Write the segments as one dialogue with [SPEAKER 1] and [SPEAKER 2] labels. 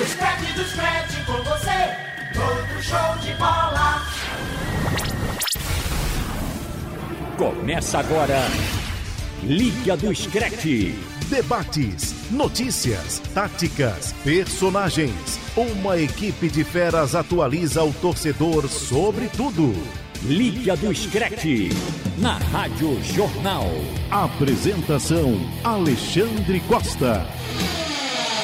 [SPEAKER 1] O Scratch do Scratch com você, todo show de bola.
[SPEAKER 2] Começa agora, Liga do Scratch.
[SPEAKER 3] Debates, notícias, táticas, personagens. Uma equipe de feras atualiza o torcedor sobre tudo.
[SPEAKER 2] Liga do Scratch, na Rádio Jornal.
[SPEAKER 3] Apresentação: Alexandre Costa.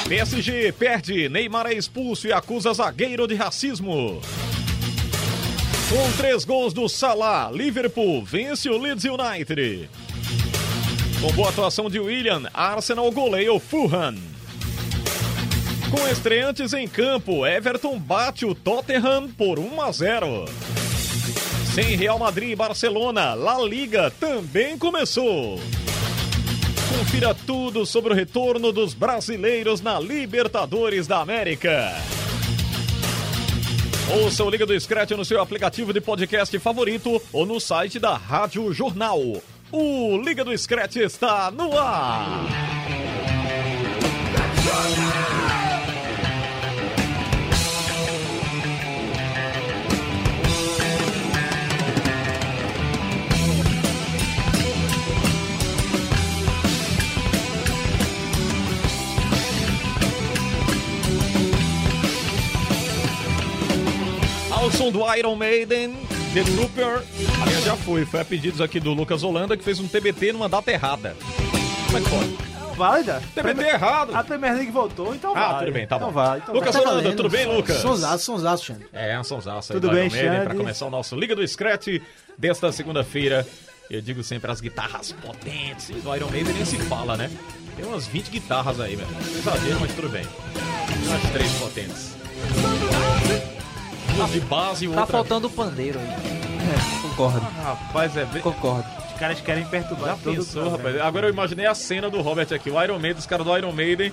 [SPEAKER 4] PSG perde, Neymar é expulso e acusa zagueiro de racismo. Com três gols do Salah, Liverpool vence o Leeds United. Com boa atuação de William, Arsenal goleia o Fulham. Com estreantes em campo, Everton bate o Tottenham por 1 a 0. Sem Real Madrid e Barcelona, La Liga também começou. Confira tudo sobre o retorno dos brasileiros na Libertadores da América. Ouça o Liga do Scratch no seu aplicativo de podcast favorito ou no site da Rádio Jornal. O Liga do Scratch está no ar. Ao som do Iron Maiden, The Trooper. Aliás, já foi. Foi a pedidos aqui do Lucas Holanda que fez um TBT numa data errada. Como é que pode?
[SPEAKER 5] Válida.
[SPEAKER 4] TBT errado.
[SPEAKER 5] A Premier League voltou, então vai.
[SPEAKER 4] Ah, tudo bem, tá bom.
[SPEAKER 5] Então vai. Então
[SPEAKER 4] Lucas
[SPEAKER 5] vai.
[SPEAKER 6] Tá
[SPEAKER 4] Holanda, tudo bem, Lucas?
[SPEAKER 7] Sonsaço, sonsaço, Xande.
[SPEAKER 4] É, um sonsaço aí
[SPEAKER 5] Tudo
[SPEAKER 4] do
[SPEAKER 5] bem,
[SPEAKER 4] Iron Maiden pra
[SPEAKER 5] Xande?
[SPEAKER 4] começar o nosso Liga do Scratch desta segunda-feira. Eu digo sempre as guitarras potentes e do Iron Maiden nem se fala, né? Tem umas 20 guitarras aí, velho. Exagero, mas tudo bem. Umas três potentes. Duas de base e outra...
[SPEAKER 6] Tá faltando o pandeiro aí.
[SPEAKER 4] Rapaz, é... bem-
[SPEAKER 6] Concordo.
[SPEAKER 5] Os caras querem perturbar
[SPEAKER 4] Já
[SPEAKER 5] todo
[SPEAKER 4] pensou,
[SPEAKER 5] mundo,
[SPEAKER 4] rapaz?
[SPEAKER 5] né?
[SPEAKER 4] Agora eu imaginei a cena do Robert aqui, o Iron Maiden, os caras do Iron Maiden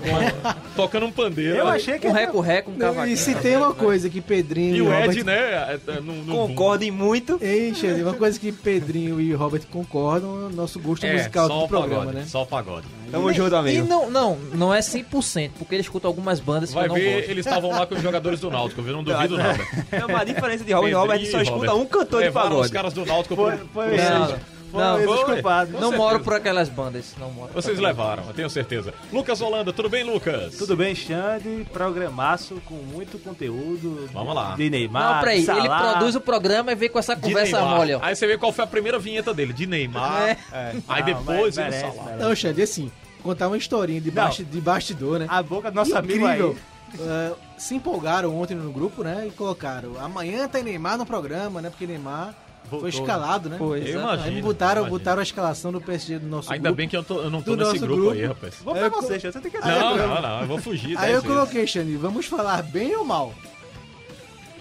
[SPEAKER 4] com- tocando um pandeiro.
[SPEAKER 5] Eu achei que... é
[SPEAKER 6] Um reco-reco, um cavaquinho.
[SPEAKER 7] E se tem uma coisa que Pedrinho
[SPEAKER 4] E o
[SPEAKER 7] Robert-
[SPEAKER 4] Ed, né? é, é, no- no-
[SPEAKER 6] Concordem muito.
[SPEAKER 7] Ei,
[SPEAKER 5] é
[SPEAKER 7] Xande, uma coisa que Pedrinho e Robert concordam, nosso gosto
[SPEAKER 4] É,
[SPEAKER 7] musical
[SPEAKER 4] só
[SPEAKER 7] do
[SPEAKER 4] o
[SPEAKER 7] programa,
[SPEAKER 4] pagode,
[SPEAKER 7] né?
[SPEAKER 4] só o pagode.
[SPEAKER 6] Tamo junto, amigo. E não, não, não é 100%, porque ele escuta algumas bandas que
[SPEAKER 4] Vai
[SPEAKER 6] eu não
[SPEAKER 4] ver,
[SPEAKER 6] gosto.
[SPEAKER 4] eles estavam lá com os jogadores do Náutico, viu? Não duvido nada.
[SPEAKER 8] Não, mas a É diferença de Robin Robert só escuta um cantor de
[SPEAKER 4] Levaram os
[SPEAKER 8] pagode.
[SPEAKER 4] caras do Náutico pro...
[SPEAKER 5] Foi, foi
[SPEAKER 6] Não,
[SPEAKER 5] eles.
[SPEAKER 6] não,
[SPEAKER 5] Foram eles os
[SPEAKER 4] foi.
[SPEAKER 5] culpados.
[SPEAKER 6] Não moro por aquelas bandas, não moro. por
[SPEAKER 4] Vocês
[SPEAKER 6] aquelas
[SPEAKER 4] levaram, eu tenho certeza. Lucas Holanda, tudo bem, Lucas?
[SPEAKER 5] Tudo bem, Xande? Programaço com muito conteúdo.
[SPEAKER 4] Vamos lá.
[SPEAKER 5] De Neymar,
[SPEAKER 6] bandas. Não, peraí,
[SPEAKER 5] de
[SPEAKER 6] ele
[SPEAKER 5] Salah.
[SPEAKER 6] produz o programa e vem com essa
[SPEAKER 4] De
[SPEAKER 6] conversa
[SPEAKER 4] Neymar.
[SPEAKER 6] mole, ó.
[SPEAKER 4] Aí você vê qual foi a primeira vinheta dele, de Neymar.
[SPEAKER 6] É.
[SPEAKER 4] Aí
[SPEAKER 5] Não,
[SPEAKER 4] depois
[SPEAKER 5] mas
[SPEAKER 4] ele
[SPEAKER 5] merece,
[SPEAKER 4] fala.
[SPEAKER 5] merece.
[SPEAKER 7] Não, Xande, assim, contar uma historinha de, basti- de bastidor, né?
[SPEAKER 5] A boca do nosso amigo
[SPEAKER 7] Incrível.
[SPEAKER 5] aí.
[SPEAKER 7] Ah, se empolgaram ontem no grupo, né? E colocaram, amanhã tem Neymar no programa, né? Porque Neymar foi escalado, né?
[SPEAKER 6] Pois,
[SPEAKER 4] Eu
[SPEAKER 6] exato.
[SPEAKER 4] imagino.
[SPEAKER 7] Aí botaram,
[SPEAKER 4] imagino.
[SPEAKER 7] botaram a escalação do PSG do nosso
[SPEAKER 4] Ainda
[SPEAKER 7] grupo.
[SPEAKER 4] bem que eu, tô- eu não tô
[SPEAKER 7] Do
[SPEAKER 4] nesse
[SPEAKER 7] nosso
[SPEAKER 4] grupo,
[SPEAKER 7] grupo.
[SPEAKER 4] aí, rapaz.
[SPEAKER 5] Vou pra
[SPEAKER 7] É, Aí eu-
[SPEAKER 5] você, Xande. Você tem que
[SPEAKER 4] Não, não, não, eu vou fugir.
[SPEAKER 7] Aí
[SPEAKER 4] dez
[SPEAKER 7] eu
[SPEAKER 4] vezes.
[SPEAKER 7] coloquei, Xande, vamos falar bem ou mal?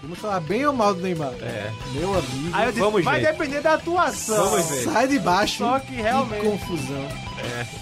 [SPEAKER 7] Vamos falar bem ou mal do Neymar?
[SPEAKER 4] É.
[SPEAKER 7] Meu amigo.
[SPEAKER 5] Aí eu disse,
[SPEAKER 8] Vamos
[SPEAKER 5] vai
[SPEAKER 8] ver.
[SPEAKER 5] depender da atuação.
[SPEAKER 7] Sai de baixo.
[SPEAKER 5] Só que realmente-
[SPEAKER 7] confusão.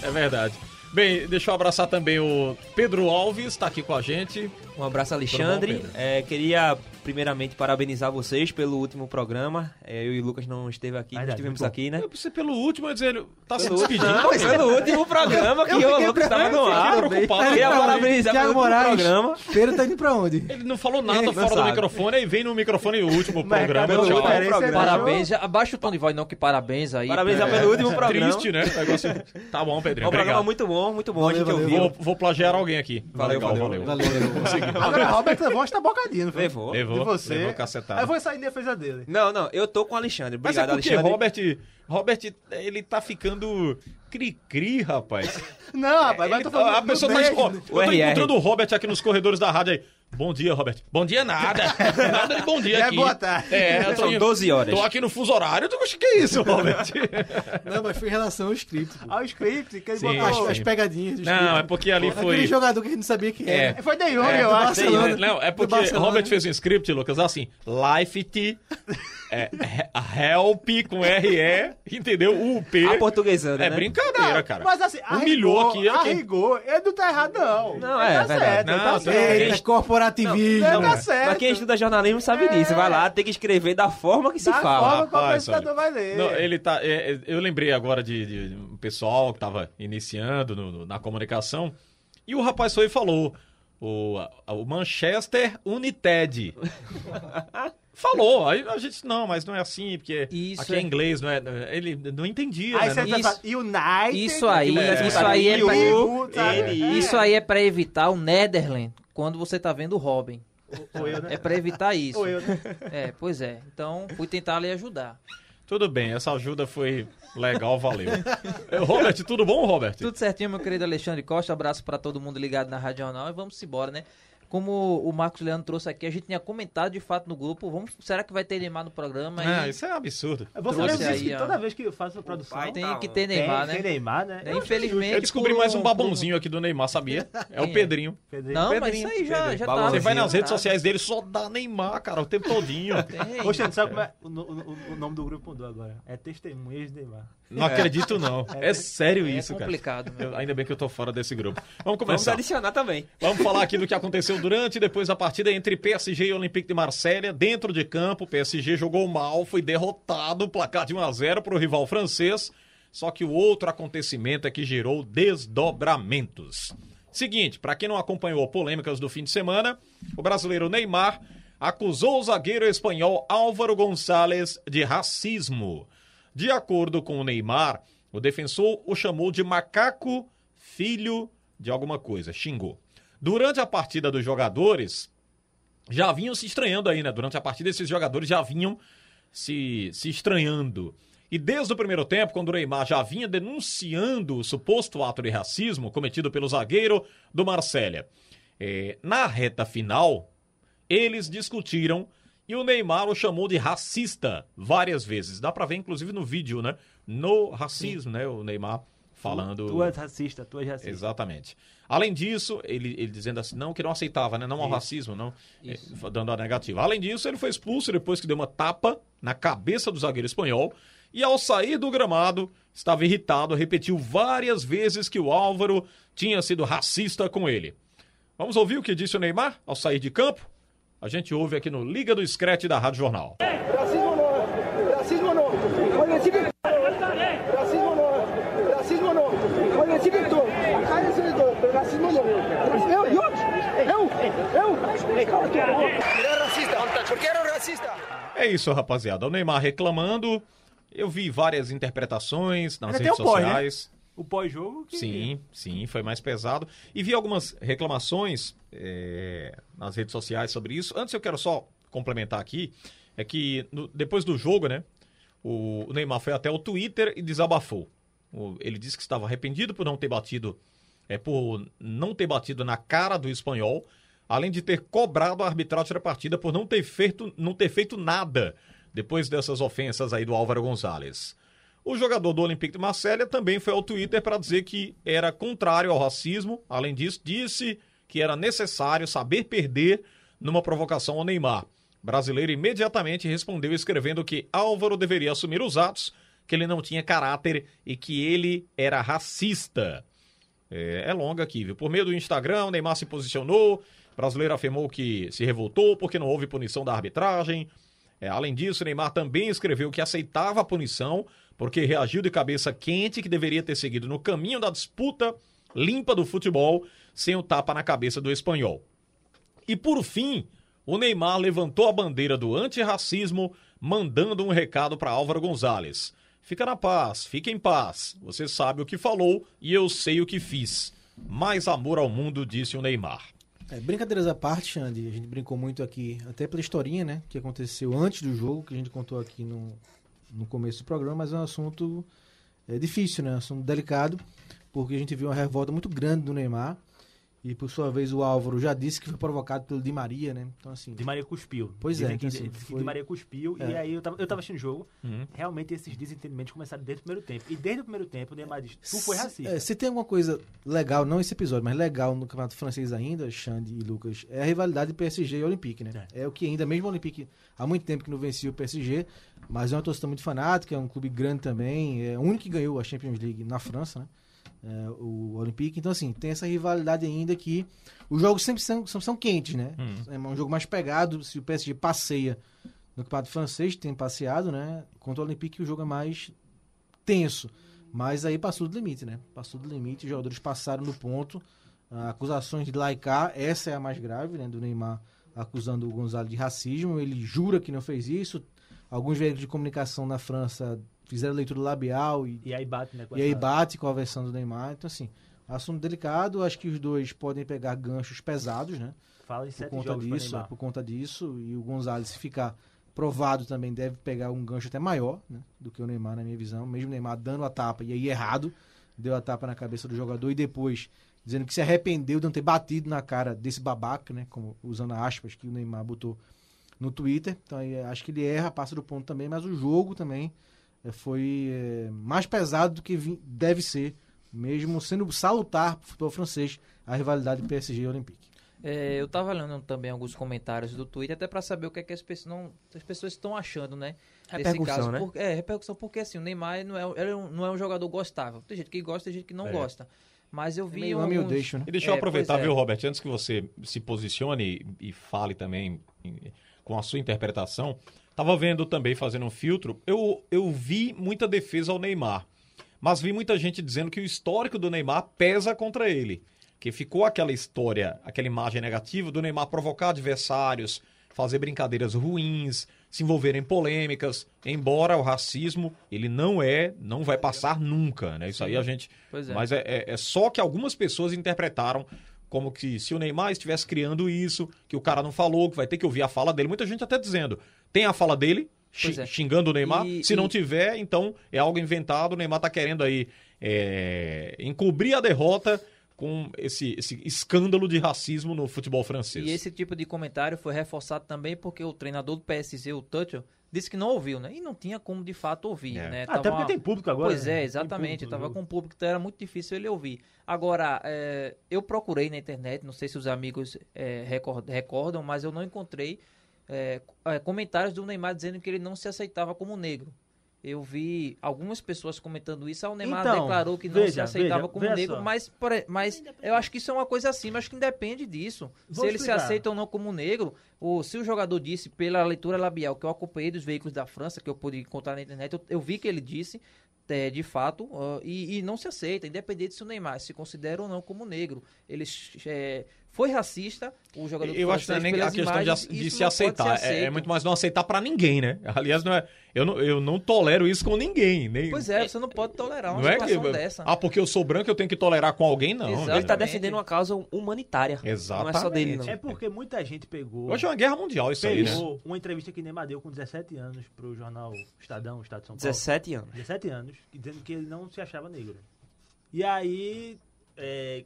[SPEAKER 4] É, é verdade. Bem, deixa eu abraçar também o Pedro Alves, tá aqui com a gente.
[SPEAKER 8] Um abraço,
[SPEAKER 4] Tudo
[SPEAKER 8] Alexandre.
[SPEAKER 4] bom, Pedro?
[SPEAKER 8] É, queria primeiramente parabenizar vocês pelo último programa. É, eu e o Lucas não esteve aqui, não
[SPEAKER 5] Verdade,
[SPEAKER 8] estivemos
[SPEAKER 5] muito
[SPEAKER 8] aqui, né?
[SPEAKER 6] É.
[SPEAKER 4] Eu pensei pelo último, eu ia dizer, ele tá se
[SPEAKER 8] Pelo último-
[SPEAKER 4] despedindo.
[SPEAKER 8] Não, mas pelo último programa que eu, e o Lucas estava no ar.
[SPEAKER 4] fiquei preocupado.
[SPEAKER 8] Queria
[SPEAKER 4] Thiago
[SPEAKER 8] parabenizar pelo último programa.
[SPEAKER 7] Feira tá indo pra onde?
[SPEAKER 4] Ele não falou nada
[SPEAKER 8] Ele não
[SPEAKER 4] fora do
[SPEAKER 8] sabe.
[SPEAKER 4] microfone, aí vem no microfone o último
[SPEAKER 5] Mercado
[SPEAKER 4] programa.
[SPEAKER 5] de
[SPEAKER 4] tchau.
[SPEAKER 5] referência,
[SPEAKER 8] Parabéns.
[SPEAKER 5] ele
[SPEAKER 6] Parabéns, já- abaixa o tom de voz não, que parabéns aí. É
[SPEAKER 8] Parabenizar pelo último programa.
[SPEAKER 4] Triste, né? O Negócio... Tá bom,
[SPEAKER 8] É
[SPEAKER 4] Pedrinho.
[SPEAKER 8] um programa
[SPEAKER 4] Obrigado.
[SPEAKER 8] muito bom, muito bom. A gente
[SPEAKER 7] Valeu,
[SPEAKER 8] ouviu.
[SPEAKER 4] Vou, vou plagiar alguém aqui.
[SPEAKER 8] Valeu,
[SPEAKER 4] Legal,
[SPEAKER 8] valeu,
[SPEAKER 7] Valeu,
[SPEAKER 4] Conseguiu.
[SPEAKER 5] Agora, Robert levou uma bocadinha, não foi?
[SPEAKER 8] Levou.
[SPEAKER 4] Levou,
[SPEAKER 5] de você.
[SPEAKER 4] levou
[SPEAKER 5] é
[SPEAKER 4] Tá.
[SPEAKER 5] Aí eu
[SPEAKER 4] cacetada.
[SPEAKER 5] vou sair em defesa dele.
[SPEAKER 8] Não, não, eu tô com o Alexandre.
[SPEAKER 4] Mas é
[SPEAKER 8] Obrigado,
[SPEAKER 4] porque
[SPEAKER 8] Alexandre.
[SPEAKER 4] Robert, Robert, ele tá ficando cri-cri, rapaz.
[SPEAKER 5] Não, rapaz, mas eu tô
[SPEAKER 4] Ele-
[SPEAKER 5] falando.
[SPEAKER 4] a pessoa tá
[SPEAKER 5] não
[SPEAKER 4] esco-
[SPEAKER 5] deixe-
[SPEAKER 4] Eu tô
[SPEAKER 8] RR.
[SPEAKER 4] encontrando o Robert aqui nos corredores da rádio aí. Bom dia, Robert. Bom dia nada. Nada de bom dia
[SPEAKER 5] É
[SPEAKER 4] aqui.
[SPEAKER 5] boa tarde.
[SPEAKER 4] É, eu tô,
[SPEAKER 8] São 12 horas.
[SPEAKER 4] tô aqui no fuso horário. Tu acha que é isso, Robert?
[SPEAKER 7] Não, mas foi em relação ao script. pô.
[SPEAKER 5] Ao script, que ele
[SPEAKER 4] Sim.
[SPEAKER 5] botou.
[SPEAKER 7] As,
[SPEAKER 4] Sim.
[SPEAKER 7] as pegadinhas do
[SPEAKER 4] Não, é
[SPEAKER 7] script.
[SPEAKER 4] porque ali
[SPEAKER 7] Aquele
[SPEAKER 4] foi...
[SPEAKER 7] jogador que a gente não sabia quem
[SPEAKER 4] É.
[SPEAKER 7] era.
[SPEAKER 5] Foi De Jong,
[SPEAKER 4] É,
[SPEAKER 5] eu
[SPEAKER 7] do
[SPEAKER 5] acho.
[SPEAKER 7] Barcelona.
[SPEAKER 4] É, Não, é
[SPEAKER 7] Do
[SPEAKER 4] porque
[SPEAKER 7] Barcelona.
[SPEAKER 4] Robert fez um script, Lucas, assim, Life T, é, he- Help com RE, entendeu? UP.
[SPEAKER 8] A portuguesando,
[SPEAKER 4] É
[SPEAKER 8] né?
[SPEAKER 4] brincadeira, cara.
[SPEAKER 5] Mas assim, a
[SPEAKER 4] Humilhou
[SPEAKER 5] rigor,
[SPEAKER 4] aqui,
[SPEAKER 5] a
[SPEAKER 4] aqui.
[SPEAKER 5] rigor, ele não tá errado, não.
[SPEAKER 8] Não,
[SPEAKER 5] Ele
[SPEAKER 8] é,
[SPEAKER 5] tá
[SPEAKER 8] verdade.
[SPEAKER 5] certo, ele
[SPEAKER 4] Não, é
[SPEAKER 5] tá
[SPEAKER 4] você-
[SPEAKER 5] certo.
[SPEAKER 7] Eita, corporativismo.
[SPEAKER 5] Não,
[SPEAKER 8] Não,
[SPEAKER 5] tá certo.
[SPEAKER 8] Mas quem estuda jornalismo sabe
[SPEAKER 5] É.
[SPEAKER 8] disso. Vai lá, tem que escrever da forma que se
[SPEAKER 5] Da
[SPEAKER 8] fala.
[SPEAKER 5] forma como o
[SPEAKER 4] Rapaz,
[SPEAKER 5] apresentador vai ler.
[SPEAKER 4] Não, ele tá. é, é, eu lembrei agora de, de um pessoal que tava iniciando no- no- na comunicação. E o rapaz foi e falou: o, a- o Manchester United. Falou, aí a gente, não, mas não é assim, porque
[SPEAKER 6] Isso
[SPEAKER 4] aqui é,
[SPEAKER 6] é-
[SPEAKER 4] inglês, não é. Ele não entendia,
[SPEAKER 5] Aí
[SPEAKER 4] né?
[SPEAKER 5] você
[SPEAKER 4] Não-
[SPEAKER 5] tá
[SPEAKER 6] Isso-
[SPEAKER 5] falando, United.
[SPEAKER 6] Isso aí,
[SPEAKER 5] tá
[SPEAKER 4] É.
[SPEAKER 6] isso aí é pra,
[SPEAKER 5] U, sabe?
[SPEAKER 6] isso aí é pra evitar o Netherland quando você tá vendo o Robin.
[SPEAKER 5] Ou eu, né?
[SPEAKER 6] É pra evitar isso.
[SPEAKER 5] Ou eu, né?
[SPEAKER 6] É, pois é. Então, fui tentar lhe ajudar.
[SPEAKER 4] Tudo bem, essa ajuda foi legal, valeu. Eh, Robert, tudo bom, Robert?
[SPEAKER 6] Tudo certinho, meu querido Alexandre Costa. Abraço pra todo mundo ligado na Rádio Jornal e vamos embora, né? Como o Marcos Leandro trouxe aqui, a gente tinha comentado de fato no grupo. Vamos, será que vai ter Neymar no programa? E
[SPEAKER 4] Não, isso é um absurdo.
[SPEAKER 5] Você
[SPEAKER 6] Trouxe
[SPEAKER 5] mesmo disse
[SPEAKER 6] aí,
[SPEAKER 5] que
[SPEAKER 6] ó.
[SPEAKER 5] toda vez que eu faço a produção...
[SPEAKER 8] pai
[SPEAKER 6] tem
[SPEAKER 8] tá,
[SPEAKER 6] que
[SPEAKER 8] mano.
[SPEAKER 6] ter Neymar,
[SPEAKER 5] tem
[SPEAKER 6] né?
[SPEAKER 5] Neymar, né? Eu acho
[SPEAKER 6] Infelizmente.
[SPEAKER 4] Eu descobri
[SPEAKER 6] por um-
[SPEAKER 4] mais um
[SPEAKER 6] por
[SPEAKER 4] babãozinho aqui do Neymar, sabia? É o
[SPEAKER 6] Quem é?
[SPEAKER 4] Pedrinho.
[SPEAKER 5] que Pedrinho-
[SPEAKER 6] Não, mas isso
[SPEAKER 8] Pedrinho,
[SPEAKER 6] aí já,
[SPEAKER 8] Pedrinho,
[SPEAKER 6] já tá.
[SPEAKER 8] babãozinho.
[SPEAKER 4] Você vai nas redes
[SPEAKER 6] tá.
[SPEAKER 4] sociais dele, só dá Neymar, cara, o tempo todinho.
[SPEAKER 6] Tem.
[SPEAKER 5] Ô, Xande, sabe como é? O, no- o- o nome do grupo mudou agora. É Testemunhas de Neymar.
[SPEAKER 4] Não acredito, não. É sério
[SPEAKER 6] É
[SPEAKER 4] isso, cara.
[SPEAKER 6] complicado, meu.
[SPEAKER 4] Eu- ainda bem que eu tô fora desse grupo. Vamos
[SPEAKER 8] Vamos
[SPEAKER 4] começar. Vamos,
[SPEAKER 8] adicionar também.
[SPEAKER 4] falar aqui do que aconteceu durante e depois da partida entre PSG e Olympique de Marselha. Dentro de campo, o PSG jogou mal, foi derrotado, placar de 1 a 0 para o rival francês. Só que o outro acontecimento é que gerou desdobramentos. Seguinte, para quem não acompanhou polêmicas do fim de semana, o brasileiro Neymar acusou o zagueiro espanhol Álvaro Gonçalves de racismo. De acordo com o Neymar, o defensor o chamou de macaco filho de alguma coisa, xingou. Durante a partida dos jogadores, já vinham se estranhando aí, né? Durante a partida, esses jogadores já vinham se, se estranhando. E desde o primeiro tempo, quando o Neymar já vinha denunciando o suposto ato de racismo cometido pelo zagueiro do Marselha. Eh, na reta final, eles discutiram e o Neymar o chamou de racista várias vezes. Dá pra ver, inclusive, no vídeo, né? No racismo, né? O Neymar falando.
[SPEAKER 5] Tu és racista, tu és racista.
[SPEAKER 4] Exatamente. Além disso, ele, ele dizendo assim, não, que não aceitava, né? Não ao racismo, não. Eh, Dando a negativa. Além disso, ele foi expulso depois que deu uma tapa na cabeça do zagueiro espanhol. E ao sair do gramado, estava irritado, repetiu várias vezes que o Álvaro tinha sido racista com ele. Vamos ouvir o que disse o Neymar ao sair de campo? A gente ouve aqui no Liga do Scratch da Rádio Jornal.
[SPEAKER 9] Racismo no, racismo no. Pueden decir que racismo no, racismo no. Pueden decir que todo. Acá es el todo, pero racismo no. Eu, eu, eu, eu. Era racista. ¿Por qué era racista?
[SPEAKER 4] É isso, rapaziada. O Neymar reclamando. Eu vi várias interpretações nas
[SPEAKER 5] Ainda tem
[SPEAKER 4] redes
[SPEAKER 5] o pós, né?
[SPEAKER 4] sociais.
[SPEAKER 5] O pós-jogo que...
[SPEAKER 4] Sim, sim, foi mais pesado. E vi algumas reclamações eh, nas redes sociais sobre isso. Antes eu quero só complementar aqui, é que no- depois do jogo, né, o, o Neymar foi até o Twitter e desabafou. O- ele disse que estava arrependido por não ter batido, é, por não ter batido na cara do espanhol, além de ter cobrado a arbitragem da partida por não ter feito, não ter feito nada depois dessas ofensas aí do Álvaro Gonzalez. O jogador do Olympique de Marselha também foi ao Twitter para dizer que era contrário ao racismo. Além disso, disse que era necessário saber perder numa provocação ao Neymar. O brasileiro imediatamente respondeu escrevendo que Álvaro deveria assumir os atos, que ele não tinha caráter e que ele era racista. É, é longa aqui, viu? Por meio do Instagram, o Neymar se posicionou. O brasileiro afirmou que se revoltou porque não houve punição da arbitragem. É, além disso, o Neymar também escreveu que aceitava a punição porque reagiu de cabeça quente que deveria ter seguido no caminho da disputa limpa do futebol sem o tapa na cabeça do espanhol. E por fim, o Neymar levantou a bandeira do antirracismo, mandando um recado para Álvaro Gonzalez. Fica na paz, fica em paz. Você sabe o que falou e eu sei o que fiz. Mais amor ao mundo, disse o Neymar.
[SPEAKER 7] É, brincadeiras à parte, Xande, a gente brincou muito aqui, até pela historinha, né? Que aconteceu antes do jogo, que a gente contou aqui no, no começo do programa, mas é um assunto é, difícil, né? Um assunto delicado, porque a gente viu uma revolta muito grande do Neymar. E por sua vez o Álvaro já disse que foi provocado pelo Di Maria, né? Então assim.
[SPEAKER 5] De Maria cuspiu.
[SPEAKER 7] Pois é,
[SPEAKER 5] Dizem Que,
[SPEAKER 7] então, assim,
[SPEAKER 5] que
[SPEAKER 7] foi- É.
[SPEAKER 5] De Maria cuspiu. E aí eu tava, eu tava assistindo o jogo.
[SPEAKER 6] Uhum.
[SPEAKER 5] Realmente esses desentendimentos começaram desde o primeiro tempo. E desde o primeiro tempo o Neymar disse, tu foi
[SPEAKER 7] se-
[SPEAKER 5] racista.
[SPEAKER 7] é, se tem alguma coisa legal, não esse episódio, mas legal no Campeonato Francês ainda, Xande e Lucas, é a rivalidade PSG e Olympique, né? É. o que ainda, mesmo o Olympique, há muito tempo que não vencia o PSG, mas é uma torcida muito fanática, é um clube grande também, é o único que ganhou a Champions League na França, né? É, o Olympique, então assim, tem essa rivalidade ainda que os jogos sempre são, são, são quentes, né?
[SPEAKER 5] Hum.
[SPEAKER 7] É um jogo mais pegado, se o PSG passeia no Campeonato Francês, tem passeado, né? Contra o Olympique o jogo é mais tenso. Mas aí passou do limite, né? Passou do limite, os jogadores passaram no ponto. ah, acusações de laicar, essa é a mais grave, né, do Neymar acusando o Gonzalo de racismo, ele jura que não fez isso. Alguns veículos de comunicação na França fizeram leitura labial e,
[SPEAKER 5] E aí bate, né? com
[SPEAKER 7] e aí
[SPEAKER 5] essa-
[SPEAKER 7] bate com a versão do Neymar. Então, assim, assunto delicado, acho que os dois podem pegar ganchos pesados, né?
[SPEAKER 5] Fala em
[SPEAKER 7] por
[SPEAKER 5] sete
[SPEAKER 7] conta
[SPEAKER 5] jogos pra
[SPEAKER 7] disso, é,
[SPEAKER 5] Neymar.
[SPEAKER 7] por conta disso, e o Gonzalez se ficar provado também deve pegar um gancho até maior, né, do que o Neymar na minha visão, mesmo o Neymar dando a tapa e aí errado, deu a tapa na cabeça do jogador e depois dizendo que se arrependeu de não ter batido na cara desse babaca, né, como usando aspas que o Neymar botou no Twitter. Então aí, acho que ele erra, passa do ponto também, mas o jogo também eh, foi eh, mais pesado do que vi- deve ser, mesmo sendo salutar para o futebol francês a rivalidade PSG e Olympique.
[SPEAKER 6] É, eu tava lendo também alguns comentários do Twitter, até pra saber o que, é que as, pessoas não- as pessoas estão achando, né? Desse
[SPEAKER 8] Repercussão,
[SPEAKER 6] caso.
[SPEAKER 8] né?
[SPEAKER 6] Por- é, repercussão, porque assim, o Neymar não é, um- ele é um- não é um jogador gostável. Tem gente que gosta, tem gente que não gosta. Mas eu vi.
[SPEAKER 7] Meio ame ou
[SPEAKER 6] alguns-
[SPEAKER 7] deixo, né?
[SPEAKER 4] E deixa eu
[SPEAKER 6] É,
[SPEAKER 4] aproveitar,
[SPEAKER 6] pois é.
[SPEAKER 4] viu, Robert, antes que você se posicione e e fale também em- com a sua interpretação, tava vendo também, fazendo um filtro, eu, eu vi muita defesa ao Neymar, mas vi muita gente dizendo que o histórico do Neymar pesa contra ele, que ficou aquela história, aquela imagem negativa do Neymar provocar adversários, fazer brincadeiras ruins, se envolver em polêmicas, embora o racismo, ele não é, não vai passar nunca, né? Isso aí a gente...
[SPEAKER 6] Pois é.
[SPEAKER 4] Mas é, é- é só que algumas pessoas interpretaram como que se o Neymar estivesse criando isso, que o cara não falou, que vai ter que ouvir a fala dele. Muita gente até dizendo, tem a fala dele, xi-
[SPEAKER 6] Pois é.
[SPEAKER 4] xingando o Neymar.
[SPEAKER 6] E-
[SPEAKER 4] se não
[SPEAKER 6] e-
[SPEAKER 4] tiver, então é algo inventado. O Neymar tá querendo aí é, encobrir a derrota com esse, esse escândalo de racismo no futebol francês.
[SPEAKER 6] E esse tipo de comentário foi reforçado também porque o treinador do PSG, o Tuchel, disse que não ouviu, né? E não tinha como de fato ouvir,
[SPEAKER 4] É.
[SPEAKER 6] né?
[SPEAKER 5] Ah, Até
[SPEAKER 6] Tava
[SPEAKER 5] porque tem público agora,
[SPEAKER 6] Pois
[SPEAKER 5] né?
[SPEAKER 6] é,
[SPEAKER 5] Tem
[SPEAKER 6] exatamente.
[SPEAKER 5] público no
[SPEAKER 6] Tava
[SPEAKER 5] jogo.
[SPEAKER 6] com público, então era muito difícil ele ouvir. Agora, é, eu procurei na internet, não sei se os amigos é, recor- recordam, mas eu não encontrei é, co- é, comentários do Neymar dizendo que ele não se aceitava como negro. Eu vi algumas pessoas comentando isso, aí o Neymar
[SPEAKER 5] Então,
[SPEAKER 6] declarou que não se
[SPEAKER 5] veja,
[SPEAKER 6] aceitava
[SPEAKER 5] veja,
[SPEAKER 6] como
[SPEAKER 5] veja
[SPEAKER 6] negro,
[SPEAKER 5] só.
[SPEAKER 6] mas, pare- mas eu acho que isso é uma coisa assim, mas acho que independe disso.
[SPEAKER 5] Vou
[SPEAKER 6] se ele se
[SPEAKER 5] explicar.
[SPEAKER 6] aceita ou não como negro, ou se o jogador disse pela leitura labial que eu acompanhei dos veículos da França, que eu pude encontrar na internet, eu, eu vi que ele disse, é, de fato, ó, e, e não se aceita, independente se o Neymar se considera ou não como negro. Ele é, foi racista, o jogador
[SPEAKER 4] Eu acho que não é
[SPEAKER 6] francês,
[SPEAKER 4] nem a
[SPEAKER 6] pelas
[SPEAKER 4] questão de,
[SPEAKER 6] imagens,
[SPEAKER 4] ace- de
[SPEAKER 6] isso
[SPEAKER 4] se
[SPEAKER 6] não pode ser
[SPEAKER 4] aceitar. É, é
[SPEAKER 6] aceito.
[SPEAKER 4] muito mais não aceitar pra ninguém, né? Aliás, não é, eu, não, eu não tolero isso com ninguém. Nem,
[SPEAKER 6] Pois é, você não pode tolerar uma
[SPEAKER 4] não é
[SPEAKER 6] situação
[SPEAKER 4] que,
[SPEAKER 6] dessa.
[SPEAKER 4] Ah, porque eu sou branco, eu tenho que tolerar com alguém, não.
[SPEAKER 6] Exato.
[SPEAKER 8] Ele
[SPEAKER 4] né?
[SPEAKER 8] tá
[SPEAKER 6] Exatamente.
[SPEAKER 8] defendendo uma causa humanitária. Não é só
[SPEAKER 4] Exatamente.
[SPEAKER 8] dele, não.
[SPEAKER 5] É porque muita gente pegou.
[SPEAKER 4] Hoje é uma guerra mundial isso aí, né?
[SPEAKER 5] pegou uma entrevista que Neymar deu com 17 anos pro jornal Estadão, Estado de São Paulo.
[SPEAKER 8] 17 anos.
[SPEAKER 5] 17 anos, que- dizendo que ele não se achava negro. E aí, é,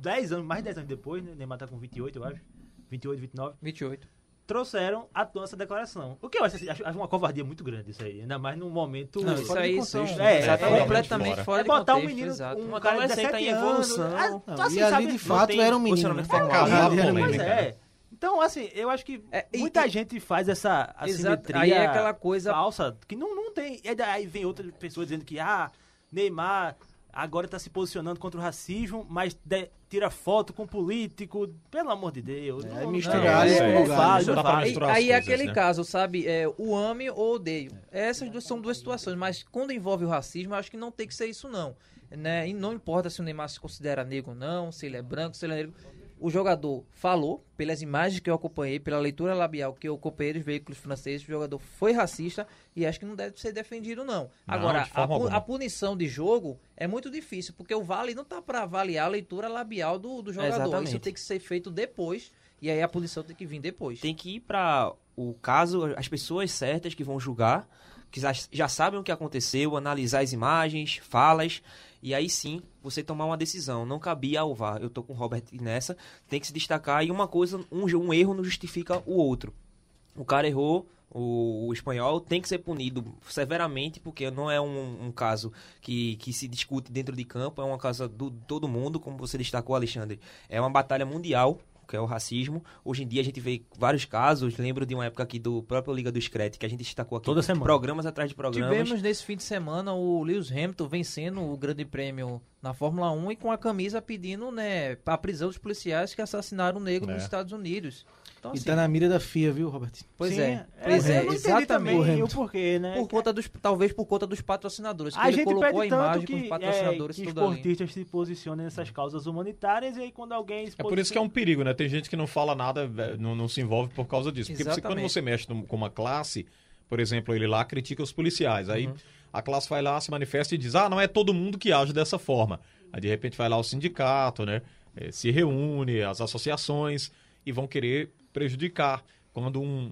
[SPEAKER 5] 10 anos, mais de 10 anos depois, né, Neymar tá com 28, eu acho, 28, 29,
[SPEAKER 6] 28.
[SPEAKER 5] trouxeram à tona essa declaração. O que eu acho, assim, acho, acho uma covardia muito grande isso aí, ainda mais num momento...
[SPEAKER 6] Não, isso
[SPEAKER 5] fora de
[SPEAKER 6] aí
[SPEAKER 5] contexto.
[SPEAKER 6] são,
[SPEAKER 4] né?
[SPEAKER 5] É,
[SPEAKER 6] é,
[SPEAKER 5] é,
[SPEAKER 6] completamente
[SPEAKER 4] é
[SPEAKER 6] fora
[SPEAKER 5] é
[SPEAKER 6] de
[SPEAKER 5] botar
[SPEAKER 6] contexto,
[SPEAKER 5] um menino,
[SPEAKER 6] exato.
[SPEAKER 5] um
[SPEAKER 8] Uma
[SPEAKER 5] cara de
[SPEAKER 8] adolescente
[SPEAKER 5] 17
[SPEAKER 8] em
[SPEAKER 5] anos...
[SPEAKER 8] evolução.
[SPEAKER 5] ah,
[SPEAKER 7] Não,
[SPEAKER 5] tu assim,
[SPEAKER 7] e ali,
[SPEAKER 5] sabe,
[SPEAKER 7] de
[SPEAKER 5] não
[SPEAKER 7] fato,
[SPEAKER 5] tem-
[SPEAKER 7] era um menino.
[SPEAKER 8] posicionamento
[SPEAKER 7] né?
[SPEAKER 8] formal.
[SPEAKER 7] Ali era um
[SPEAKER 4] Pois
[SPEAKER 7] menino.
[SPEAKER 5] Pois
[SPEAKER 4] polêmica.
[SPEAKER 5] é. Então, assim, eu acho que
[SPEAKER 6] É, e-
[SPEAKER 5] muita gente faz essa
[SPEAKER 6] Exato.
[SPEAKER 5] assimetria
[SPEAKER 6] Aí é aquela coisa-
[SPEAKER 5] falsa que não, não tem. E aí vem outra pessoa dizendo que, ah, Neymar agora tá se posicionando contra o racismo, mas de- tira foto com político. Pelo amor de Deus.
[SPEAKER 7] É,
[SPEAKER 5] não, não,
[SPEAKER 7] misturar
[SPEAKER 4] isso
[SPEAKER 5] não,
[SPEAKER 4] aí.
[SPEAKER 5] não vale,
[SPEAKER 4] Isso dá
[SPEAKER 5] não
[SPEAKER 4] pra
[SPEAKER 5] vale.
[SPEAKER 4] misturar.
[SPEAKER 6] Aí, aí é
[SPEAKER 4] as coisas,
[SPEAKER 6] aquele
[SPEAKER 4] né?
[SPEAKER 6] caso, sabe? É, o ame ou odeio. Essas duas são duas situações, mas quando envolve o racismo, eu acho que não tem que ser isso, não. Né? E não importa se o Neymar se considera negro ou não, se ele é branco, se ele é negro. O jogador falou, pelas imagens que eu acompanhei, pela leitura labial que eu acompanhei dos veículos franceses, o jogador foi racista e acho que não deve ser defendido, não. Agora,
[SPEAKER 4] de forma
[SPEAKER 6] a, pu-
[SPEAKER 4] alguma.
[SPEAKER 6] a punição de jogo é muito difícil, porque o VAR ali não tá para avaliar a leitura labial do, do jogador.
[SPEAKER 8] Exatamente.
[SPEAKER 6] Isso tem que ser feito depois e aí a punição tem que vir depois.
[SPEAKER 8] Tem que ir pra o caso, as pessoas certas que vão julgar, que já, já sabem o que aconteceu, analisar as imagens, falas, e aí sim você tomar uma decisão. Não cabia ao VAR. Eu tô com o Robert nessa. Tem que se destacar e uma coisa, um, jo- um erro não justifica o outro. O cara errou, o, o espanhol tem que ser punido severamente, porque não é um, um caso que, que se discute dentro de campo, é uma casa do todo mundo, como você destacou, Alexandre. É uma batalha mundial, que é o racismo. Hoje em dia a gente vê vários casos, lembro de uma época aqui do próprio Liga do Screte, que a gente destacou aqui
[SPEAKER 5] Toda semana.
[SPEAKER 8] programas atrás de programas.
[SPEAKER 6] Tivemos nesse fim de semana o Lewis Hamilton vencendo o Grande Prêmio na Fórmula 1 e com a camisa pedindo né, a prisão dos policiais que assassinaram o negro
[SPEAKER 4] É.
[SPEAKER 6] nos Estados Unidos. Então,
[SPEAKER 7] E
[SPEAKER 6] assim,
[SPEAKER 7] tá na mira da FIA, viu, Robert?
[SPEAKER 6] pois
[SPEAKER 5] Sim,
[SPEAKER 6] é, pois é,
[SPEAKER 5] eu não entendi
[SPEAKER 6] exatamente.
[SPEAKER 5] também o porquê, né?
[SPEAKER 6] Por conta dos, talvez por conta dos patrocinadores. Que
[SPEAKER 5] a
[SPEAKER 6] ele
[SPEAKER 5] gente
[SPEAKER 6] colocou
[SPEAKER 5] pede tanto
[SPEAKER 6] a imagem
[SPEAKER 5] que,
[SPEAKER 6] com os
[SPEAKER 5] é,
[SPEAKER 6] patrocinadores
[SPEAKER 5] que
[SPEAKER 6] tudo ali.
[SPEAKER 5] esportistas se posicionem nessas causas humanitárias e aí quando alguém se
[SPEAKER 4] É por isso que é
[SPEAKER 5] posiciona-
[SPEAKER 4] um perigo, né? Tem gente que não fala nada, eh, não, não se envolve por causa disso. Porque você- quando
[SPEAKER 6] Exatamente.
[SPEAKER 4] você mexe num- com uma classe, por exemplo, ele lá critica os policiais. Aí a classe vai lá, se manifesta e diz: ah, não é todo mundo que age dessa forma. Aí de repente vai lá o sindicato, né? Eh, Se reúne, as associações e vão querer prejudicar. Quando um-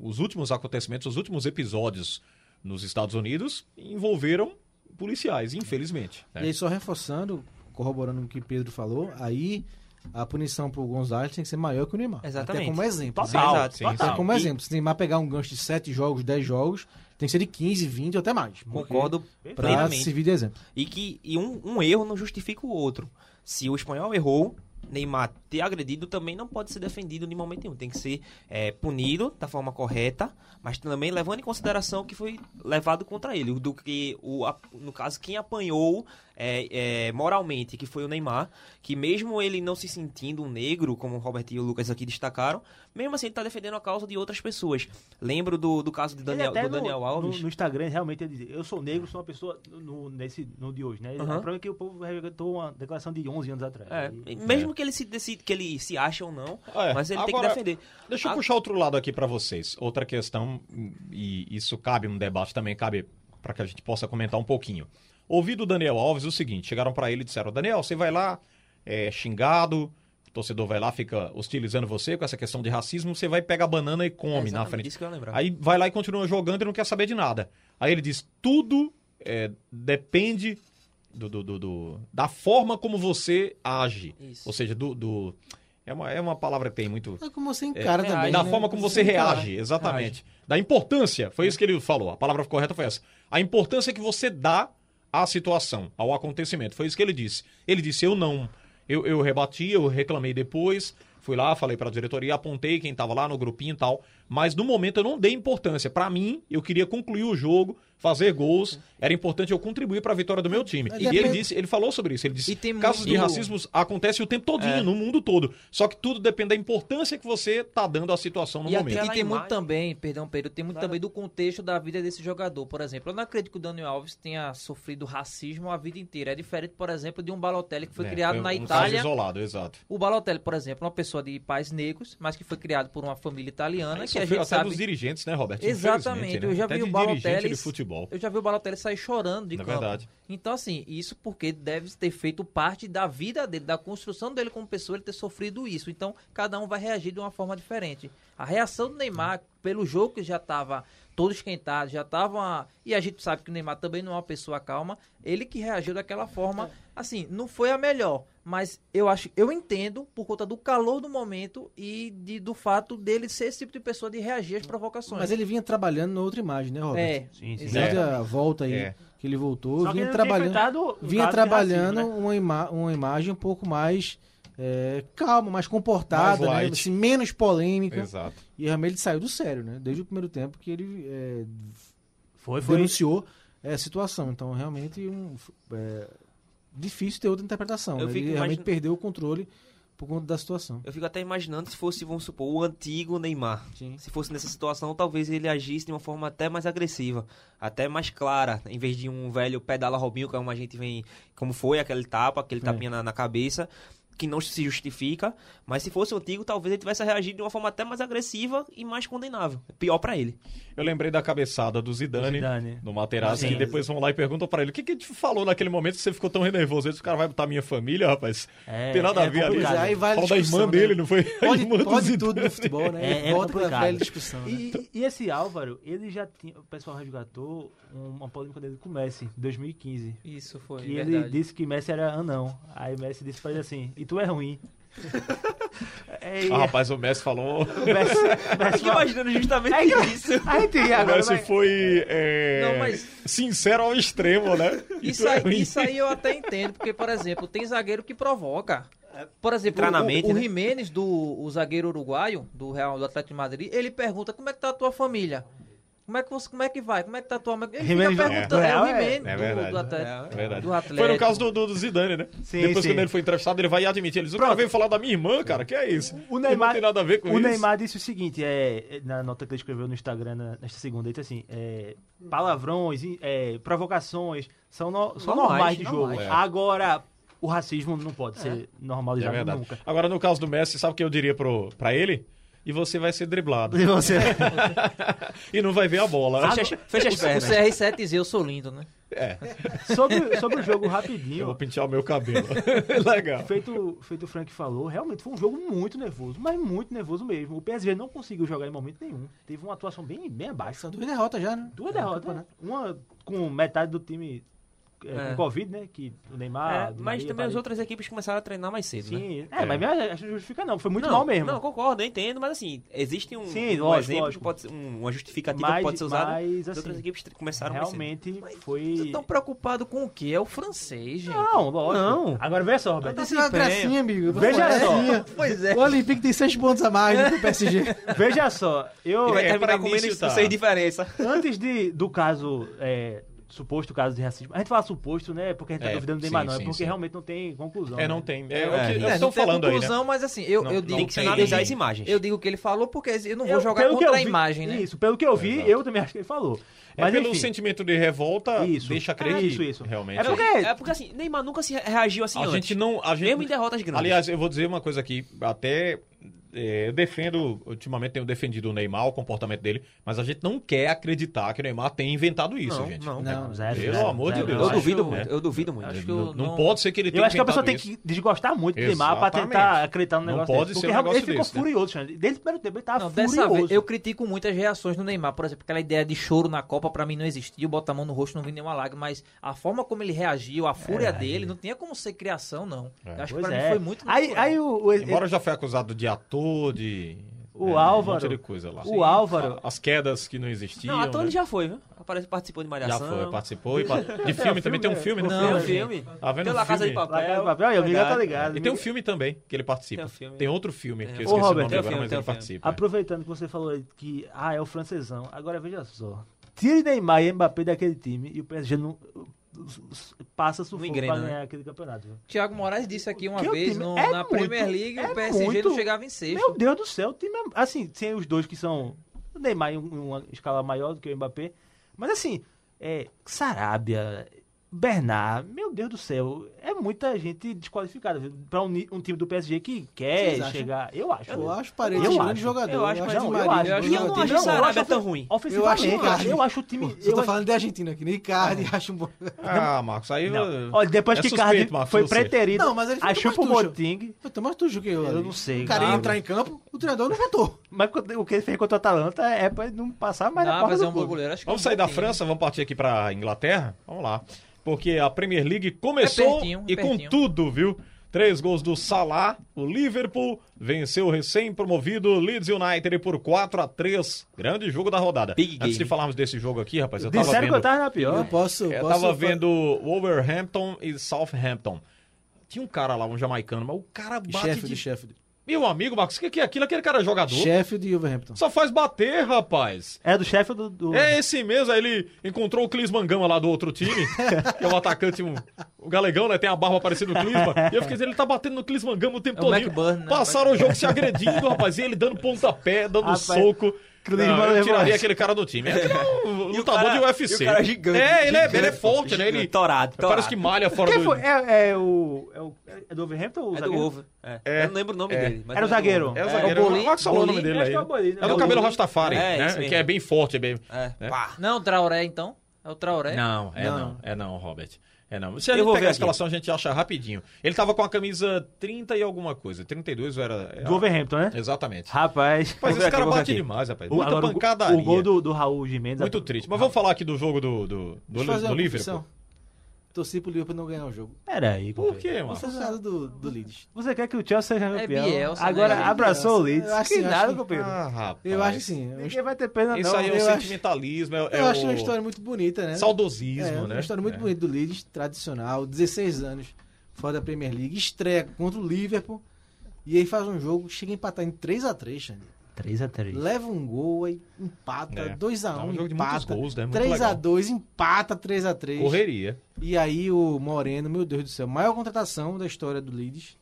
[SPEAKER 4] os últimos acontecimentos, os últimos episódios nos Estados Unidos envolveram policiais, infelizmente. né?
[SPEAKER 7] E aí, só reforçando, corroborando o que Pedro falou, aí a punição pro Gonzalez tem que ser maior que o Neymar.
[SPEAKER 8] Exatamente.
[SPEAKER 7] Até como exemplo. né?
[SPEAKER 5] Total,
[SPEAKER 8] Exato, sim,
[SPEAKER 5] total.
[SPEAKER 7] Até como
[SPEAKER 5] E-
[SPEAKER 7] exemplo. Se o Neymar pegar um gancho de 7 jogos, 10 jogos, tem que ser de 15, 20 ou até mais. porque-
[SPEAKER 8] Concordo
[SPEAKER 7] Pra
[SPEAKER 8] plenamente.
[SPEAKER 7] servir de exemplo.
[SPEAKER 8] E que e um, um erro não justifica o outro. Se o espanhol errou, Neymar ter agredido também não pode ser defendido de momento nenhum. Tem que ser eh, punido da forma correta, mas também levando em consideração o Então, que foi levado contra ele. Do que, o, a- no caso, quem apanhou eh, eh, moralmente, que foi o Neymar, que mesmo ele não se sentindo um negro, como o Robert e o Lucas aqui destacaram, mesmo assim ele está defendendo a causa de outras pessoas. Lembro do, do caso de
[SPEAKER 5] Ele
[SPEAKER 8] Daniel,
[SPEAKER 5] até
[SPEAKER 8] do
[SPEAKER 5] no-
[SPEAKER 8] Daniel Alves.
[SPEAKER 5] No, no Instagram, realmente, ele dizia, eu sou negro, sou uma pessoa no, nesse, no de hoje, né? O
[SPEAKER 8] Aham.
[SPEAKER 5] problema é que o povo regatou uma declaração de 11 anos atrás.
[SPEAKER 8] É,
[SPEAKER 5] E-
[SPEAKER 8] mesmo que ele se decide que ele se acha ou não,
[SPEAKER 4] É,
[SPEAKER 8] mas ele
[SPEAKER 4] agora-
[SPEAKER 8] tem que defender.
[SPEAKER 4] Deixa eu
[SPEAKER 8] A-
[SPEAKER 4] puxar outro lado aqui pra vocês. Outra questão, e isso cabe no debate também, cabe pra que a gente possa comentar um pouquinho. Ouvi do Daniel Alves o seguinte: chegaram pra ele e disseram, Daniel, você vai lá, é xingado, o torcedor vai lá, fica hostilizando você com essa questão de racismo, você vai pegar a banana e come na
[SPEAKER 8] Exatamente,
[SPEAKER 4] frente.
[SPEAKER 8] Isso que eu ia lembrar.
[SPEAKER 4] Aí vai lá e continua jogando e não quer saber de nada. Aí ele diz: tudo é, depende do, do- do- do- da forma como você age.
[SPEAKER 8] Isso.
[SPEAKER 4] Ou seja, do. do- é, uma, é uma palavra que tem muito
[SPEAKER 7] É como você encara
[SPEAKER 8] É,
[SPEAKER 7] também.
[SPEAKER 4] da
[SPEAKER 7] né?
[SPEAKER 4] forma como você reage, exatamente. Da importância, foi isso que ele falou, a palavra correta foi essa. A importância que você dá à situação, ao acontecimento, foi isso que ele disse. Ele disse, eu não, eu, eu rebati, eu reclamei depois, fui lá, falei pra diretoria, apontei quem tava lá no grupinho e tal, mas no momento eu não dei importância. Pra mim, eu queria concluir o jogo, fazer gols, era importante eu contribuir pra vitória do meu time.
[SPEAKER 7] Mas
[SPEAKER 4] E ele
[SPEAKER 7] depende-
[SPEAKER 4] disse, ele falou sobre isso, ele disse,
[SPEAKER 6] E tem
[SPEAKER 4] casos de
[SPEAKER 6] muito-
[SPEAKER 4] racismo racismos acontece o tempo
[SPEAKER 7] É.
[SPEAKER 4] todinho, no mundo todo. Só que tudo depende da importância que você tá dando à situação no
[SPEAKER 6] E, aqui,
[SPEAKER 4] momento.
[SPEAKER 6] e tem
[SPEAKER 8] Aquela
[SPEAKER 6] muito
[SPEAKER 8] imagem-
[SPEAKER 6] também, perdão, Pedro, tem muito
[SPEAKER 8] Claro.
[SPEAKER 6] também do contexto da vida desse jogador. Por exemplo, eu não acredito que o Daniel Alves tenha sofrido racismo a vida inteira. É diferente, por exemplo, de um Balotelli que foi
[SPEAKER 4] É,
[SPEAKER 6] criado
[SPEAKER 4] foi
[SPEAKER 6] na
[SPEAKER 4] um
[SPEAKER 6] Itália.
[SPEAKER 4] Caso isolado, exato.
[SPEAKER 6] O Balotelli, por exemplo, é uma pessoa de pais negros, mas que foi criado por uma família italiana,
[SPEAKER 4] Aí
[SPEAKER 6] é que a
[SPEAKER 4] sofreu
[SPEAKER 6] gente
[SPEAKER 4] até
[SPEAKER 6] sabe
[SPEAKER 4] dos dirigentes, né, Roberto?
[SPEAKER 6] Exatamente.
[SPEAKER 4] Infelizmente, né?
[SPEAKER 6] Eu já
[SPEAKER 4] até
[SPEAKER 6] vi
[SPEAKER 4] de
[SPEAKER 6] o
[SPEAKER 4] dirigente
[SPEAKER 6] Balotelli.
[SPEAKER 4] de futebol.
[SPEAKER 6] Eu já vi o Balotelli sair chorando de
[SPEAKER 4] Na
[SPEAKER 6] campo.
[SPEAKER 4] verdade.
[SPEAKER 6] Então, assim, isso porque deve ter feito parte da vida dele, da construção dele como pessoa, ele ter sofrido isso. Então, cada um vai reagir de uma forma diferente. A reação do Neymar, pelo jogo que já estava todo esquentado, já estava. E a gente sabe que o Neymar também não é uma pessoa calma. Ele que reagiu daquela forma, assim, não foi a melhor. Mas eu acho, eu entendo por conta do calor do momento e de- do fato dele ser esse tipo de pessoa de reagir às provocações.
[SPEAKER 7] Mas ele vinha trabalhando na outra imagem, né, Robert?
[SPEAKER 6] É,
[SPEAKER 5] Sim, sim.
[SPEAKER 7] Desde a volta aí
[SPEAKER 4] É.
[SPEAKER 7] que ele voltou,
[SPEAKER 5] Só que
[SPEAKER 7] vinha
[SPEAKER 5] ele não tinha
[SPEAKER 7] trabalhando.
[SPEAKER 5] enfrentado o
[SPEAKER 7] vinha
[SPEAKER 5] caso de
[SPEAKER 7] trabalhando
[SPEAKER 5] racismo, né?
[SPEAKER 7] uma, ima- uma imagem um pouco mais é, calma, mais comportada,
[SPEAKER 4] Mais
[SPEAKER 7] né?
[SPEAKER 4] light.
[SPEAKER 7] Assim, menos polêmica.
[SPEAKER 4] Exato.
[SPEAKER 7] E realmente ele saiu do sério, né? Desde o primeiro tempo que ele é,
[SPEAKER 5] né? Foi, foi.
[SPEAKER 7] denunciou é, a situação. Então, realmente, um, é, difícil ter outra interpretação.
[SPEAKER 8] Eu
[SPEAKER 7] né? Ele
[SPEAKER 8] fico
[SPEAKER 7] realmente
[SPEAKER 8] imagin-
[SPEAKER 7] perdeu o controle por conta da situação.
[SPEAKER 8] Eu fico até imaginando se fosse, vamos supor, o antigo Neymar.
[SPEAKER 7] Sim.
[SPEAKER 8] Se fosse nessa situação, talvez ele agisse de uma forma até mais agressiva, até mais clara, em vez de um velho pedala Robinho, como a gente vem, como foi aquele tapa, aquele
[SPEAKER 6] É.
[SPEAKER 8] tapinha na, na cabeça, que não se justifica. Mas se fosse o antigo, talvez ele tivesse reagido de uma forma até mais agressiva e mais condenável. Pior pra ele.
[SPEAKER 4] Eu lembrei da cabeçada do Zidane,
[SPEAKER 5] Do Zidane.
[SPEAKER 4] no Materazzi,
[SPEAKER 5] Sim.
[SPEAKER 4] e depois vão lá e perguntam pra ele, o que que a gente falou naquele momento que você ficou tão nervoso? Ele disse, o cara vai botar minha família, rapaz.
[SPEAKER 5] É,
[SPEAKER 4] Tem nada a
[SPEAKER 5] é
[SPEAKER 4] ver ali.
[SPEAKER 5] complicado.
[SPEAKER 7] Aí vale a
[SPEAKER 4] Falou da
[SPEAKER 7] discussão,
[SPEAKER 4] irmã
[SPEAKER 7] né?
[SPEAKER 4] dele, não foi? a
[SPEAKER 7] Pode,
[SPEAKER 4] irmã do
[SPEAKER 7] pode
[SPEAKER 4] Zidane.
[SPEAKER 7] tudo no futebol, né?
[SPEAKER 5] É, é
[SPEAKER 7] Volta pra
[SPEAKER 5] complicado.
[SPEAKER 7] velha discussão. né?
[SPEAKER 5] E, e- e esse Álvaro, ele já tinha. O pessoal resgatou um, uma polêmica dele com o Messi, em 2015.
[SPEAKER 6] Isso foi,
[SPEAKER 5] Que ele
[SPEAKER 6] verdade.
[SPEAKER 5] disse que Messi era anão. Aí Messi disse pra ele assim: e tu é ruim. é, e-
[SPEAKER 4] Ah, rapaz, o Messi falou...
[SPEAKER 5] o Messi, o Messi
[SPEAKER 8] Fico imaginando justamente
[SPEAKER 5] Aí,
[SPEAKER 8] isso.
[SPEAKER 5] A gente ri
[SPEAKER 4] O
[SPEAKER 5] agora.
[SPEAKER 4] Messi
[SPEAKER 5] mas-
[SPEAKER 4] foi é,
[SPEAKER 6] Não, mas-
[SPEAKER 4] sincero ao extremo, né? E
[SPEAKER 6] Isso
[SPEAKER 4] tu é
[SPEAKER 6] aí,
[SPEAKER 4] ruim.
[SPEAKER 6] isso aí eu até entendo, porque, por exemplo, tem zagueiro que provoca. Por exemplo,
[SPEAKER 8] É, Entrar na
[SPEAKER 6] o,
[SPEAKER 8] mente,
[SPEAKER 6] o
[SPEAKER 8] né?
[SPEAKER 6] Jimenez, do, o zagueiro uruguaio, do Real do Atlético de Madrid, ele pergunta como é que tá a tua família. Como é que você, como é que vai? Como é que tá tua mãe? Ele
[SPEAKER 10] Jimenez-
[SPEAKER 6] fica perguntando, é,
[SPEAKER 10] é.
[SPEAKER 6] o
[SPEAKER 10] É, é.
[SPEAKER 6] Jimenez
[SPEAKER 4] É
[SPEAKER 6] do-
[SPEAKER 4] verdade.
[SPEAKER 6] do, atleta,
[SPEAKER 4] É verdade.
[SPEAKER 6] do atleta.
[SPEAKER 4] Foi no caso do, do- do Zidane, né?
[SPEAKER 10] Sim,
[SPEAKER 4] Depois
[SPEAKER 10] sim.
[SPEAKER 4] quando ele foi entrevistado, ele vai e admitir. Ele disse, o cara veio falar da minha irmã, cara, que é isso?
[SPEAKER 5] O
[SPEAKER 4] Ele
[SPEAKER 5] Neymar,
[SPEAKER 4] não tem nada a ver com
[SPEAKER 5] o
[SPEAKER 4] isso.
[SPEAKER 5] Neymar disse o seguinte, é, é, na nota que ele escreveu no Instagram na- nesta segunda, ele disse assim, é, palavrões, e, é, provocações, são, no- são
[SPEAKER 6] Normais,
[SPEAKER 5] normais de jogo.
[SPEAKER 6] normais.
[SPEAKER 4] É.
[SPEAKER 5] Agora, o racismo não pode ser
[SPEAKER 4] É
[SPEAKER 5] normalizado
[SPEAKER 4] verdade.
[SPEAKER 5] nunca.
[SPEAKER 4] Agora, no caso do Messi, sabe o que eu diria pro, pra ele? E você vai ser driblado.
[SPEAKER 10] E você?
[SPEAKER 4] e não vai ver a bola. né?
[SPEAKER 5] Ah,
[SPEAKER 8] Fecha, as- fecha as
[SPEAKER 6] O
[SPEAKER 8] pernas.
[SPEAKER 6] CR7 diz, eu sou lindo, né?
[SPEAKER 5] Sobre, sobre o jogo
[SPEAKER 4] Eu vou
[SPEAKER 5] rapidinho,
[SPEAKER 4] pentear o meu cabelo. Legal.
[SPEAKER 5] feito, feito o Frank falou, realmente foi um jogo muito nervoso, mas muito nervoso mesmo. O PSG não conseguiu jogar em momento nenhum. Teve uma atuação bem, bem abaixo.
[SPEAKER 7] São duas derrotas já, né?
[SPEAKER 5] Duas derrotas, né? Uma com metade do time é,
[SPEAKER 8] É.
[SPEAKER 5] com Covid, né? Que o Neymar.
[SPEAKER 8] É,
[SPEAKER 5] Di
[SPEAKER 8] mas
[SPEAKER 5] Maria,
[SPEAKER 8] também as
[SPEAKER 5] Paredes.
[SPEAKER 8] outras equipes começaram a treinar mais cedo, né?
[SPEAKER 5] Sim, é,
[SPEAKER 4] É.
[SPEAKER 5] mas mesmo, acho que não justifica não. Foi muito
[SPEAKER 8] não,
[SPEAKER 5] mal mesmo.
[SPEAKER 8] Não, concordo, eu entendo, mas assim, existe um,
[SPEAKER 5] Sim,
[SPEAKER 8] um
[SPEAKER 5] lógico,
[SPEAKER 8] exemplo,
[SPEAKER 5] lógico.
[SPEAKER 8] que pode ser, um- uma justificativa
[SPEAKER 5] Mas-
[SPEAKER 8] que pode ser usada.
[SPEAKER 5] mas,
[SPEAKER 8] As
[SPEAKER 5] assim,
[SPEAKER 8] outras equipes tre- começaram mais cedo.
[SPEAKER 5] Realmente
[SPEAKER 6] Vocês
[SPEAKER 5] foi.
[SPEAKER 6] estão preocupados com o quê? É o francês, gente.
[SPEAKER 5] Não, lógico.
[SPEAKER 8] Não.
[SPEAKER 5] Agora vê só, Roberto.
[SPEAKER 7] Tá sendo uma gracinha, amigo.
[SPEAKER 5] Veja
[SPEAKER 7] Uma
[SPEAKER 5] só.
[SPEAKER 7] gracinha.
[SPEAKER 6] Pois é.
[SPEAKER 7] O Olympique tem seis pontos a mais do que o PSG.
[SPEAKER 5] Veja só, eu.
[SPEAKER 8] E vai
[SPEAKER 4] É, pra
[SPEAKER 8] terminar com
[SPEAKER 4] início
[SPEAKER 8] menos
[SPEAKER 4] tá.
[SPEAKER 8] sem diferença.
[SPEAKER 5] Antes de, do caso. é, suposto caso de racismo. A gente fala suposto, né? Porque a gente tá
[SPEAKER 4] É,
[SPEAKER 5] duvidando
[SPEAKER 4] sim,
[SPEAKER 5] do Neymar, não. É
[SPEAKER 4] sim,
[SPEAKER 5] porque
[SPEAKER 4] sim.
[SPEAKER 5] realmente não tem conclusão.
[SPEAKER 4] É, não
[SPEAKER 5] né?
[SPEAKER 4] tem. É, o
[SPEAKER 8] É,
[SPEAKER 4] que eu
[SPEAKER 6] É,
[SPEAKER 4] estou
[SPEAKER 6] não tem
[SPEAKER 4] falando aí, né?
[SPEAKER 6] conclusão, mas assim, eu,
[SPEAKER 4] Não-
[SPEAKER 6] eu
[SPEAKER 4] não
[SPEAKER 6] digo
[SPEAKER 8] Tem que se
[SPEAKER 4] tem.
[SPEAKER 8] analisar as imagens.
[SPEAKER 6] Eu digo que ele falou porque assim, eu não vou
[SPEAKER 5] Eu-
[SPEAKER 6] jogar
[SPEAKER 5] pelo que
[SPEAKER 6] contra
[SPEAKER 5] eu
[SPEAKER 6] a
[SPEAKER 5] vi-
[SPEAKER 6] imagem, né?
[SPEAKER 5] Isso, pelo que eu vi, eu também acho que ele falou.
[SPEAKER 4] É
[SPEAKER 5] Mas
[SPEAKER 4] pelo
[SPEAKER 5] enfim,
[SPEAKER 4] sentimento de revolta,
[SPEAKER 5] Isso.
[SPEAKER 4] deixa crer
[SPEAKER 5] É,
[SPEAKER 4] que
[SPEAKER 5] isso, isso.
[SPEAKER 4] realmente.
[SPEAKER 5] É
[SPEAKER 8] Não,
[SPEAKER 5] porque-
[SPEAKER 8] É porque assim, Neymar nunca se re- reagiu assim
[SPEAKER 4] A
[SPEAKER 8] antes.
[SPEAKER 4] gente não. A gente...
[SPEAKER 8] Mesmo em derrotas grandes.
[SPEAKER 4] Aliás, eu vou dizer uma coisa aqui, até é, eu defendo, ultimamente tenho defendido o Neymar, o comportamento dele, mas a gente não quer acreditar que o Neymar tenha inventado isso,
[SPEAKER 8] não,
[SPEAKER 4] gente.
[SPEAKER 8] não.
[SPEAKER 7] Não,
[SPEAKER 5] zero,
[SPEAKER 4] Pelo
[SPEAKER 5] zero,
[SPEAKER 4] amor de
[SPEAKER 5] zero.
[SPEAKER 4] Deus.
[SPEAKER 8] Eu
[SPEAKER 4] acho-
[SPEAKER 8] duvido
[SPEAKER 4] é.
[SPEAKER 8] muito, eu duvido muito.
[SPEAKER 6] Acho que
[SPEAKER 4] Não,
[SPEAKER 6] eu
[SPEAKER 4] não pode ser que ele tenha
[SPEAKER 5] Eu acho que a pessoa
[SPEAKER 4] inventado
[SPEAKER 5] tem
[SPEAKER 4] isso.
[SPEAKER 5] que desgostar muito do Neymar pra
[SPEAKER 4] Exatamente.
[SPEAKER 5] tentar acreditar no
[SPEAKER 4] Não
[SPEAKER 5] negócio
[SPEAKER 4] pode
[SPEAKER 5] desse.
[SPEAKER 4] ser
[SPEAKER 5] Porque
[SPEAKER 4] um
[SPEAKER 5] realmente ele
[SPEAKER 4] negócio
[SPEAKER 5] ficou
[SPEAKER 4] desse, né?
[SPEAKER 5] furioso, Xande. Desde o primeiro tempo ele tava
[SPEAKER 6] Não,
[SPEAKER 5] furioso.
[SPEAKER 6] dessa vez eu critico muito as reações do Neymar, por exemplo, aquela ideia de choro na Copa pra mim não existiu, bota a mão no rosto, não vi nenhuma lágrima, mas a forma como ele reagiu, a fúria dele, não tinha como ser criação, não. Eu acho que
[SPEAKER 5] Pois
[SPEAKER 6] pra
[SPEAKER 5] é.
[SPEAKER 6] mim foi muito
[SPEAKER 5] aí,
[SPEAKER 6] natural.
[SPEAKER 5] aí o, o,
[SPEAKER 4] Embora já foi acusado de ator, de.
[SPEAKER 5] O
[SPEAKER 4] é, Um
[SPEAKER 5] Álvaro-
[SPEAKER 4] monte de coisa lá.
[SPEAKER 5] o Álvaro-
[SPEAKER 4] As quedas que não existiam.
[SPEAKER 8] Não, ator
[SPEAKER 4] né?
[SPEAKER 8] ele já foi, viu? Aparece, participou de
[SPEAKER 4] Já
[SPEAKER 8] Malhação.
[SPEAKER 4] foi, participou. E... par- De filme também. Tem um filme,
[SPEAKER 6] Não,
[SPEAKER 8] Tem um
[SPEAKER 6] gente.
[SPEAKER 8] filme.
[SPEAKER 4] Tá vendo
[SPEAKER 8] Pela
[SPEAKER 4] um
[SPEAKER 8] Casa de
[SPEAKER 4] filme?
[SPEAKER 5] Lá Casa de
[SPEAKER 8] Papel.
[SPEAKER 5] Papel, aí, o Miguel tá
[SPEAKER 8] Verdade.
[SPEAKER 5] ligado.
[SPEAKER 4] E tem um filme também que ele participa.
[SPEAKER 8] Tem
[SPEAKER 4] Tem,
[SPEAKER 8] um filme.
[SPEAKER 4] outro filme, que eu
[SPEAKER 8] Ô,
[SPEAKER 4] esqueci
[SPEAKER 5] Robert,
[SPEAKER 4] o nome
[SPEAKER 8] tem um
[SPEAKER 4] agora,
[SPEAKER 8] filme,
[SPEAKER 4] mas
[SPEAKER 8] tem
[SPEAKER 4] ele
[SPEAKER 8] um filme.
[SPEAKER 4] participa. é.
[SPEAKER 5] Aproveitando que você falou aí que, ah, é o francesão. Agora veja só. Tire Neymar e Mbappé daquele time e o PSG não passa sufoco
[SPEAKER 8] engrena,
[SPEAKER 5] pra
[SPEAKER 8] né?
[SPEAKER 5] ganhar aquele campeonato. viu?
[SPEAKER 6] Thiago Moraes disse aqui uma
[SPEAKER 5] Que o
[SPEAKER 6] vez
[SPEAKER 5] time
[SPEAKER 6] no-
[SPEAKER 5] é
[SPEAKER 6] na
[SPEAKER 5] muito-
[SPEAKER 6] Premier League,
[SPEAKER 5] é
[SPEAKER 6] o PSG
[SPEAKER 5] muito-
[SPEAKER 6] não chegava em sexto.
[SPEAKER 5] Meu Deus do céu, o time é- assim, sem os dois que são o Neymar em um- em uma escala maior do que o Mbappé, mas assim, é Sarabia, Bernard, meu Deus do céu, é muita gente desqualificada para um, ni- um time do PSG que quer
[SPEAKER 7] Vocês acham?
[SPEAKER 5] chegar, eu acho.
[SPEAKER 7] Eu acho o Paredes
[SPEAKER 5] Eu
[SPEAKER 7] um
[SPEAKER 5] acho.
[SPEAKER 7] grande jogador.
[SPEAKER 8] Eu acho, mas
[SPEAKER 7] o
[SPEAKER 8] não,
[SPEAKER 5] eu
[SPEAKER 7] Marinho
[SPEAKER 5] acho.
[SPEAKER 7] um
[SPEAKER 8] E eu não
[SPEAKER 7] jogador.
[SPEAKER 8] acho
[SPEAKER 5] Não,
[SPEAKER 8] o
[SPEAKER 5] eu
[SPEAKER 8] Sarabia
[SPEAKER 5] acho-
[SPEAKER 8] tão ruim.
[SPEAKER 7] Eu acho
[SPEAKER 5] Ofensivamente, eu acho,
[SPEAKER 7] Icardi.
[SPEAKER 5] o time.
[SPEAKER 7] Pô, Você
[SPEAKER 5] eu
[SPEAKER 7] tá
[SPEAKER 5] acho-
[SPEAKER 7] falando de Argentina aqui, né? Icardi, acho um bom.
[SPEAKER 4] Ah, Marcos, aí.
[SPEAKER 5] Não. Olha, depois
[SPEAKER 4] é
[SPEAKER 5] que
[SPEAKER 4] suspeito,
[SPEAKER 5] Cardi
[SPEAKER 4] Marcos,
[SPEAKER 5] foi
[SPEAKER 4] você.
[SPEAKER 5] preterido,
[SPEAKER 7] Não, mas ele foi
[SPEAKER 5] achou
[SPEAKER 7] mais
[SPEAKER 5] pro
[SPEAKER 7] tucho.
[SPEAKER 5] Moting,
[SPEAKER 7] Foi tomar tudo que eu.
[SPEAKER 5] eu
[SPEAKER 7] ali.
[SPEAKER 5] não sei.
[SPEAKER 7] O cara ia
[SPEAKER 5] cara.
[SPEAKER 7] entrar em campo, o treinador não botou.
[SPEAKER 5] Mas o que ele fez contra o Atalanta é pra ele não passar mais na
[SPEAKER 6] Dá pra
[SPEAKER 5] porta
[SPEAKER 6] fazer
[SPEAKER 5] do
[SPEAKER 6] um
[SPEAKER 5] clube.
[SPEAKER 6] bom goleiro. Acho que
[SPEAKER 4] Vamos
[SPEAKER 6] é um
[SPEAKER 4] sair
[SPEAKER 6] bom
[SPEAKER 4] da
[SPEAKER 6] time.
[SPEAKER 4] França, vamos partir aqui pra Inglaterra? Vamos lá. Porque a Premier League começou
[SPEAKER 6] É pertinho, é
[SPEAKER 4] e com
[SPEAKER 6] pertinho.
[SPEAKER 4] tudo, viu? Três gols do Salah, o Liverpool venceu o recém-promovido Leeds United por 4 a 3 Grande jogo da rodada.
[SPEAKER 8] Big
[SPEAKER 4] Antes de
[SPEAKER 8] game.
[SPEAKER 4] falarmos desse jogo aqui, rapaz, eu tava
[SPEAKER 5] Disseram que eu
[SPEAKER 4] vendo... É,
[SPEAKER 5] tava na pior.
[SPEAKER 7] Eu posso.
[SPEAKER 4] Eu
[SPEAKER 7] posso
[SPEAKER 4] tava vendo Wolverhampton e Southampton. Tinha um cara lá, um jamaicano, mas o cara bate
[SPEAKER 7] Sheffield,
[SPEAKER 4] de...
[SPEAKER 7] Sheffield.
[SPEAKER 4] Meu amigo, Marcos, o que que é aquilo? Aquele cara é jogador.
[SPEAKER 7] Sheffield e Wolverhampton.
[SPEAKER 4] Só faz bater, rapaz.
[SPEAKER 5] É do chefe do. do...
[SPEAKER 4] É esse mesmo, aí ele encontrou o Clis Mangama lá do outro time, que é um atacante, um, o galegão, né? Tem a barba parecida do Clisman. E eu fiquei dizendo, ele tá batendo no Clis Mangama o tempo
[SPEAKER 6] É o
[SPEAKER 4] todo.
[SPEAKER 6] McBurn, né?
[SPEAKER 4] Passaram o jogo se agredindo, rapaz, e ele dando pontapé, dando
[SPEAKER 5] Rapaz,
[SPEAKER 4] soco.
[SPEAKER 5] Klinsmann
[SPEAKER 4] Não, eu
[SPEAKER 5] levou
[SPEAKER 4] tiraria
[SPEAKER 5] essa.
[SPEAKER 4] aquele cara do time. Ele é um
[SPEAKER 8] E o
[SPEAKER 4] lutador
[SPEAKER 8] cara-
[SPEAKER 4] de UFC.
[SPEAKER 8] e o cara é gigante,
[SPEAKER 4] É, ele é,
[SPEAKER 8] gigante,
[SPEAKER 4] ele é forte, né? Ele,
[SPEAKER 8] gigante, Então, torado,
[SPEAKER 4] Parece
[SPEAKER 8] torado.
[SPEAKER 4] que malha fora
[SPEAKER 5] Quem
[SPEAKER 4] do...
[SPEAKER 5] foi? É, é o. É, o, é do Overhampton ou o
[SPEAKER 8] É do
[SPEAKER 5] zagueiro?
[SPEAKER 8] ovo. É. Eu não lembro o nome dele. mas
[SPEAKER 5] Era o
[SPEAKER 8] é do
[SPEAKER 5] zagueiro.
[SPEAKER 8] ovo.
[SPEAKER 4] É o
[SPEAKER 6] É
[SPEAKER 4] zagueiro.
[SPEAKER 6] o Boli-
[SPEAKER 4] Marcos falou o nome
[SPEAKER 6] Boli-
[SPEAKER 4] dele
[SPEAKER 5] acho
[SPEAKER 4] aí.
[SPEAKER 5] que é o Boli, né?
[SPEAKER 4] É do
[SPEAKER 5] É o
[SPEAKER 4] cabelo
[SPEAKER 8] Boli.
[SPEAKER 4] Rastafari,
[SPEAKER 8] É, isso
[SPEAKER 4] né?
[SPEAKER 8] mesmo.
[SPEAKER 4] Que é bem forte, é bem...
[SPEAKER 8] É.
[SPEAKER 4] né?
[SPEAKER 8] Pá.
[SPEAKER 6] Não, o Traoré, então. É o Traoré.
[SPEAKER 4] Não, é não. é não, Robert. É não. Se a
[SPEAKER 8] Eu
[SPEAKER 4] gente
[SPEAKER 8] vou
[SPEAKER 4] pegar
[SPEAKER 8] ver
[SPEAKER 4] a
[SPEAKER 8] aqui.
[SPEAKER 4] escalação, a gente acha rapidinho. Ele tava com a camisa 30 e alguma coisa. 32 era. era...
[SPEAKER 5] Do Overhampton, né?
[SPEAKER 4] Exatamente.
[SPEAKER 5] Rapaz.
[SPEAKER 4] Mas
[SPEAKER 8] ver
[SPEAKER 4] esse
[SPEAKER 8] aqui,
[SPEAKER 4] cara
[SPEAKER 8] vou ver
[SPEAKER 4] bate
[SPEAKER 8] aqui.
[SPEAKER 4] demais, rapaz.
[SPEAKER 5] O,
[SPEAKER 4] Muita
[SPEAKER 5] agora, o go-
[SPEAKER 4] pancadaria.
[SPEAKER 5] O gol do, do Raul é- Jimenez.
[SPEAKER 4] Muito triste. Mas vamos falar aqui do jogo do, do, do,
[SPEAKER 7] Deixa eu fazer
[SPEAKER 4] do
[SPEAKER 7] uma
[SPEAKER 4] Liverpool.
[SPEAKER 7] confissão. Torci pro Liverpool não ganhar o jogo.
[SPEAKER 5] Peraí,
[SPEAKER 4] Por
[SPEAKER 5] compadre.
[SPEAKER 4] quê, mano?
[SPEAKER 7] Você sabe do, do Leeds.
[SPEAKER 5] Você quer que o Chelsea seja campeão?
[SPEAKER 6] Bielsa, né?
[SPEAKER 5] Agora
[SPEAKER 6] É
[SPEAKER 5] abraçou o
[SPEAKER 7] Bielsa.
[SPEAKER 5] Leeds.
[SPEAKER 7] Eu acho
[SPEAKER 5] que
[SPEAKER 7] sim,
[SPEAKER 5] nada,
[SPEAKER 7] acho que-
[SPEAKER 5] companheiro.
[SPEAKER 4] Ah, rapaz.
[SPEAKER 7] Eu acho que sim. Eu,
[SPEAKER 5] Ninguém vai ter pena,
[SPEAKER 4] Isso
[SPEAKER 5] não.
[SPEAKER 4] aí é um
[SPEAKER 7] eu acho-
[SPEAKER 4] sentimentalismo. É, é
[SPEAKER 7] eu acho
[SPEAKER 4] o...
[SPEAKER 7] uma história muito bonita, né?
[SPEAKER 4] Saudosismo,
[SPEAKER 7] É,
[SPEAKER 4] né?
[SPEAKER 7] Uma história muito
[SPEAKER 4] É.
[SPEAKER 7] bonita do Leeds, tradicional, 16 anos fora da Premier League, estreia contra o Liverpool. E aí faz um jogo, chega a empatar em 3x3, Xande.
[SPEAKER 5] 3x3.
[SPEAKER 7] Leva um gol aí, empata,
[SPEAKER 4] É.
[SPEAKER 7] 2x1,
[SPEAKER 4] É um jogo de muitos
[SPEAKER 7] empata,
[SPEAKER 4] gols, né? Muito
[SPEAKER 7] 3x2, empata 3x3.
[SPEAKER 4] Correria.
[SPEAKER 7] E aí o Moreno, meu Deus do céu, maior contratação da história do Leeds.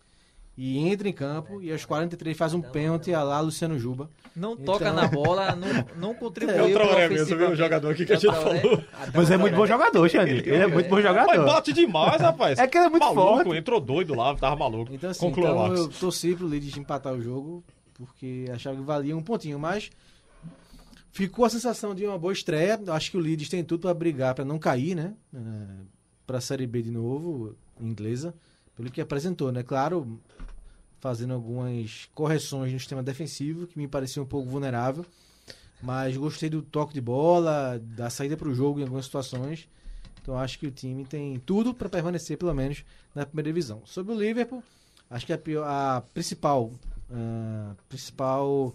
[SPEAKER 7] E entra em campo e aos 43 faz um pênalti a lá Luciano Juba.
[SPEAKER 6] Não toca
[SPEAKER 7] Então-
[SPEAKER 6] na bola, não, não contribuiu.
[SPEAKER 4] É o
[SPEAKER 6] pra
[SPEAKER 4] Traoré mesmo,
[SPEAKER 6] ofensiva.
[SPEAKER 4] viu? O jogador aqui que a
[SPEAKER 6] É o
[SPEAKER 4] gente
[SPEAKER 6] Traoré.
[SPEAKER 4] falou.
[SPEAKER 6] Adão
[SPEAKER 5] Mas é muito
[SPEAKER 6] Traoré.
[SPEAKER 5] bom jogador, Xande. Ele é muito bom
[SPEAKER 4] Mas
[SPEAKER 5] jogador.
[SPEAKER 4] bate demais, rapaz.
[SPEAKER 5] É que ele é muito
[SPEAKER 4] Maluco,
[SPEAKER 5] forte.
[SPEAKER 4] entrou doido lá, tava maluco.
[SPEAKER 7] Então, assim,
[SPEAKER 4] Conclua,
[SPEAKER 7] então
[SPEAKER 4] Marcos.
[SPEAKER 7] eu torci pro Leeds empatar o jogo, porque achava que valia um pontinho, mas ficou a sensação de uma boa estreia. Acho que o Leeds tem tudo para brigar, para não cair, né? É, para a Série B de novo, inglesa, pelo que apresentou, né? Claro, fazendo algumas correções no sistema defensivo, que me parecia um pouco vulnerável, mas gostei do toque de bola, da saída para o jogo em algumas situações. Então acho que o time tem tudo para permanecer, pelo menos, na primeira divisão. Sobre o Liverpool, acho que a, pior- a principal, ah, principal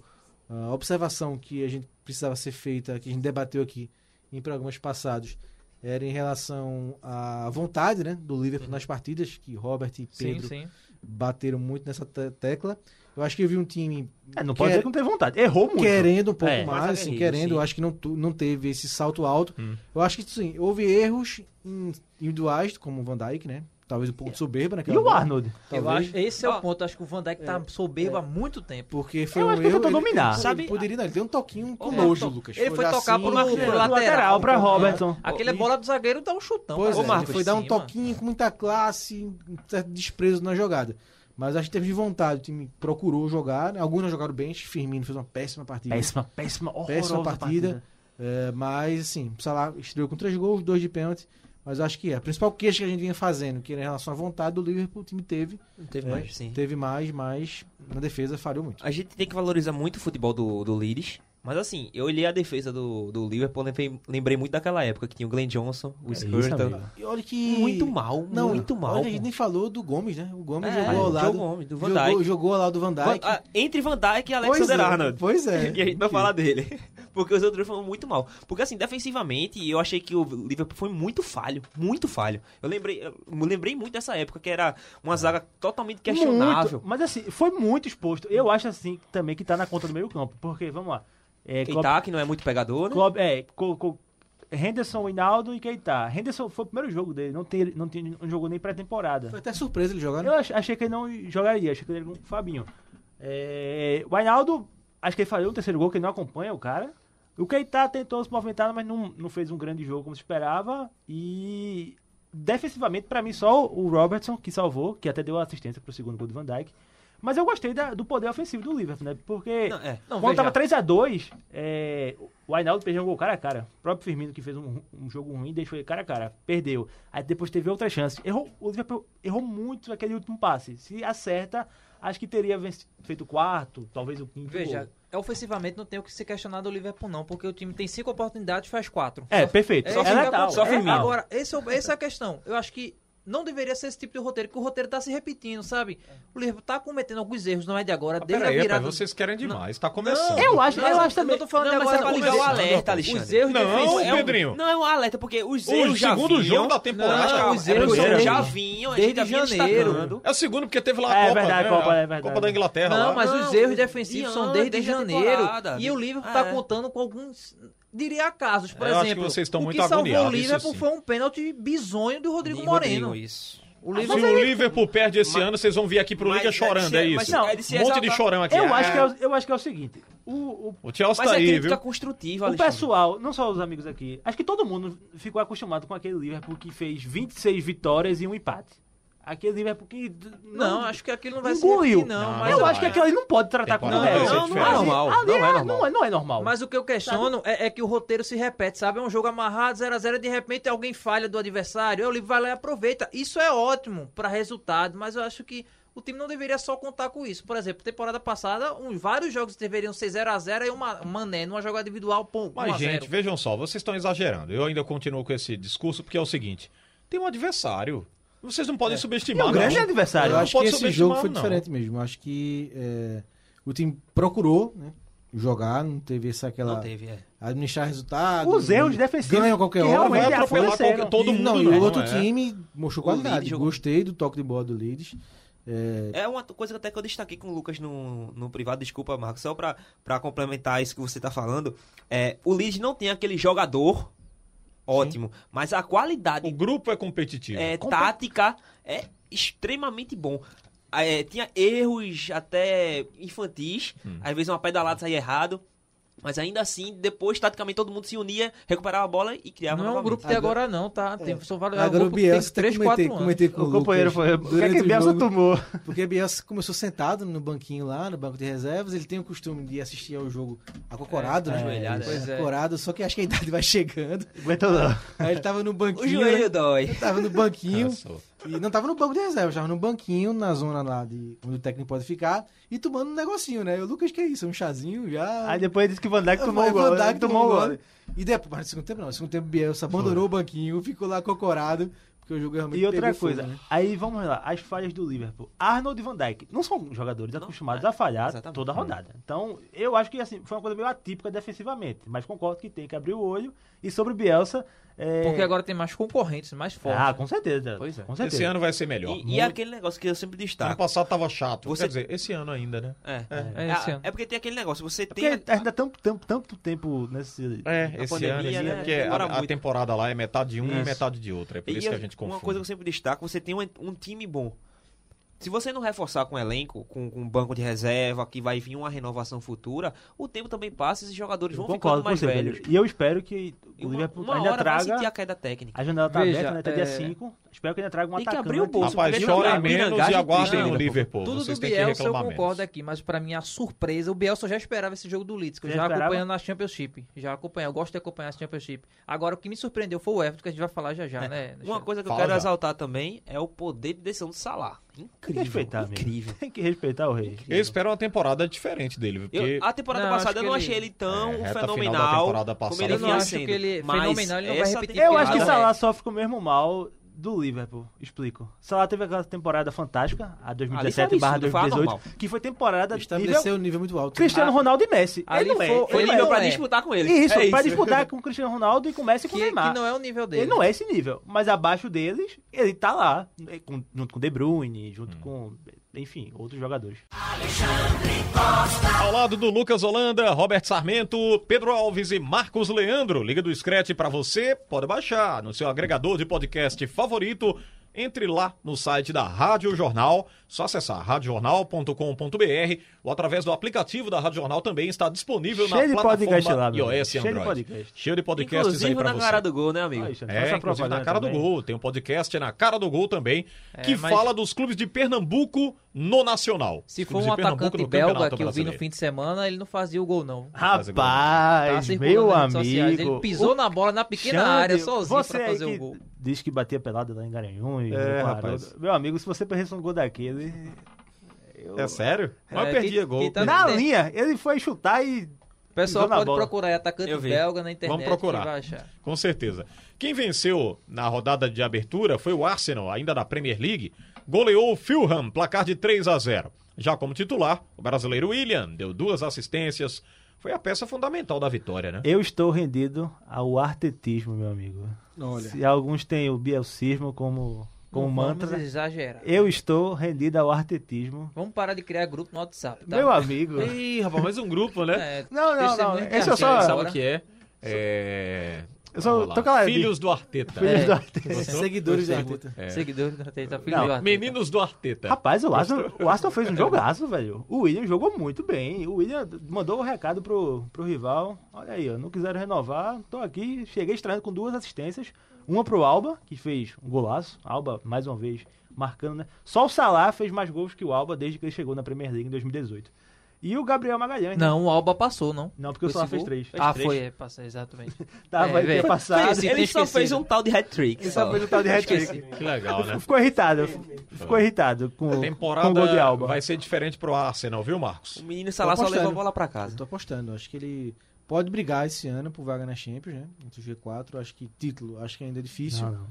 [SPEAKER 7] ah, observação que a gente precisava ser feita, que a gente debateu aqui em programas passados, era em relação à vontade né, do Liverpool nas partidas, que Robert e
[SPEAKER 6] Uhum. Sim,
[SPEAKER 7] Pedro
[SPEAKER 6] sim.
[SPEAKER 7] bateram muito nessa te- tecla. Eu acho que eu vi um time
[SPEAKER 5] É, não pode
[SPEAKER 7] Quer-
[SPEAKER 5] dizer que não teve vontade. Errou muito.
[SPEAKER 7] querendo um pouco
[SPEAKER 5] É. Hum.
[SPEAKER 7] mais,
[SPEAKER 8] Mais
[SPEAKER 7] assim,
[SPEAKER 8] aguerrido,
[SPEAKER 7] querendo. Eu
[SPEAKER 8] sim.
[SPEAKER 7] acho que não, tu- não teve esse salto alto. Eu acho que sim, houve erros em- individuais, como o Van Dijk, né? Talvez um pouco de soberba
[SPEAKER 5] E
[SPEAKER 7] naquela
[SPEAKER 5] o
[SPEAKER 7] bola,
[SPEAKER 5] Arnold?
[SPEAKER 6] Eu
[SPEAKER 7] talvez.
[SPEAKER 6] acho, esse é
[SPEAKER 8] Ó, é,
[SPEAKER 6] o ponto. Acho que o Van Dijk tá soberbo há muito tempo.
[SPEAKER 7] Porque foi
[SPEAKER 5] Eu
[SPEAKER 7] um
[SPEAKER 5] acho que ele
[SPEAKER 7] erro.
[SPEAKER 5] tentou dominar.
[SPEAKER 7] Ele,
[SPEAKER 5] Sabe-
[SPEAKER 7] ele poderia, não, ele deu um toquinho com
[SPEAKER 6] É,
[SPEAKER 7] nojo,
[SPEAKER 6] to-
[SPEAKER 7] Lucas.
[SPEAKER 6] Ele foi,
[SPEAKER 7] dar
[SPEAKER 6] tocar
[SPEAKER 7] assim,
[SPEAKER 6] pro,
[SPEAKER 7] né?
[SPEAKER 6] pro
[SPEAKER 5] lateral,
[SPEAKER 6] lateral.
[SPEAKER 5] pra
[SPEAKER 6] pro-
[SPEAKER 5] Robertson.
[SPEAKER 6] Aquele é bola do zagueiro dá um chutão.
[SPEAKER 7] Pois
[SPEAKER 6] pra
[SPEAKER 7] é,
[SPEAKER 6] Robertson
[SPEAKER 7] ele foi dar um
[SPEAKER 6] em cima.
[SPEAKER 7] toquinho com muita classe, um certo desprezo na jogada. Mas acho que teve de vontade, o time procurou jogar. né? Alguns não jogaram bem, acho que Firmino fez uma péssima partida.
[SPEAKER 5] Péssima, péssima,
[SPEAKER 7] péssima
[SPEAKER 5] horrorosa
[SPEAKER 7] partida. É, mas, assim, o Salah estreou com três gols, dois de pênalti. Mas eu acho que é. A principal queixa que a gente vinha fazendo, que era em relação à vontade do Liverpool, o time teve.
[SPEAKER 8] Não teve
[SPEAKER 6] É,
[SPEAKER 7] né?
[SPEAKER 8] mais, É, sim.
[SPEAKER 7] Teve mais, mas na defesa falhou muito.
[SPEAKER 8] A gente tem que valorizar muito o futebol do, do Leeds. Mas assim, eu olhei a defesa do, do Liverpool, lembrei, lembrei muito daquela época que tinha o Glenn Johnson,
[SPEAKER 5] É
[SPEAKER 8] o Spurton.
[SPEAKER 7] E olha que.
[SPEAKER 8] Muito mal,
[SPEAKER 7] Não,
[SPEAKER 8] muito mal.
[SPEAKER 7] Olha, a gente nem falou do Gomes, né? O Gomes
[SPEAKER 8] É,
[SPEAKER 7] jogou ao lado.
[SPEAKER 8] jogou o homem, do Van
[SPEAKER 7] Jogou,
[SPEAKER 8] Dijk.
[SPEAKER 7] jogou ao lado do Van Dijk.
[SPEAKER 8] Van- ah, entre Van Dijk e
[SPEAKER 7] pois,
[SPEAKER 8] Alexander
[SPEAKER 7] é,
[SPEAKER 8] Arnold.
[SPEAKER 7] pois é.
[SPEAKER 8] E a gente vai falar dele. Porque os outros foram muito mal. Porque assim, defensivamente, eu achei que o Liverpool foi muito falho. Muito falho. Eu lembrei, eu me lembrei muito dessa época, que era uma
[SPEAKER 7] É.
[SPEAKER 8] zaga totalmente questionável.
[SPEAKER 5] Muito, mas assim, foi muito exposto. Eu acho assim também que tá na conta do meio campo. Porque, vamos lá. É, Klopp-
[SPEAKER 8] Keita, que não é muito pegador, né?
[SPEAKER 5] Klopp- é, co- co- Henderson, Hinaldo e Keita. Henderson foi o primeiro jogo dele, não, tem, não, tem, não jogou nem pré-temporada.
[SPEAKER 7] Foi até surpresa ele jogar, né?
[SPEAKER 5] Eu ach- achei que ele não jogaria, achei que ele era com o Fabinho. É, o Ainaldo, acho que ele falhou no terceiro gol, que ele não acompanha o cara. O Keita tentou se movimentar, mas não, não fez um grande jogo como se esperava. E defensivamente, pra mim, só o Robertson que salvou, que até deu assistência pro segundo gol do Van Dijk. Mas eu gostei da- do poder ofensivo do Liverpool, né? Porque
[SPEAKER 8] Não, é. Não, veja.
[SPEAKER 5] quando tava 3x2, o Ainaldo perdeu um gol cara a cara. O próprio Firmino, que fez um, um jogo ruim, deixou ele cara a cara. Perdeu. Aí depois teve outra chance. Errou, o Liverpool errou muito aquele último passe. Se acerta, acho que teria venci- feito o quarto, talvez o quinto.
[SPEAKER 6] Veja,
[SPEAKER 8] Tipo-
[SPEAKER 6] é
[SPEAKER 5] gol.
[SPEAKER 6] ofensivamente não tem o que se questionar do Liverpool, não, porque o time tem cinco oportunidades e faz quatro.
[SPEAKER 5] É, perfeito.
[SPEAKER 6] Esse
[SPEAKER 5] é
[SPEAKER 6] que
[SPEAKER 5] letal.
[SPEAKER 6] acontece.
[SPEAKER 8] só
[SPEAKER 5] é
[SPEAKER 8] Firmino.
[SPEAKER 5] letal.
[SPEAKER 6] Agora, esse é o- essa é a questão. Eu acho que não deveria ser esse tipo de roteiro, que o roteiro tá se repetindo, sabe? O Liverpool tá cometendo alguns erros, não é de agora,
[SPEAKER 4] Ah,
[SPEAKER 6] desde a
[SPEAKER 4] Peraí,
[SPEAKER 6] virada.
[SPEAKER 4] rapaz, vocês querem demais. Tá começando.
[SPEAKER 5] Eu acho, eu acho
[SPEAKER 6] não
[SPEAKER 5] também.
[SPEAKER 6] tô falando
[SPEAKER 8] Não,
[SPEAKER 6] de
[SPEAKER 8] mas
[SPEAKER 6] agora,
[SPEAKER 8] é pra
[SPEAKER 6] os
[SPEAKER 8] ligar o
[SPEAKER 6] erros-
[SPEAKER 8] alerta, Alexandre.
[SPEAKER 6] Os erros
[SPEAKER 4] Não,
[SPEAKER 6] defensivos- é um-
[SPEAKER 4] Pedrinho.
[SPEAKER 8] Não, é um alerta, porque os
[SPEAKER 4] O
[SPEAKER 8] erros já
[SPEAKER 4] segundo
[SPEAKER 8] vinham.
[SPEAKER 4] jogo da temporada.
[SPEAKER 8] Não,
[SPEAKER 6] Calma,
[SPEAKER 8] os
[SPEAKER 6] é
[SPEAKER 8] erros
[SPEAKER 6] primeiro.
[SPEAKER 8] já vinham, a gente
[SPEAKER 6] Desde
[SPEAKER 8] já vinha
[SPEAKER 6] janeiro.
[SPEAKER 8] destacando.
[SPEAKER 4] É o segundo, porque teve lá a
[SPEAKER 5] É
[SPEAKER 4] Copa,
[SPEAKER 5] verdade,
[SPEAKER 4] né?
[SPEAKER 5] Copa, é
[SPEAKER 4] a
[SPEAKER 5] verdade.
[SPEAKER 4] Copa da Inglaterra
[SPEAKER 6] Não,
[SPEAKER 4] lá.
[SPEAKER 6] mas
[SPEAKER 8] Não,
[SPEAKER 6] os erros
[SPEAKER 8] e
[SPEAKER 6] defensivos são
[SPEAKER 8] antes,
[SPEAKER 6] desde,
[SPEAKER 8] desde a
[SPEAKER 6] janeiro.
[SPEAKER 8] temporada.
[SPEAKER 6] E o Liverpool
[SPEAKER 8] Ah,
[SPEAKER 6] está
[SPEAKER 8] é.
[SPEAKER 6] contando com alguns, diria casos, por
[SPEAKER 4] É, Eu acho
[SPEAKER 6] exemplo.
[SPEAKER 4] que vocês estão
[SPEAKER 6] o
[SPEAKER 4] muito
[SPEAKER 6] que salvou o
[SPEAKER 4] agoniados, assim. isso
[SPEAKER 6] Liverpool
[SPEAKER 4] sim.
[SPEAKER 6] foi um pênalti bizonho do Rodrigo
[SPEAKER 8] Rodrigo
[SPEAKER 6] Moreno.
[SPEAKER 8] isso.
[SPEAKER 6] o
[SPEAKER 4] Se
[SPEAKER 6] Liverpool um-
[SPEAKER 4] o Liverpool perde esse ano, vocês vão vir aqui pro
[SPEAKER 8] Mas
[SPEAKER 4] Liga
[SPEAKER 8] é de
[SPEAKER 4] chorando,
[SPEAKER 8] se-
[SPEAKER 4] é
[SPEAKER 8] mas
[SPEAKER 4] isso?
[SPEAKER 8] não, é de se
[SPEAKER 4] um monte de
[SPEAKER 8] exaltar.
[SPEAKER 4] chorão aqui.
[SPEAKER 5] Eu
[SPEAKER 4] Ah,
[SPEAKER 5] acho, que é, o- eu acho que é o seguinte: o- o
[SPEAKER 4] O Chelsea
[SPEAKER 8] Mas
[SPEAKER 4] tá
[SPEAKER 8] é
[SPEAKER 4] aí,
[SPEAKER 8] crítica
[SPEAKER 4] viu?
[SPEAKER 8] construtiva,
[SPEAKER 5] O
[SPEAKER 8] Alexandre.
[SPEAKER 5] pessoal, não só os amigos aqui, acho que todo mundo ficou acostumado com aquele Liverpool que fez 26 vitórias e um empate. Aquele Liverpool que. d-
[SPEAKER 6] Não, acho que aquilo não vai
[SPEAKER 5] Engoliu.
[SPEAKER 6] ser aqui, não.
[SPEAKER 4] Não,
[SPEAKER 6] mas
[SPEAKER 5] eu
[SPEAKER 4] não
[SPEAKER 5] acho que
[SPEAKER 4] é.
[SPEAKER 5] aquilo ali não pode tratar como
[SPEAKER 4] Não,
[SPEAKER 5] regra.
[SPEAKER 4] não, não é
[SPEAKER 8] normal,
[SPEAKER 5] Ali
[SPEAKER 8] não é
[SPEAKER 5] é-
[SPEAKER 8] normal.
[SPEAKER 5] Não é, não é normal.
[SPEAKER 6] Mas o que eu questiono é, é que o roteiro se repete, sabe? É um jogo amarrado, 0x0, de repente alguém falha do adversário, aí o Liverpool vai lá e aproveita. Isso é ótimo para resultado, mas eu acho que o time não deveria só contar com isso. Por exemplo, temporada passada, um- vários jogos deveriam ser 0x0 e uma um mané numa jogada individual, um pum,
[SPEAKER 4] Mas,
[SPEAKER 6] 1x0.
[SPEAKER 4] gente, vejam só, vocês estão exagerando. Eu ainda continuo com esse discurso, porque é o seguinte: tem um adversário. Vocês não podem subestimar.
[SPEAKER 5] é um grande
[SPEAKER 4] não.
[SPEAKER 5] adversário.
[SPEAKER 7] Eu
[SPEAKER 4] Não
[SPEAKER 7] acho que
[SPEAKER 4] pode
[SPEAKER 7] esse
[SPEAKER 4] subestimar,
[SPEAKER 7] jogo foi
[SPEAKER 4] não.
[SPEAKER 7] diferente mesmo. Eu acho que é, o time procurou né, jogar, não teve essa aquela.
[SPEAKER 8] Não teve, é.
[SPEAKER 7] Administrar resultado.
[SPEAKER 5] Os erros
[SPEAKER 7] e
[SPEAKER 5] defensivos
[SPEAKER 7] Ganha qualquer
[SPEAKER 5] é um que
[SPEAKER 7] hora.
[SPEAKER 5] realmente
[SPEAKER 4] Vai atropelar
[SPEAKER 5] aconteceram.
[SPEAKER 4] qualquer- todo
[SPEAKER 7] e,
[SPEAKER 4] mundo.
[SPEAKER 7] Não, e
[SPEAKER 4] né?
[SPEAKER 7] o outro
[SPEAKER 4] é.
[SPEAKER 7] time mostrou
[SPEAKER 8] O Leeds
[SPEAKER 7] qualidade.
[SPEAKER 8] jogou-
[SPEAKER 7] Gostei do toque de bola do Leeds. É,
[SPEAKER 8] É uma coisa que até que eu destaquei com o Lucas no, no privado, desculpa, Marcos, só pra, pra complementar isso que você tá falando. É, o Leeds não tem aquele jogador ótimo, mas a
[SPEAKER 4] O
[SPEAKER 8] qualidade
[SPEAKER 4] grupo é competitivo.
[SPEAKER 8] é, tática é extremamente bom. É, tinha erros até infantis,
[SPEAKER 6] Hum.
[SPEAKER 8] às vezes uma pedalada saía errado, mas ainda assim, depois, taticamente, todo mundo se unia, recuperava a bola e criava
[SPEAKER 6] Não é um
[SPEAKER 8] novamente.
[SPEAKER 6] grupo de agora, não, tá? Tem, só vale, é um
[SPEAKER 7] Agora o
[SPEAKER 6] grupo que tem
[SPEAKER 7] Bielsa até
[SPEAKER 6] 3, 4
[SPEAKER 7] comentei,
[SPEAKER 6] anos.
[SPEAKER 7] comentei com
[SPEAKER 5] O companheiro foi.
[SPEAKER 7] Lucas
[SPEAKER 5] O que é
[SPEAKER 7] durante
[SPEAKER 5] que Bielsa
[SPEAKER 7] jogo,
[SPEAKER 5] tomou?
[SPEAKER 7] Porque Bielsa começou sentado no banquinho lá, no banco de reservas. Ele tem o costume de assistir ao jogo acocorado,
[SPEAKER 6] É,
[SPEAKER 7] né?
[SPEAKER 6] ajoelhado,
[SPEAKER 7] Pois
[SPEAKER 6] é.
[SPEAKER 7] Acocorado, só que acho que a idade vai chegando.
[SPEAKER 5] Aguentou não.
[SPEAKER 7] Aí ele tava no banquinho.
[SPEAKER 8] O joelho
[SPEAKER 7] né?
[SPEAKER 8] dói.
[SPEAKER 7] Tava no
[SPEAKER 5] Ah,
[SPEAKER 7] banquinho.
[SPEAKER 4] Nossa,
[SPEAKER 7] E não tava no banco de reserva, tava no banquinho, na zona lá de onde o técnico pode ficar, e tomando um negocinho, né? O Lucas, que é isso? Um chazinho já. É,
[SPEAKER 5] Aí depois disse que o Van Dijk tomou
[SPEAKER 7] Vai,
[SPEAKER 5] o gol.
[SPEAKER 7] Van
[SPEAKER 5] né?
[SPEAKER 7] Dijk
[SPEAKER 5] Tomou o
[SPEAKER 7] tomou um
[SPEAKER 5] gol.
[SPEAKER 7] E depois, mas no segundo tempo não, no segundo tempo Bielsa abandonou o banquinho, ficou lá cocorado, porque o jogo realmente
[SPEAKER 5] E outra
[SPEAKER 7] pegou fogo,
[SPEAKER 5] coisa,
[SPEAKER 7] né?
[SPEAKER 5] aí vamos lá, as falhas do Liverpool. Arnold e Van Dijk não são jogadores acostumados a falhar
[SPEAKER 8] exatamente.
[SPEAKER 5] toda a rodada. Então, eu acho que assim, foi uma coisa meio atípica defensivamente, mas concordo que tem que abrir o olho. E sobre o Bielsa, é...
[SPEAKER 6] Porque agora tem mais concorrentes, mais fortes.
[SPEAKER 5] Ah, com certeza.
[SPEAKER 6] Pois é.
[SPEAKER 5] Com certeza.
[SPEAKER 4] Esse ano vai ser melhor.
[SPEAKER 8] E, e
[SPEAKER 4] Muito.
[SPEAKER 8] aquele negócio que eu sempre
[SPEAKER 4] Ano
[SPEAKER 8] destaco.
[SPEAKER 4] passado tava chato.
[SPEAKER 8] Você-
[SPEAKER 4] Quer dizer, esse ano ainda, né?
[SPEAKER 8] É,
[SPEAKER 6] É esse ano.
[SPEAKER 8] é porque tem aquele negócio,
[SPEAKER 9] pues,
[SPEAKER 8] você tem...
[SPEAKER 5] Porque ainda tanto, tanto, tanto tempo nesse...
[SPEAKER 4] É, esse
[SPEAKER 8] pandemia,
[SPEAKER 4] ano, esse
[SPEAKER 8] né?
[SPEAKER 4] ano, porque a,
[SPEAKER 8] Demora
[SPEAKER 4] a
[SPEAKER 8] muito.
[SPEAKER 4] temporada lá é metade de um e
[SPEAKER 8] Isso.
[SPEAKER 4] metade de outra. É por
[SPEAKER 8] E
[SPEAKER 4] isso que a gente confunde.
[SPEAKER 8] Uma coisa que eu sempre destaco, você tem um, um time bom. Se você não reforçar com elenco, com, com um banco de reserva, que vai vir uma renovação futura, o tempo também passa e esses jogadores
[SPEAKER 5] Eu
[SPEAKER 8] vão ficando
[SPEAKER 5] concordo com
[SPEAKER 8] mais
[SPEAKER 5] você,
[SPEAKER 8] velhos.
[SPEAKER 5] velho. E eu espero que
[SPEAKER 8] E
[SPEAKER 5] o
[SPEAKER 8] uma,
[SPEAKER 5] Liverpool
[SPEAKER 8] uma
[SPEAKER 5] ainda
[SPEAKER 8] hora vai sentir a
[SPEAKER 5] traga...
[SPEAKER 8] queda técnica.
[SPEAKER 5] A janela tá
[SPEAKER 6] Veja,
[SPEAKER 5] aberta, né? Até dia
[SPEAKER 6] é-
[SPEAKER 5] 5. Espero que ainda traga um
[SPEAKER 8] Tem que
[SPEAKER 5] atacante.
[SPEAKER 8] abrir o bolso.
[SPEAKER 4] Rapaz,
[SPEAKER 8] Veja,
[SPEAKER 4] chorem
[SPEAKER 8] a
[SPEAKER 4] menos
[SPEAKER 8] blindagem
[SPEAKER 4] e
[SPEAKER 8] do
[SPEAKER 4] aguardem
[SPEAKER 8] Liverpool.
[SPEAKER 4] o Liverpool.
[SPEAKER 6] Tudo
[SPEAKER 4] Vocês
[SPEAKER 6] do
[SPEAKER 4] têm que
[SPEAKER 6] Bielsa eu
[SPEAKER 4] reclamar
[SPEAKER 6] concordo
[SPEAKER 4] menos.
[SPEAKER 6] aqui, mas pra mim a surpresa, o Bielsa eu já esperava esse jogo do Leeds, que eu
[SPEAKER 5] Você
[SPEAKER 6] já
[SPEAKER 5] esperava?
[SPEAKER 6] acompanho na Championship, já acompanho, eu gosto de acompanhar essa Championship. Agora o que me surpreendeu foi o Everton, que a gente vai falar já já,
[SPEAKER 5] É,
[SPEAKER 6] né?
[SPEAKER 8] Uma coisa que eu
[SPEAKER 4] Fala
[SPEAKER 8] quero
[SPEAKER 4] já.
[SPEAKER 8] exaltar também é o poder de decisão do Salah.
[SPEAKER 5] Tem que
[SPEAKER 8] Incrível,
[SPEAKER 5] respeitar, amigo.
[SPEAKER 8] incrível.
[SPEAKER 5] Tem que respeitar o rei.
[SPEAKER 4] Eu espero uma temporada diferente dele,
[SPEAKER 8] Eu-
[SPEAKER 4] porque
[SPEAKER 8] a temporada
[SPEAKER 6] Não,
[SPEAKER 8] passada
[SPEAKER 6] acho
[SPEAKER 8] eu
[SPEAKER 6] que
[SPEAKER 8] não
[SPEAKER 6] ele-
[SPEAKER 8] achei ele tão
[SPEAKER 4] É, reta final da
[SPEAKER 8] fenomenal
[SPEAKER 4] temporada
[SPEAKER 8] como
[SPEAKER 4] passada.
[SPEAKER 8] ele
[SPEAKER 4] Eu não
[SPEAKER 8] vinha
[SPEAKER 6] acho
[SPEAKER 8] sendo.
[SPEAKER 6] que ele- é
[SPEAKER 8] Mas
[SPEAKER 6] fenomenal, ele não vai
[SPEAKER 8] essa
[SPEAKER 6] repetir
[SPEAKER 5] Eu
[SPEAKER 6] Tem
[SPEAKER 5] acho que
[SPEAKER 6] nada,
[SPEAKER 5] Salah
[SPEAKER 6] né?
[SPEAKER 5] sofre com o mesmo mal do Liverpool. Explico. Salah teve aquela temporada fantástica, a
[SPEAKER 8] Ali
[SPEAKER 5] 2017
[SPEAKER 8] foi um
[SPEAKER 5] barra
[SPEAKER 8] absurdo, foi
[SPEAKER 5] 2018,
[SPEAKER 8] anormal.
[SPEAKER 5] que foi temporada de
[SPEAKER 7] Estabeleceu um nível muito alto.
[SPEAKER 5] Cristiano Ronaldo e Messi.
[SPEAKER 6] ali
[SPEAKER 5] ele não é.
[SPEAKER 6] foi-
[SPEAKER 8] Foi
[SPEAKER 6] ele
[SPEAKER 8] nível
[SPEAKER 6] não
[SPEAKER 8] pra
[SPEAKER 6] é.
[SPEAKER 8] disputar com ele.
[SPEAKER 5] Isso,
[SPEAKER 8] é
[SPEAKER 5] pra disputar com o Cristiano Ronaldo e com o Messi e
[SPEAKER 6] que,
[SPEAKER 5] com o Neymar.
[SPEAKER 6] que não é o nível dele.
[SPEAKER 5] Ele não é esse nível, mas abaixo deles, ele tá lá, né, com- junto com o De Bruyne, junto
[SPEAKER 4] Hum.
[SPEAKER 5] com, enfim, outros jogadores.
[SPEAKER 4] Ao lado do Lucas Holanda, Robert Sarmento, Pedro Alves e Marcos Leandro. Liga do Scratch pra você, pode baixar no seu agregador de podcast favorito. Entre lá no site da Rádio Jornal, só acessar radiojornal.com.br ou através do aplicativo da Rádio Jornal também está disponível
[SPEAKER 5] Cheio de
[SPEAKER 4] na plataforma
[SPEAKER 5] podcast lá, meu.
[SPEAKER 4] iOS e
[SPEAKER 5] Cheio de
[SPEAKER 4] Android.
[SPEAKER 5] podcast.
[SPEAKER 4] Cheio de podcasts aí
[SPEAKER 8] Inclusive
[SPEAKER 4] pra
[SPEAKER 8] na
[SPEAKER 4] você.
[SPEAKER 8] cara do gol, né, amigo?
[SPEAKER 5] Olha,
[SPEAKER 4] É,
[SPEAKER 5] faça a
[SPEAKER 4] inclusive na
[SPEAKER 5] propaganda
[SPEAKER 4] cara do
[SPEAKER 5] né, também.
[SPEAKER 4] gol. Tem um podcast na cara do gol também, que
[SPEAKER 6] mas-
[SPEAKER 4] fala dos clubes de Pernambuco no Nacional.
[SPEAKER 6] Se
[SPEAKER 4] Os
[SPEAKER 6] for
[SPEAKER 4] clubes
[SPEAKER 6] um
[SPEAKER 4] de Pernambuco
[SPEAKER 6] atacante
[SPEAKER 4] no
[SPEAKER 6] belga
[SPEAKER 4] Campeonato
[SPEAKER 6] que eu vi no
[SPEAKER 4] Brasileiro.
[SPEAKER 6] fim de semana, ele não fazia o gol não. Tá
[SPEAKER 5] Rapaz,
[SPEAKER 6] circulando
[SPEAKER 5] meu
[SPEAKER 6] nas redes sociais.
[SPEAKER 5] amigo.
[SPEAKER 6] Ele pisou
[SPEAKER 5] o
[SPEAKER 6] na bola na pequena
[SPEAKER 5] Xande,
[SPEAKER 6] área sozinho
[SPEAKER 5] você
[SPEAKER 6] pra fazer
[SPEAKER 5] aí
[SPEAKER 6] o
[SPEAKER 5] que
[SPEAKER 6] gol.
[SPEAKER 5] Diz que batia pelada lá em Garanhuns.
[SPEAKER 4] É,
[SPEAKER 5] no Guarulhos.
[SPEAKER 4] rapaz.
[SPEAKER 5] Meu amigo, se você perdesse um gol daquele. eu-
[SPEAKER 4] É sério? Mas
[SPEAKER 6] É,
[SPEAKER 4] eu perdi
[SPEAKER 6] que-
[SPEAKER 4] a gol.
[SPEAKER 6] que tá-
[SPEAKER 5] Na
[SPEAKER 6] tem-
[SPEAKER 5] linha, ele foi chutar e.
[SPEAKER 6] O pessoal
[SPEAKER 5] pisou na
[SPEAKER 6] pode
[SPEAKER 5] bola.
[SPEAKER 6] procurar aí atacante
[SPEAKER 8] Eu vi.
[SPEAKER 6] belga na internet.
[SPEAKER 4] Vamos procurar.
[SPEAKER 6] que vai achar.
[SPEAKER 4] Com certeza. Quem venceu na rodada de abertura foi o Arsenal, ainda da Premier League. Goleou o Fulham, placar de 3 a 0. Já como titular, o brasileiro William deu duas assistências. Foi a peça fundamental da vitória, né?
[SPEAKER 5] Eu estou rendido ao artetismo, meu amigo.
[SPEAKER 7] Olha.
[SPEAKER 5] Se alguns têm o bielcismo como, como
[SPEAKER 6] Não
[SPEAKER 5] mantra,
[SPEAKER 6] Vamos exagerar.
[SPEAKER 5] eu estou rendido ao artetismo.
[SPEAKER 6] Vamos parar de criar grupo no WhatsApp, tá?
[SPEAKER 5] Meu amigo.
[SPEAKER 4] Ih, rapaz, mais um grupo,
[SPEAKER 6] É,
[SPEAKER 5] Não, não, não,
[SPEAKER 6] testemunho de
[SPEAKER 5] esse é
[SPEAKER 6] Arteta
[SPEAKER 5] só-
[SPEAKER 6] agora.
[SPEAKER 4] é? É.
[SPEAKER 5] Eu só-
[SPEAKER 4] vamos lá.
[SPEAKER 5] tô calado.
[SPEAKER 4] Filhos do Arteta.
[SPEAKER 6] É,
[SPEAKER 5] Filhos do Arteta.
[SPEAKER 7] Seguidores do Arteta.
[SPEAKER 4] É.
[SPEAKER 6] Seguidores do Arteta, filho
[SPEAKER 5] Não,
[SPEAKER 6] do Arteta.
[SPEAKER 4] Meninos do Arteta.
[SPEAKER 5] Rapaz, o Aston, o Aston fez um jogaço, velho. O William jogou muito bem. O William mandou o recado pro, pro rival. Olha aí, ó, não quiseram renovar. Tô aqui, cheguei estranho com duas assistências. Uma pro Alba, que fez um golaço. Alba, mais uma vez, marcando, né? Só o Salah fez mais gols que o Alba desde que ele chegou na Premier League em 2018. E o Gabriel Magalhães, né?
[SPEAKER 6] Não, o Alba passou, não.
[SPEAKER 5] Não, porque o
[SPEAKER 6] Esse
[SPEAKER 5] Salah fez
[SPEAKER 6] gol?
[SPEAKER 5] três. Fez
[SPEAKER 6] Ah,
[SPEAKER 5] três.
[SPEAKER 6] foi, é, passou, exatamente.
[SPEAKER 5] Tava
[SPEAKER 6] É,
[SPEAKER 5] aí
[SPEAKER 6] velho.
[SPEAKER 5] dia tá, passado.
[SPEAKER 6] Sim,
[SPEAKER 8] Ele
[SPEAKER 6] tem
[SPEAKER 8] só fez
[SPEAKER 6] esquecido.
[SPEAKER 8] um tal de hat-trick.
[SPEAKER 5] Ele só fez o tal de hat-trick.
[SPEAKER 4] Que legal, né?
[SPEAKER 5] Ficou irritado. Ficou irritado com, com o gol de
[SPEAKER 4] Temporada
[SPEAKER 5] Alba.
[SPEAKER 4] vai ser diferente pro Arsenal, viu, Marcos?
[SPEAKER 8] O menino Ah, Salah só
[SPEAKER 7] apostando.
[SPEAKER 8] levou a bola pra
[SPEAKER 7] Eu
[SPEAKER 8] casa.
[SPEAKER 7] tô apostando, acho que ele pode brigar esse ano por vaga na Champions, né? Entre o G4, acho que título, acho que ainda é difícil.
[SPEAKER 5] Não, não.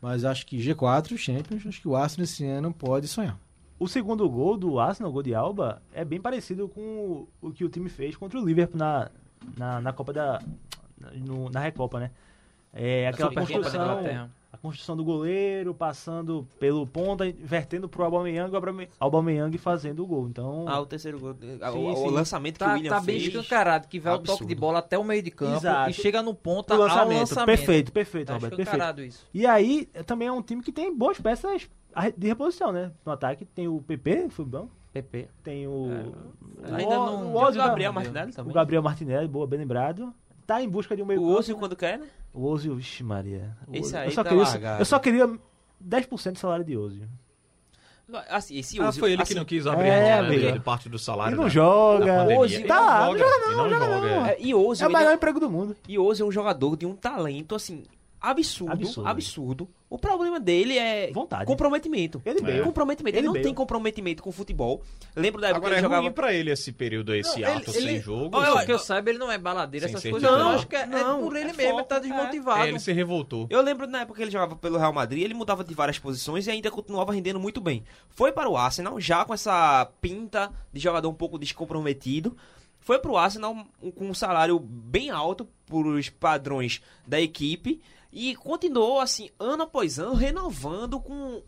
[SPEAKER 7] Mas acho que G4, Champions, acho que o Arsenal esse ano pode sonhar.
[SPEAKER 5] O segundo gol do Arsenal, o gol de Alba, é bem parecido com o, o que o time fez contra o Liverpool na, na, na Copa da. Na, no- na Recopa, né? É aquela
[SPEAKER 6] Supercopa da
[SPEAKER 5] construção.
[SPEAKER 6] Inglaterra.
[SPEAKER 5] a construção do goleiro, passando pelo ponta, invertendo pro Aubameyang, o Aubame- Aubameyang fazendo o gol. Então,
[SPEAKER 8] Ah, o terceiro gol. ah,
[SPEAKER 5] Sim,
[SPEAKER 8] o, o
[SPEAKER 5] sim.
[SPEAKER 8] lançamento que o
[SPEAKER 6] Tá,
[SPEAKER 8] William
[SPEAKER 6] tá bem
[SPEAKER 8] fez.
[SPEAKER 6] escancarado, que vai o toque
[SPEAKER 8] Absurdo.
[SPEAKER 6] de bola até o meio de campo
[SPEAKER 5] Exato.
[SPEAKER 6] e chega no ponta
[SPEAKER 5] o lançamento.
[SPEAKER 6] ao lançamento.
[SPEAKER 5] Perfeito, perfeito,
[SPEAKER 6] Tá
[SPEAKER 5] Roberto, perfeito.
[SPEAKER 6] escancarado isso.
[SPEAKER 5] E aí, também é um time que tem boas peças de reposição, né? No ataque tem o PP, foi bom.
[SPEAKER 8] PP.
[SPEAKER 5] Tem o.
[SPEAKER 8] É,
[SPEAKER 5] o
[SPEAKER 6] Ainda
[SPEAKER 5] Ó-
[SPEAKER 6] não-
[SPEAKER 5] o
[SPEAKER 6] tem o
[SPEAKER 5] Ozil
[SPEAKER 8] Gabriel
[SPEAKER 5] tá-
[SPEAKER 8] Martinelli
[SPEAKER 5] O
[SPEAKER 8] também.
[SPEAKER 5] Gabriel Martinelli, boa, bem lembrado. Tá em busca de um meio
[SPEAKER 8] O Ozil quando quer, né?
[SPEAKER 5] O Ozil, vixe Maria. O
[SPEAKER 8] Esse
[SPEAKER 5] Ozil-
[SPEAKER 8] aí
[SPEAKER 5] eu, só
[SPEAKER 8] tá
[SPEAKER 5] queria,
[SPEAKER 8] largado.
[SPEAKER 5] eu só queria 10% do salário de Ozil.
[SPEAKER 8] Assim, esse
[SPEAKER 10] Ah,
[SPEAKER 8] Ozil-
[SPEAKER 10] foi ele
[SPEAKER 8] assim,
[SPEAKER 10] que não quis abrir
[SPEAKER 5] É,
[SPEAKER 10] mão, né,
[SPEAKER 5] amigo.
[SPEAKER 10] de parte do
[SPEAKER 5] E
[SPEAKER 10] salário.
[SPEAKER 5] não
[SPEAKER 10] né?
[SPEAKER 5] joga.
[SPEAKER 10] pandemia.
[SPEAKER 5] Ozil, tá, não joga
[SPEAKER 10] e
[SPEAKER 5] não, não joga não.
[SPEAKER 10] joga.
[SPEAKER 8] é, e Ozil,
[SPEAKER 5] É o
[SPEAKER 8] ele é-
[SPEAKER 5] melhor emprego do mundo.
[SPEAKER 8] E hoje é um jogador de um talento, assim, absurdo.
[SPEAKER 5] Absurdo.
[SPEAKER 8] Absurdo. O problema dele é
[SPEAKER 5] Vontade.
[SPEAKER 8] comprometimento.
[SPEAKER 6] É.
[SPEAKER 5] Ele veio.
[SPEAKER 8] Comprometimento. Ele,
[SPEAKER 5] Ele
[SPEAKER 8] não
[SPEAKER 5] veio.
[SPEAKER 8] tem comprometimento com o futebol. Lembro da época
[SPEAKER 4] Agora é
[SPEAKER 8] que ele
[SPEAKER 4] ruim
[SPEAKER 8] jogava.
[SPEAKER 4] pra ele esse período, esse
[SPEAKER 8] Não, ele-
[SPEAKER 4] ato
[SPEAKER 8] ele-
[SPEAKER 4] sem jogo.
[SPEAKER 8] Olha,
[SPEAKER 4] assim.
[SPEAKER 6] Só que eu saiba, ele não é baladeiro,
[SPEAKER 10] Sem
[SPEAKER 6] essas
[SPEAKER 10] ser
[SPEAKER 6] coisas.
[SPEAKER 10] titular.
[SPEAKER 6] Não, acho que é, é
[SPEAKER 8] Não,
[SPEAKER 6] por ele
[SPEAKER 8] é
[SPEAKER 6] mesmo, ele tá
[SPEAKER 8] foco, é.
[SPEAKER 6] desmotivado.
[SPEAKER 10] É, ele se revoltou.
[SPEAKER 8] Eu lembro na época que ele jogava pelo Real Madrid, ele mudava de várias posições e ainda continuava rendendo muito bem. Foi para o Arsenal, já com essa pinta de jogador um pouco descomprometido. Foi para o Arsenal com um salário bem alto para os padrões da equipe. E continuou, assim, ano após ano, renovando com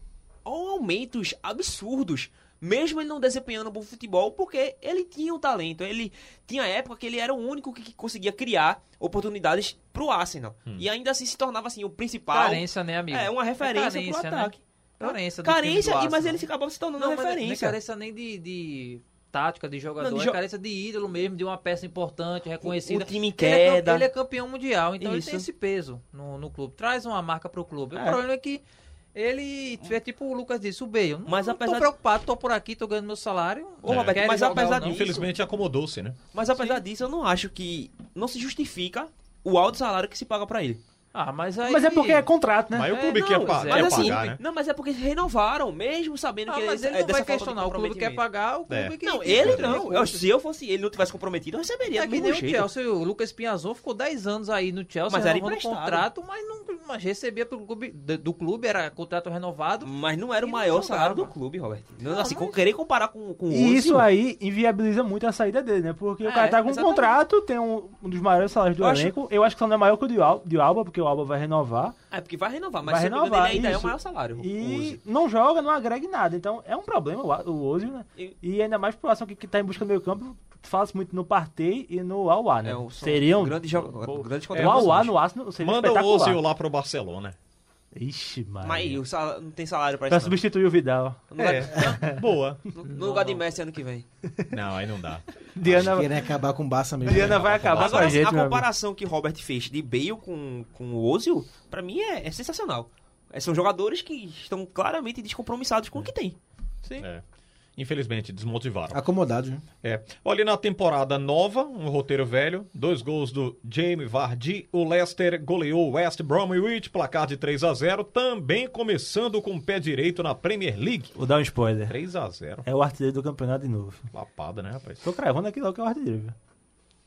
[SPEAKER 8] aumentos absurdos. Mesmo ele não desempenhando bom futebol, porque ele tinha um talento. Ele tinha época que ele era o único que que conseguia criar oportunidades pro Arsenal.
[SPEAKER 4] Hum.
[SPEAKER 8] E ainda assim se tornava assim o principal.
[SPEAKER 6] Carência, né, amigo?
[SPEAKER 8] É uma referência
[SPEAKER 6] carência,
[SPEAKER 8] pro
[SPEAKER 6] né?
[SPEAKER 8] ataque.
[SPEAKER 6] Carência do
[SPEAKER 8] Carência,
[SPEAKER 6] time do
[SPEAKER 8] e- mas
[SPEAKER 6] Arsenal.
[SPEAKER 8] ele se acabava se tornando
[SPEAKER 6] Não, mas não é
[SPEAKER 8] referência.
[SPEAKER 6] carência nem de, de tática, de jogador,
[SPEAKER 8] Não, de
[SPEAKER 6] é
[SPEAKER 8] jo-
[SPEAKER 6] carência de ídolo mesmo, de uma peça importante, reconhecida.
[SPEAKER 8] O time em
[SPEAKER 6] Ele é,
[SPEAKER 8] queda.
[SPEAKER 6] campe- ele é campeão mundial, então ele
[SPEAKER 8] Isso.
[SPEAKER 6] tem esse peso no, no clube. Traz uma marca pro clube. O problema é que ele é tipo o Lucas disse, o Bale. Não,
[SPEAKER 8] Mas
[SPEAKER 6] não
[SPEAKER 8] apesar
[SPEAKER 6] tô
[SPEAKER 8] de-
[SPEAKER 6] preocupado, tô por aqui, tô ganhando meu salário.
[SPEAKER 8] Ô, Roberto,
[SPEAKER 6] quero
[SPEAKER 8] mas
[SPEAKER 6] jogar ou
[SPEAKER 8] apesar
[SPEAKER 6] não.
[SPEAKER 8] disso-
[SPEAKER 4] Infelizmente acomodou-se, né?
[SPEAKER 8] Mas apesar disso, eu não acho que não se justifica o alto salário que se paga pra ele.
[SPEAKER 6] Ah, mas aí...
[SPEAKER 5] Mas é porque é contrato, né?
[SPEAKER 4] Mas o clube
[SPEAKER 6] não,
[SPEAKER 4] quer, pa-
[SPEAKER 6] pois é.
[SPEAKER 4] quer
[SPEAKER 8] mas assim,
[SPEAKER 4] pagar, né?
[SPEAKER 8] não, mas é porque renovaram, mesmo sabendo
[SPEAKER 6] Ah,
[SPEAKER 8] que
[SPEAKER 6] mas
[SPEAKER 8] é-
[SPEAKER 6] ele
[SPEAKER 8] é
[SPEAKER 6] não vai
[SPEAKER 8] falta de
[SPEAKER 6] questionar. O clube quer
[SPEAKER 8] comprometimento.
[SPEAKER 6] pagar, o clube
[SPEAKER 4] É.
[SPEAKER 6] que...
[SPEAKER 8] Não, ele não. Eu- se eu fosse ele e não tivesse comprometido, eu receberia
[SPEAKER 6] É
[SPEAKER 8] do
[SPEAKER 6] que
[SPEAKER 8] mesmo
[SPEAKER 6] nem o
[SPEAKER 8] jeito.
[SPEAKER 6] Chelsea, o Lucas Pinhazon ficou 10 anos aí no Chelsea,
[SPEAKER 8] Mas era
[SPEAKER 6] renovando
[SPEAKER 8] emprestado.
[SPEAKER 6] contrato, mas não mas recebia pelo clube, do, do clube, era contrato renovado.
[SPEAKER 8] Mas não era o
[SPEAKER 6] E não
[SPEAKER 8] maior
[SPEAKER 6] jogava.
[SPEAKER 8] salário do clube, Robert. Não,
[SPEAKER 6] Não,
[SPEAKER 8] assim,
[SPEAKER 6] mas-
[SPEAKER 8] com querer comparar com, com o
[SPEAKER 5] E isso
[SPEAKER 8] Ozil,
[SPEAKER 5] aí inviabiliza muito a saída dele, né? Porque
[SPEAKER 6] É,
[SPEAKER 5] o cara tá com um
[SPEAKER 6] exatamente.
[SPEAKER 5] contrato, tem um, um dos maiores salários do
[SPEAKER 8] Eu acho-
[SPEAKER 5] elenco. Eu acho que só não é maior que o de Alba, de Alba porque o Alba vai renovar.
[SPEAKER 8] É, porque vai renovar, mas
[SPEAKER 5] Vai
[SPEAKER 8] se eu não me engano,
[SPEAKER 5] renovar,
[SPEAKER 8] ele ainda é
[SPEAKER 5] isso.
[SPEAKER 8] o maior salário. o
[SPEAKER 5] E
[SPEAKER 8] Ozil.
[SPEAKER 5] não joga, não agrega em nada. Então é um problema o A- o Ozil, né?
[SPEAKER 8] E-
[SPEAKER 5] E ainda mais pro Arsenal que, que tá em busca do meio campo, fala-se muito no Partey e no Aua, né?
[SPEAKER 8] É, o- são
[SPEAKER 5] Seriam...
[SPEAKER 8] grandes joga-
[SPEAKER 6] é
[SPEAKER 8] grandes
[SPEAKER 5] o Aua
[SPEAKER 8] contratações.
[SPEAKER 5] no Arsenal seria
[SPEAKER 4] Manda o
[SPEAKER 5] espetacular.
[SPEAKER 4] Ozil lá pro Barcelona.
[SPEAKER 5] Ixi, mano.
[SPEAKER 8] Mas o salário, não tem salário pra
[SPEAKER 5] Pra
[SPEAKER 8] isso. não.
[SPEAKER 5] substituir o Vidal.
[SPEAKER 8] No lugar,
[SPEAKER 4] É, Boa.
[SPEAKER 8] no- no lugar de Messi ano que vem.
[SPEAKER 4] Não, aí não dá.
[SPEAKER 5] Diana,
[SPEAKER 8] é
[SPEAKER 7] Querem acabar com o Barça mesmo.
[SPEAKER 5] Diana vai acabar com
[SPEAKER 8] Agora, assim,
[SPEAKER 5] a gente,
[SPEAKER 8] a
[SPEAKER 5] meu amigo.
[SPEAKER 8] comparação que Robert fez de Bale com, com o Ozil, pra mim é, é sensacional. É, São jogadores que estão claramente descompromissados com o que tem.
[SPEAKER 4] É. Infelizmente, desmotivaram.
[SPEAKER 7] Acomodados, né?
[SPEAKER 4] É. Olha, na temporada nova, um roteiro velho, dois gols do Jamie Vardy, o Leicester goleou o West Bromwich, placar de 3 a 0 também começando com o pé direito na Premier League.
[SPEAKER 5] Vou dar um spoiler.
[SPEAKER 4] 3 a 0
[SPEAKER 5] É o artilheiro do campeonato de novo.
[SPEAKER 4] Lapada, né, rapaz?
[SPEAKER 5] Tô cravando aqui logo que é o artilheiro. viu?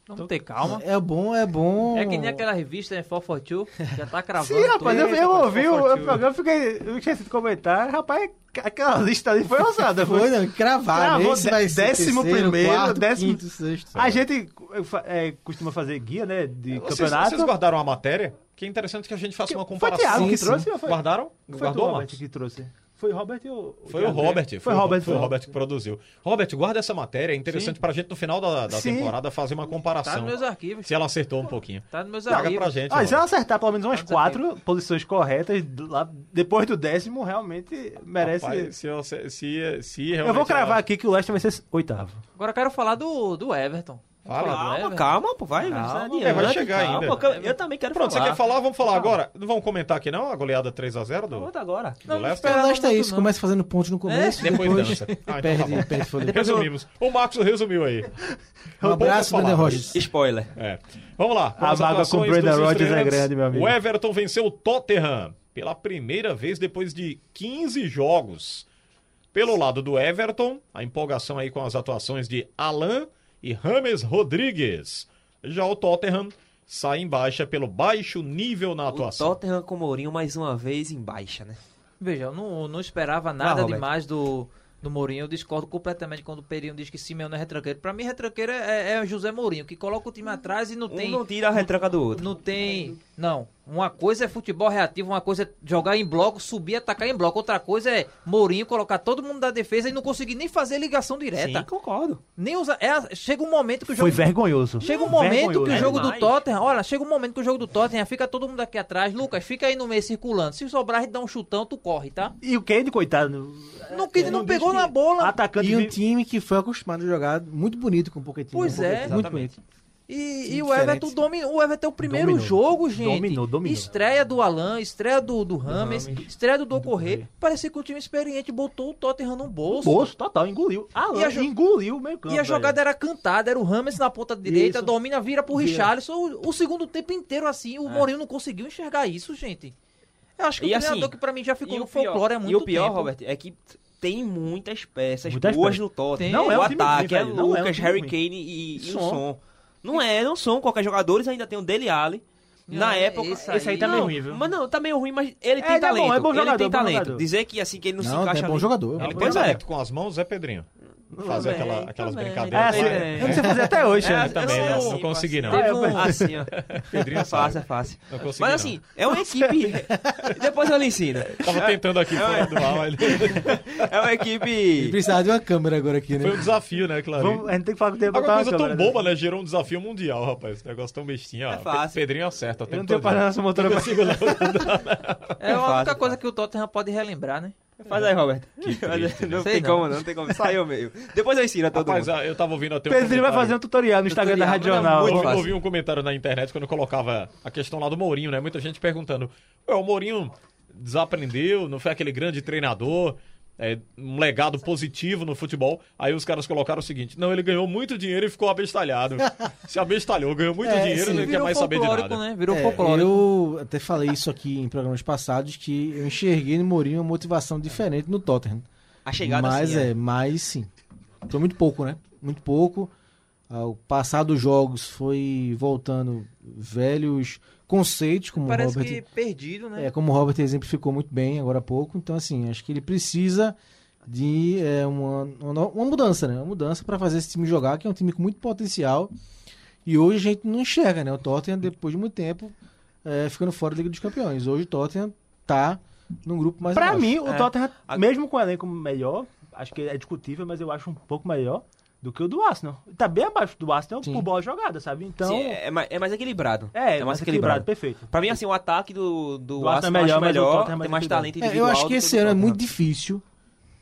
[SPEAKER 6] Vamos ter calma.
[SPEAKER 7] É bom, é bom.
[SPEAKER 6] É que nem aquela revista, né, 442, já tá cravando.
[SPEAKER 5] um- Sim, rapaz, eu,
[SPEAKER 6] tudo.
[SPEAKER 5] eu ouvi o,
[SPEAKER 6] Fortune.
[SPEAKER 5] o programa, fiquei, eu esqueci de comentar. Rapaz, aquela lista ali foi ousada.
[SPEAKER 7] Foi,
[SPEAKER 5] Foi.
[SPEAKER 7] não, cravado.
[SPEAKER 5] Cravou
[SPEAKER 7] Esse vai ser
[SPEAKER 5] décimo
[SPEAKER 7] terceiro,
[SPEAKER 5] primeiro,
[SPEAKER 7] quarto,
[SPEAKER 5] décimo-
[SPEAKER 7] quinto, sexto.
[SPEAKER 5] A gente eh, fa- eh, costuma fazer guia, né, de
[SPEAKER 4] É. Vocês,
[SPEAKER 5] campeonato.
[SPEAKER 4] vocês guardaram a matéria? Que é interessante que a gente faça uma
[SPEAKER 5] Foi o
[SPEAKER 4] comparação.
[SPEAKER 5] Thiago que
[SPEAKER 7] Sim,
[SPEAKER 5] trouxe?
[SPEAKER 7] sim.
[SPEAKER 5] ou Foi,
[SPEAKER 4] Guardaram?
[SPEAKER 5] foi tu,
[SPEAKER 4] Guardou,
[SPEAKER 5] Robert,
[SPEAKER 4] Marcos?
[SPEAKER 5] que trouxe? Foi o Robert ou...
[SPEAKER 4] Foi o Robert.
[SPEAKER 5] Foi o Robert.
[SPEAKER 4] Foi o Robert que produziu. Robert, guarda essa matéria. É interessante pra gente, no final da, da
[SPEAKER 5] Sim.
[SPEAKER 4] temporada, fazer uma
[SPEAKER 6] Tá
[SPEAKER 4] comparação.
[SPEAKER 6] nos meus arquivos.
[SPEAKER 4] Se ela acertou um pouquinho.
[SPEAKER 6] Tá nos meus
[SPEAKER 4] Traga
[SPEAKER 6] arquivos.
[SPEAKER 4] pra gente.
[SPEAKER 5] Ah, se eu
[SPEAKER 4] Robert.
[SPEAKER 5] acertar pelo menos umas
[SPEAKER 4] é
[SPEAKER 6] Tá
[SPEAKER 5] quatro posições corretas, do- lá, depois do décimo, realmente merece...
[SPEAKER 4] Rapaz, se, eu- se, se, se
[SPEAKER 5] eu vou
[SPEAKER 4] realmente é.
[SPEAKER 5] cravar
[SPEAKER 4] ela-
[SPEAKER 5] aqui que o Leicester vai ser oitavo.
[SPEAKER 6] Agora eu quero falar do, do Everton. Vamos
[SPEAKER 4] Fala.
[SPEAKER 6] falar do
[SPEAKER 8] Calma,
[SPEAKER 6] Everton?
[SPEAKER 8] calma, pô, vai.
[SPEAKER 5] Calma.
[SPEAKER 8] adiante,
[SPEAKER 4] É, vai chegar
[SPEAKER 8] calma,
[SPEAKER 4] ainda.
[SPEAKER 8] que eu- Eu também quero
[SPEAKER 4] Pronto, você
[SPEAKER 8] falar.
[SPEAKER 4] quer falar? Vamos falar agora. Não vamos comentar aqui, não? A goleada 3x0 do,
[SPEAKER 8] Conta agora.
[SPEAKER 4] do Leicester?
[SPEAKER 6] espera.
[SPEAKER 7] Pelo resto é
[SPEAKER 6] muito,
[SPEAKER 7] isso.
[SPEAKER 6] não.
[SPEAKER 7] Começa fazendo ponte no começo,
[SPEAKER 4] É, depois
[SPEAKER 7] depois,
[SPEAKER 4] dança. Ah, então tá
[SPEAKER 7] perde,
[SPEAKER 4] bom.
[SPEAKER 7] perde fôlego.
[SPEAKER 4] Resumimos. O Marcos resumiu aí.
[SPEAKER 7] Um abraço,
[SPEAKER 4] Poucas
[SPEAKER 7] Brandon
[SPEAKER 4] palavras.
[SPEAKER 7] Rogers.
[SPEAKER 8] Spoiler.
[SPEAKER 4] É. Vamos lá. com
[SPEAKER 5] A
[SPEAKER 4] as
[SPEAKER 5] mágoa
[SPEAKER 4] atuações
[SPEAKER 5] com o Brandon
[SPEAKER 4] dos
[SPEAKER 5] Rodgers é
[SPEAKER 4] estreantes.
[SPEAKER 5] grande, meu amigo.
[SPEAKER 4] O Everton venceu o Tottenham pela primeira vez depois de 15 jogos. Pelo lado do Everton, a empolgação aí com as atuações de Alan e Rames Rodrigues. Já o Tottenham sai em baixa pelo baixo nível na
[SPEAKER 8] O
[SPEAKER 4] atuação.
[SPEAKER 8] Tottenham com o Mourinho mais uma vez em baixa, né?
[SPEAKER 6] Veja, eu não, não esperava nada
[SPEAKER 8] Roberto.
[SPEAKER 6] demais do, do Mourinho. Eu discordo completamente quando o Perinho diz que Simeone é retranqueiro. Pra mim, retranqueiro é, é, é o José Mourinho, que coloca o time atrás e não
[SPEAKER 8] Um
[SPEAKER 6] tem...
[SPEAKER 8] não tira a retranca do outro.
[SPEAKER 6] Não tem. Não. Uma coisa é futebol reativo, uma coisa é jogar em bloco, subir, atacar em bloco. Outra coisa é Mourinho colocar todo mundo da defesa e não conseguir nem fazer ligação direta.
[SPEAKER 5] Sim, concordo.
[SPEAKER 6] Nem usar. é a- chega um momento que o
[SPEAKER 5] Foi
[SPEAKER 6] jogo.
[SPEAKER 5] vergonhoso.
[SPEAKER 6] Chega um momento que o
[SPEAKER 5] Vergonhoso. É
[SPEAKER 6] jogo do Tottenham, olha, chega um momento que o jogo do Tottenham fica todo mundo aqui atrás, Lucas, fica aí no meio circulando. Se sobrar, a gente dá um chutão, tu corre, tá?
[SPEAKER 5] E o Kane, coitado.
[SPEAKER 6] Não, que ele não, pegou
[SPEAKER 5] diz que Ah,
[SPEAKER 6] na bola.
[SPEAKER 5] Atacante
[SPEAKER 7] E um
[SPEAKER 5] vi-
[SPEAKER 7] time que foi acostumado a jogar muito bonito com o Pochettino.
[SPEAKER 6] Pois
[SPEAKER 7] né?
[SPEAKER 6] é,
[SPEAKER 7] Pochettino, muito bonito.
[SPEAKER 6] E, e
[SPEAKER 7] Sim,
[SPEAKER 6] o
[SPEAKER 7] diferente.
[SPEAKER 6] Everton dominou. O Everton é o primeiro
[SPEAKER 5] Dominou.
[SPEAKER 6] jogo, gente.
[SPEAKER 5] Dominou, dominou.
[SPEAKER 6] Estreia do Alan, estreia do, do Rames,
[SPEAKER 5] Rames.
[SPEAKER 6] estreia do Docorré.
[SPEAKER 5] Corrêa.
[SPEAKER 6] Parecia que o time experiente botou o Tottenham no bolso.
[SPEAKER 5] Bolso, total, engoliu. Alan
[SPEAKER 6] E a jo-
[SPEAKER 5] engoliu o meio campo.
[SPEAKER 6] E a jogada era cantada, era o Rames na ponta direita,
[SPEAKER 5] Isso.
[SPEAKER 6] domina, vira pro
[SPEAKER 5] Vira. É.
[SPEAKER 6] Richarlison. O, o segundo tempo inteiro assim, o Mourinho não conseguiu enxergar isso, gente. Eu acho que
[SPEAKER 8] E
[SPEAKER 6] o
[SPEAKER 8] assim,
[SPEAKER 6] treinador que pra mim já ficou
[SPEAKER 8] E
[SPEAKER 6] no
[SPEAKER 8] o pior,
[SPEAKER 6] folclore há muito
[SPEAKER 8] e o pior
[SPEAKER 6] tempo.
[SPEAKER 8] Robert, é que tem muitas peças
[SPEAKER 5] Muitas
[SPEAKER 8] boas
[SPEAKER 5] peças.
[SPEAKER 8] no Tottenham.
[SPEAKER 6] Tem.
[SPEAKER 8] Não
[SPEAKER 6] Não
[SPEAKER 8] é
[SPEAKER 5] é
[SPEAKER 8] o
[SPEAKER 5] um time
[SPEAKER 8] ataque,
[SPEAKER 5] ruim,
[SPEAKER 8] é
[SPEAKER 5] velho. Não é um
[SPEAKER 8] Lucas,
[SPEAKER 5] time
[SPEAKER 8] Harry
[SPEAKER 5] ruim.
[SPEAKER 8] Kane e, e o
[SPEAKER 5] Som.
[SPEAKER 8] som. Não é, não são qualquer jogadores, ainda tem o Dele Alli.
[SPEAKER 6] Não,
[SPEAKER 8] Na época.
[SPEAKER 6] É, esse aí- Esse aí
[SPEAKER 5] tá
[SPEAKER 8] não,
[SPEAKER 5] meio ruim, viu?
[SPEAKER 8] Mas não, tá meio ruim, mas ele
[SPEAKER 5] É,
[SPEAKER 8] tem
[SPEAKER 5] ele é bom,
[SPEAKER 8] talento.
[SPEAKER 5] é bom
[SPEAKER 8] ele
[SPEAKER 5] jogador,
[SPEAKER 8] tem
[SPEAKER 5] bom
[SPEAKER 8] talento.
[SPEAKER 5] jogador.
[SPEAKER 8] Dizer que assim que ele não, se
[SPEAKER 7] Não,
[SPEAKER 8] encaixa
[SPEAKER 7] é bom
[SPEAKER 8] ali-
[SPEAKER 7] jogador.
[SPEAKER 4] Ele tem
[SPEAKER 8] Pois é.
[SPEAKER 4] talento com as mãos, é Pedrinho. Fazer aquela- aquelas
[SPEAKER 5] É,
[SPEAKER 4] brincadeiras.
[SPEAKER 5] assim,
[SPEAKER 4] lá,
[SPEAKER 5] é.
[SPEAKER 4] né?
[SPEAKER 5] Eu não sei fazer até hoje,
[SPEAKER 8] É,
[SPEAKER 5] né?
[SPEAKER 8] eu
[SPEAKER 4] também,
[SPEAKER 8] sou-
[SPEAKER 4] né? Não consegui, não.
[SPEAKER 8] Teve
[SPEAKER 5] Ah,
[SPEAKER 8] um-
[SPEAKER 5] eu-
[SPEAKER 8] Assim, ó.
[SPEAKER 4] né? Pedrinho
[SPEAKER 8] É fácil, é
[SPEAKER 4] sabe.
[SPEAKER 8] fácil.
[SPEAKER 4] Não consegui,
[SPEAKER 8] Mas
[SPEAKER 4] não.
[SPEAKER 8] assim, é uma equipe. Depois eu lhe ensino.
[SPEAKER 5] é,
[SPEAKER 4] Tava tentando aqui fora do ar, mas
[SPEAKER 8] É uma
[SPEAKER 7] E
[SPEAKER 8] equipe.
[SPEAKER 7] precisava de uma câmera agora aqui, né?
[SPEAKER 4] foi um desafio, né, Clarinho?
[SPEAKER 5] Vamos, é, a gente tem que falar com o tempo
[SPEAKER 4] Agora, coisa tão boba, né? Gerou um desafio mundial, rapaz. Esse negócio tão bestinho, ó.
[SPEAKER 8] É fácil.
[SPEAKER 4] Pe- Pedrinho acerta. o
[SPEAKER 5] Eu não
[SPEAKER 4] tempo
[SPEAKER 5] tenho
[SPEAKER 4] todo. né?
[SPEAKER 5] parado nessa motora pra
[SPEAKER 8] fácil,
[SPEAKER 6] É a única
[SPEAKER 8] fácil.
[SPEAKER 6] coisa que o Tottenham pode relembrar, né?
[SPEAKER 8] Faz aí, Roberto.
[SPEAKER 4] né?
[SPEAKER 8] não
[SPEAKER 6] Sei
[SPEAKER 8] tem
[SPEAKER 6] não.
[SPEAKER 8] como, né? não, não tem como. Saiu meio. Depois eu ensino a todo
[SPEAKER 4] Rapaz,
[SPEAKER 8] mundo.
[SPEAKER 4] ah, eu tava ouvindo até um
[SPEAKER 5] Pedrinho vai fazer um tutorial no Instagram da
[SPEAKER 6] Tutorial,
[SPEAKER 5] Rádio
[SPEAKER 6] mas é
[SPEAKER 5] Jornal.
[SPEAKER 8] muito
[SPEAKER 4] Eu
[SPEAKER 8] fácil.
[SPEAKER 4] ouvi um comentário na internet quando eu colocava a questão lá do Mourinho, né? Muita gente perguntando: Ué, o Mourinho desaprendeu, não foi aquele grande treinador, é, um legado positivo no futebol. Aí os caras colocaram o seguinte: Não, ele ganhou muito dinheiro e ficou abestalhado. Se abestalhou, ganhou muito
[SPEAKER 7] É,
[SPEAKER 4] dinheiro
[SPEAKER 7] sim.
[SPEAKER 4] e não quer
[SPEAKER 6] Virou
[SPEAKER 4] mais saber de
[SPEAKER 6] folclórico,
[SPEAKER 4] nada.
[SPEAKER 6] né? Virou
[SPEAKER 7] É,
[SPEAKER 6] folclórico.
[SPEAKER 7] eu até falei isso aqui em programas passados que eu enxerguei no Mourinho uma motivação diferente no Tottenham.
[SPEAKER 8] A chegada
[SPEAKER 7] mas
[SPEAKER 8] assim,
[SPEAKER 4] um
[SPEAKER 7] é, mas sim. Foi muito pouco, né? Muito pouco. Ao passar dos jogos foi voltando velhos conceitos, como o
[SPEAKER 6] Parece
[SPEAKER 7] Robert.
[SPEAKER 6] que perdido, né?
[SPEAKER 7] É, como o Robert exemplificou muito bem agora há pouco. Então, assim, acho que ele precisa de é, uma, uma, no- uma mudança, né? Uma mudança para fazer esse time jogar, que é um time com muito potencial. E hoje a gente não enxerga, né? O Tottenham, depois de muito tempo, é, ficando fora da Liga dos Campeões. Hoje o Tottenham tá num grupo mais
[SPEAKER 5] Pra
[SPEAKER 7] abaixo.
[SPEAKER 5] mim, o
[SPEAKER 8] É.
[SPEAKER 5] Tottenham,
[SPEAKER 8] A-
[SPEAKER 5] mesmo com o elenco melhor, acho que é discutível, mas eu acho um pouco melhor do que o do Arsenal. Tá bem abaixo do Arsenal
[SPEAKER 7] Sim.
[SPEAKER 5] por bola jogada, sabe? Então,
[SPEAKER 8] Sim, é, mais- é mais equilibrado.
[SPEAKER 5] é, mais equilibrado, perfeito.
[SPEAKER 8] Pra mim, assim, o ataque do, do,
[SPEAKER 5] Do
[SPEAKER 8] Arsenal eu acho
[SPEAKER 5] mas o
[SPEAKER 8] melhor,
[SPEAKER 5] Tottenham é
[SPEAKER 8] tem
[SPEAKER 5] mais
[SPEAKER 8] mais
[SPEAKER 5] equilibrado.
[SPEAKER 8] talento
[SPEAKER 7] É,
[SPEAKER 8] individual.
[SPEAKER 7] eu acho
[SPEAKER 8] do
[SPEAKER 7] que esse
[SPEAKER 8] o
[SPEAKER 7] ano é
[SPEAKER 8] Tottenham.
[SPEAKER 7] muito difícil,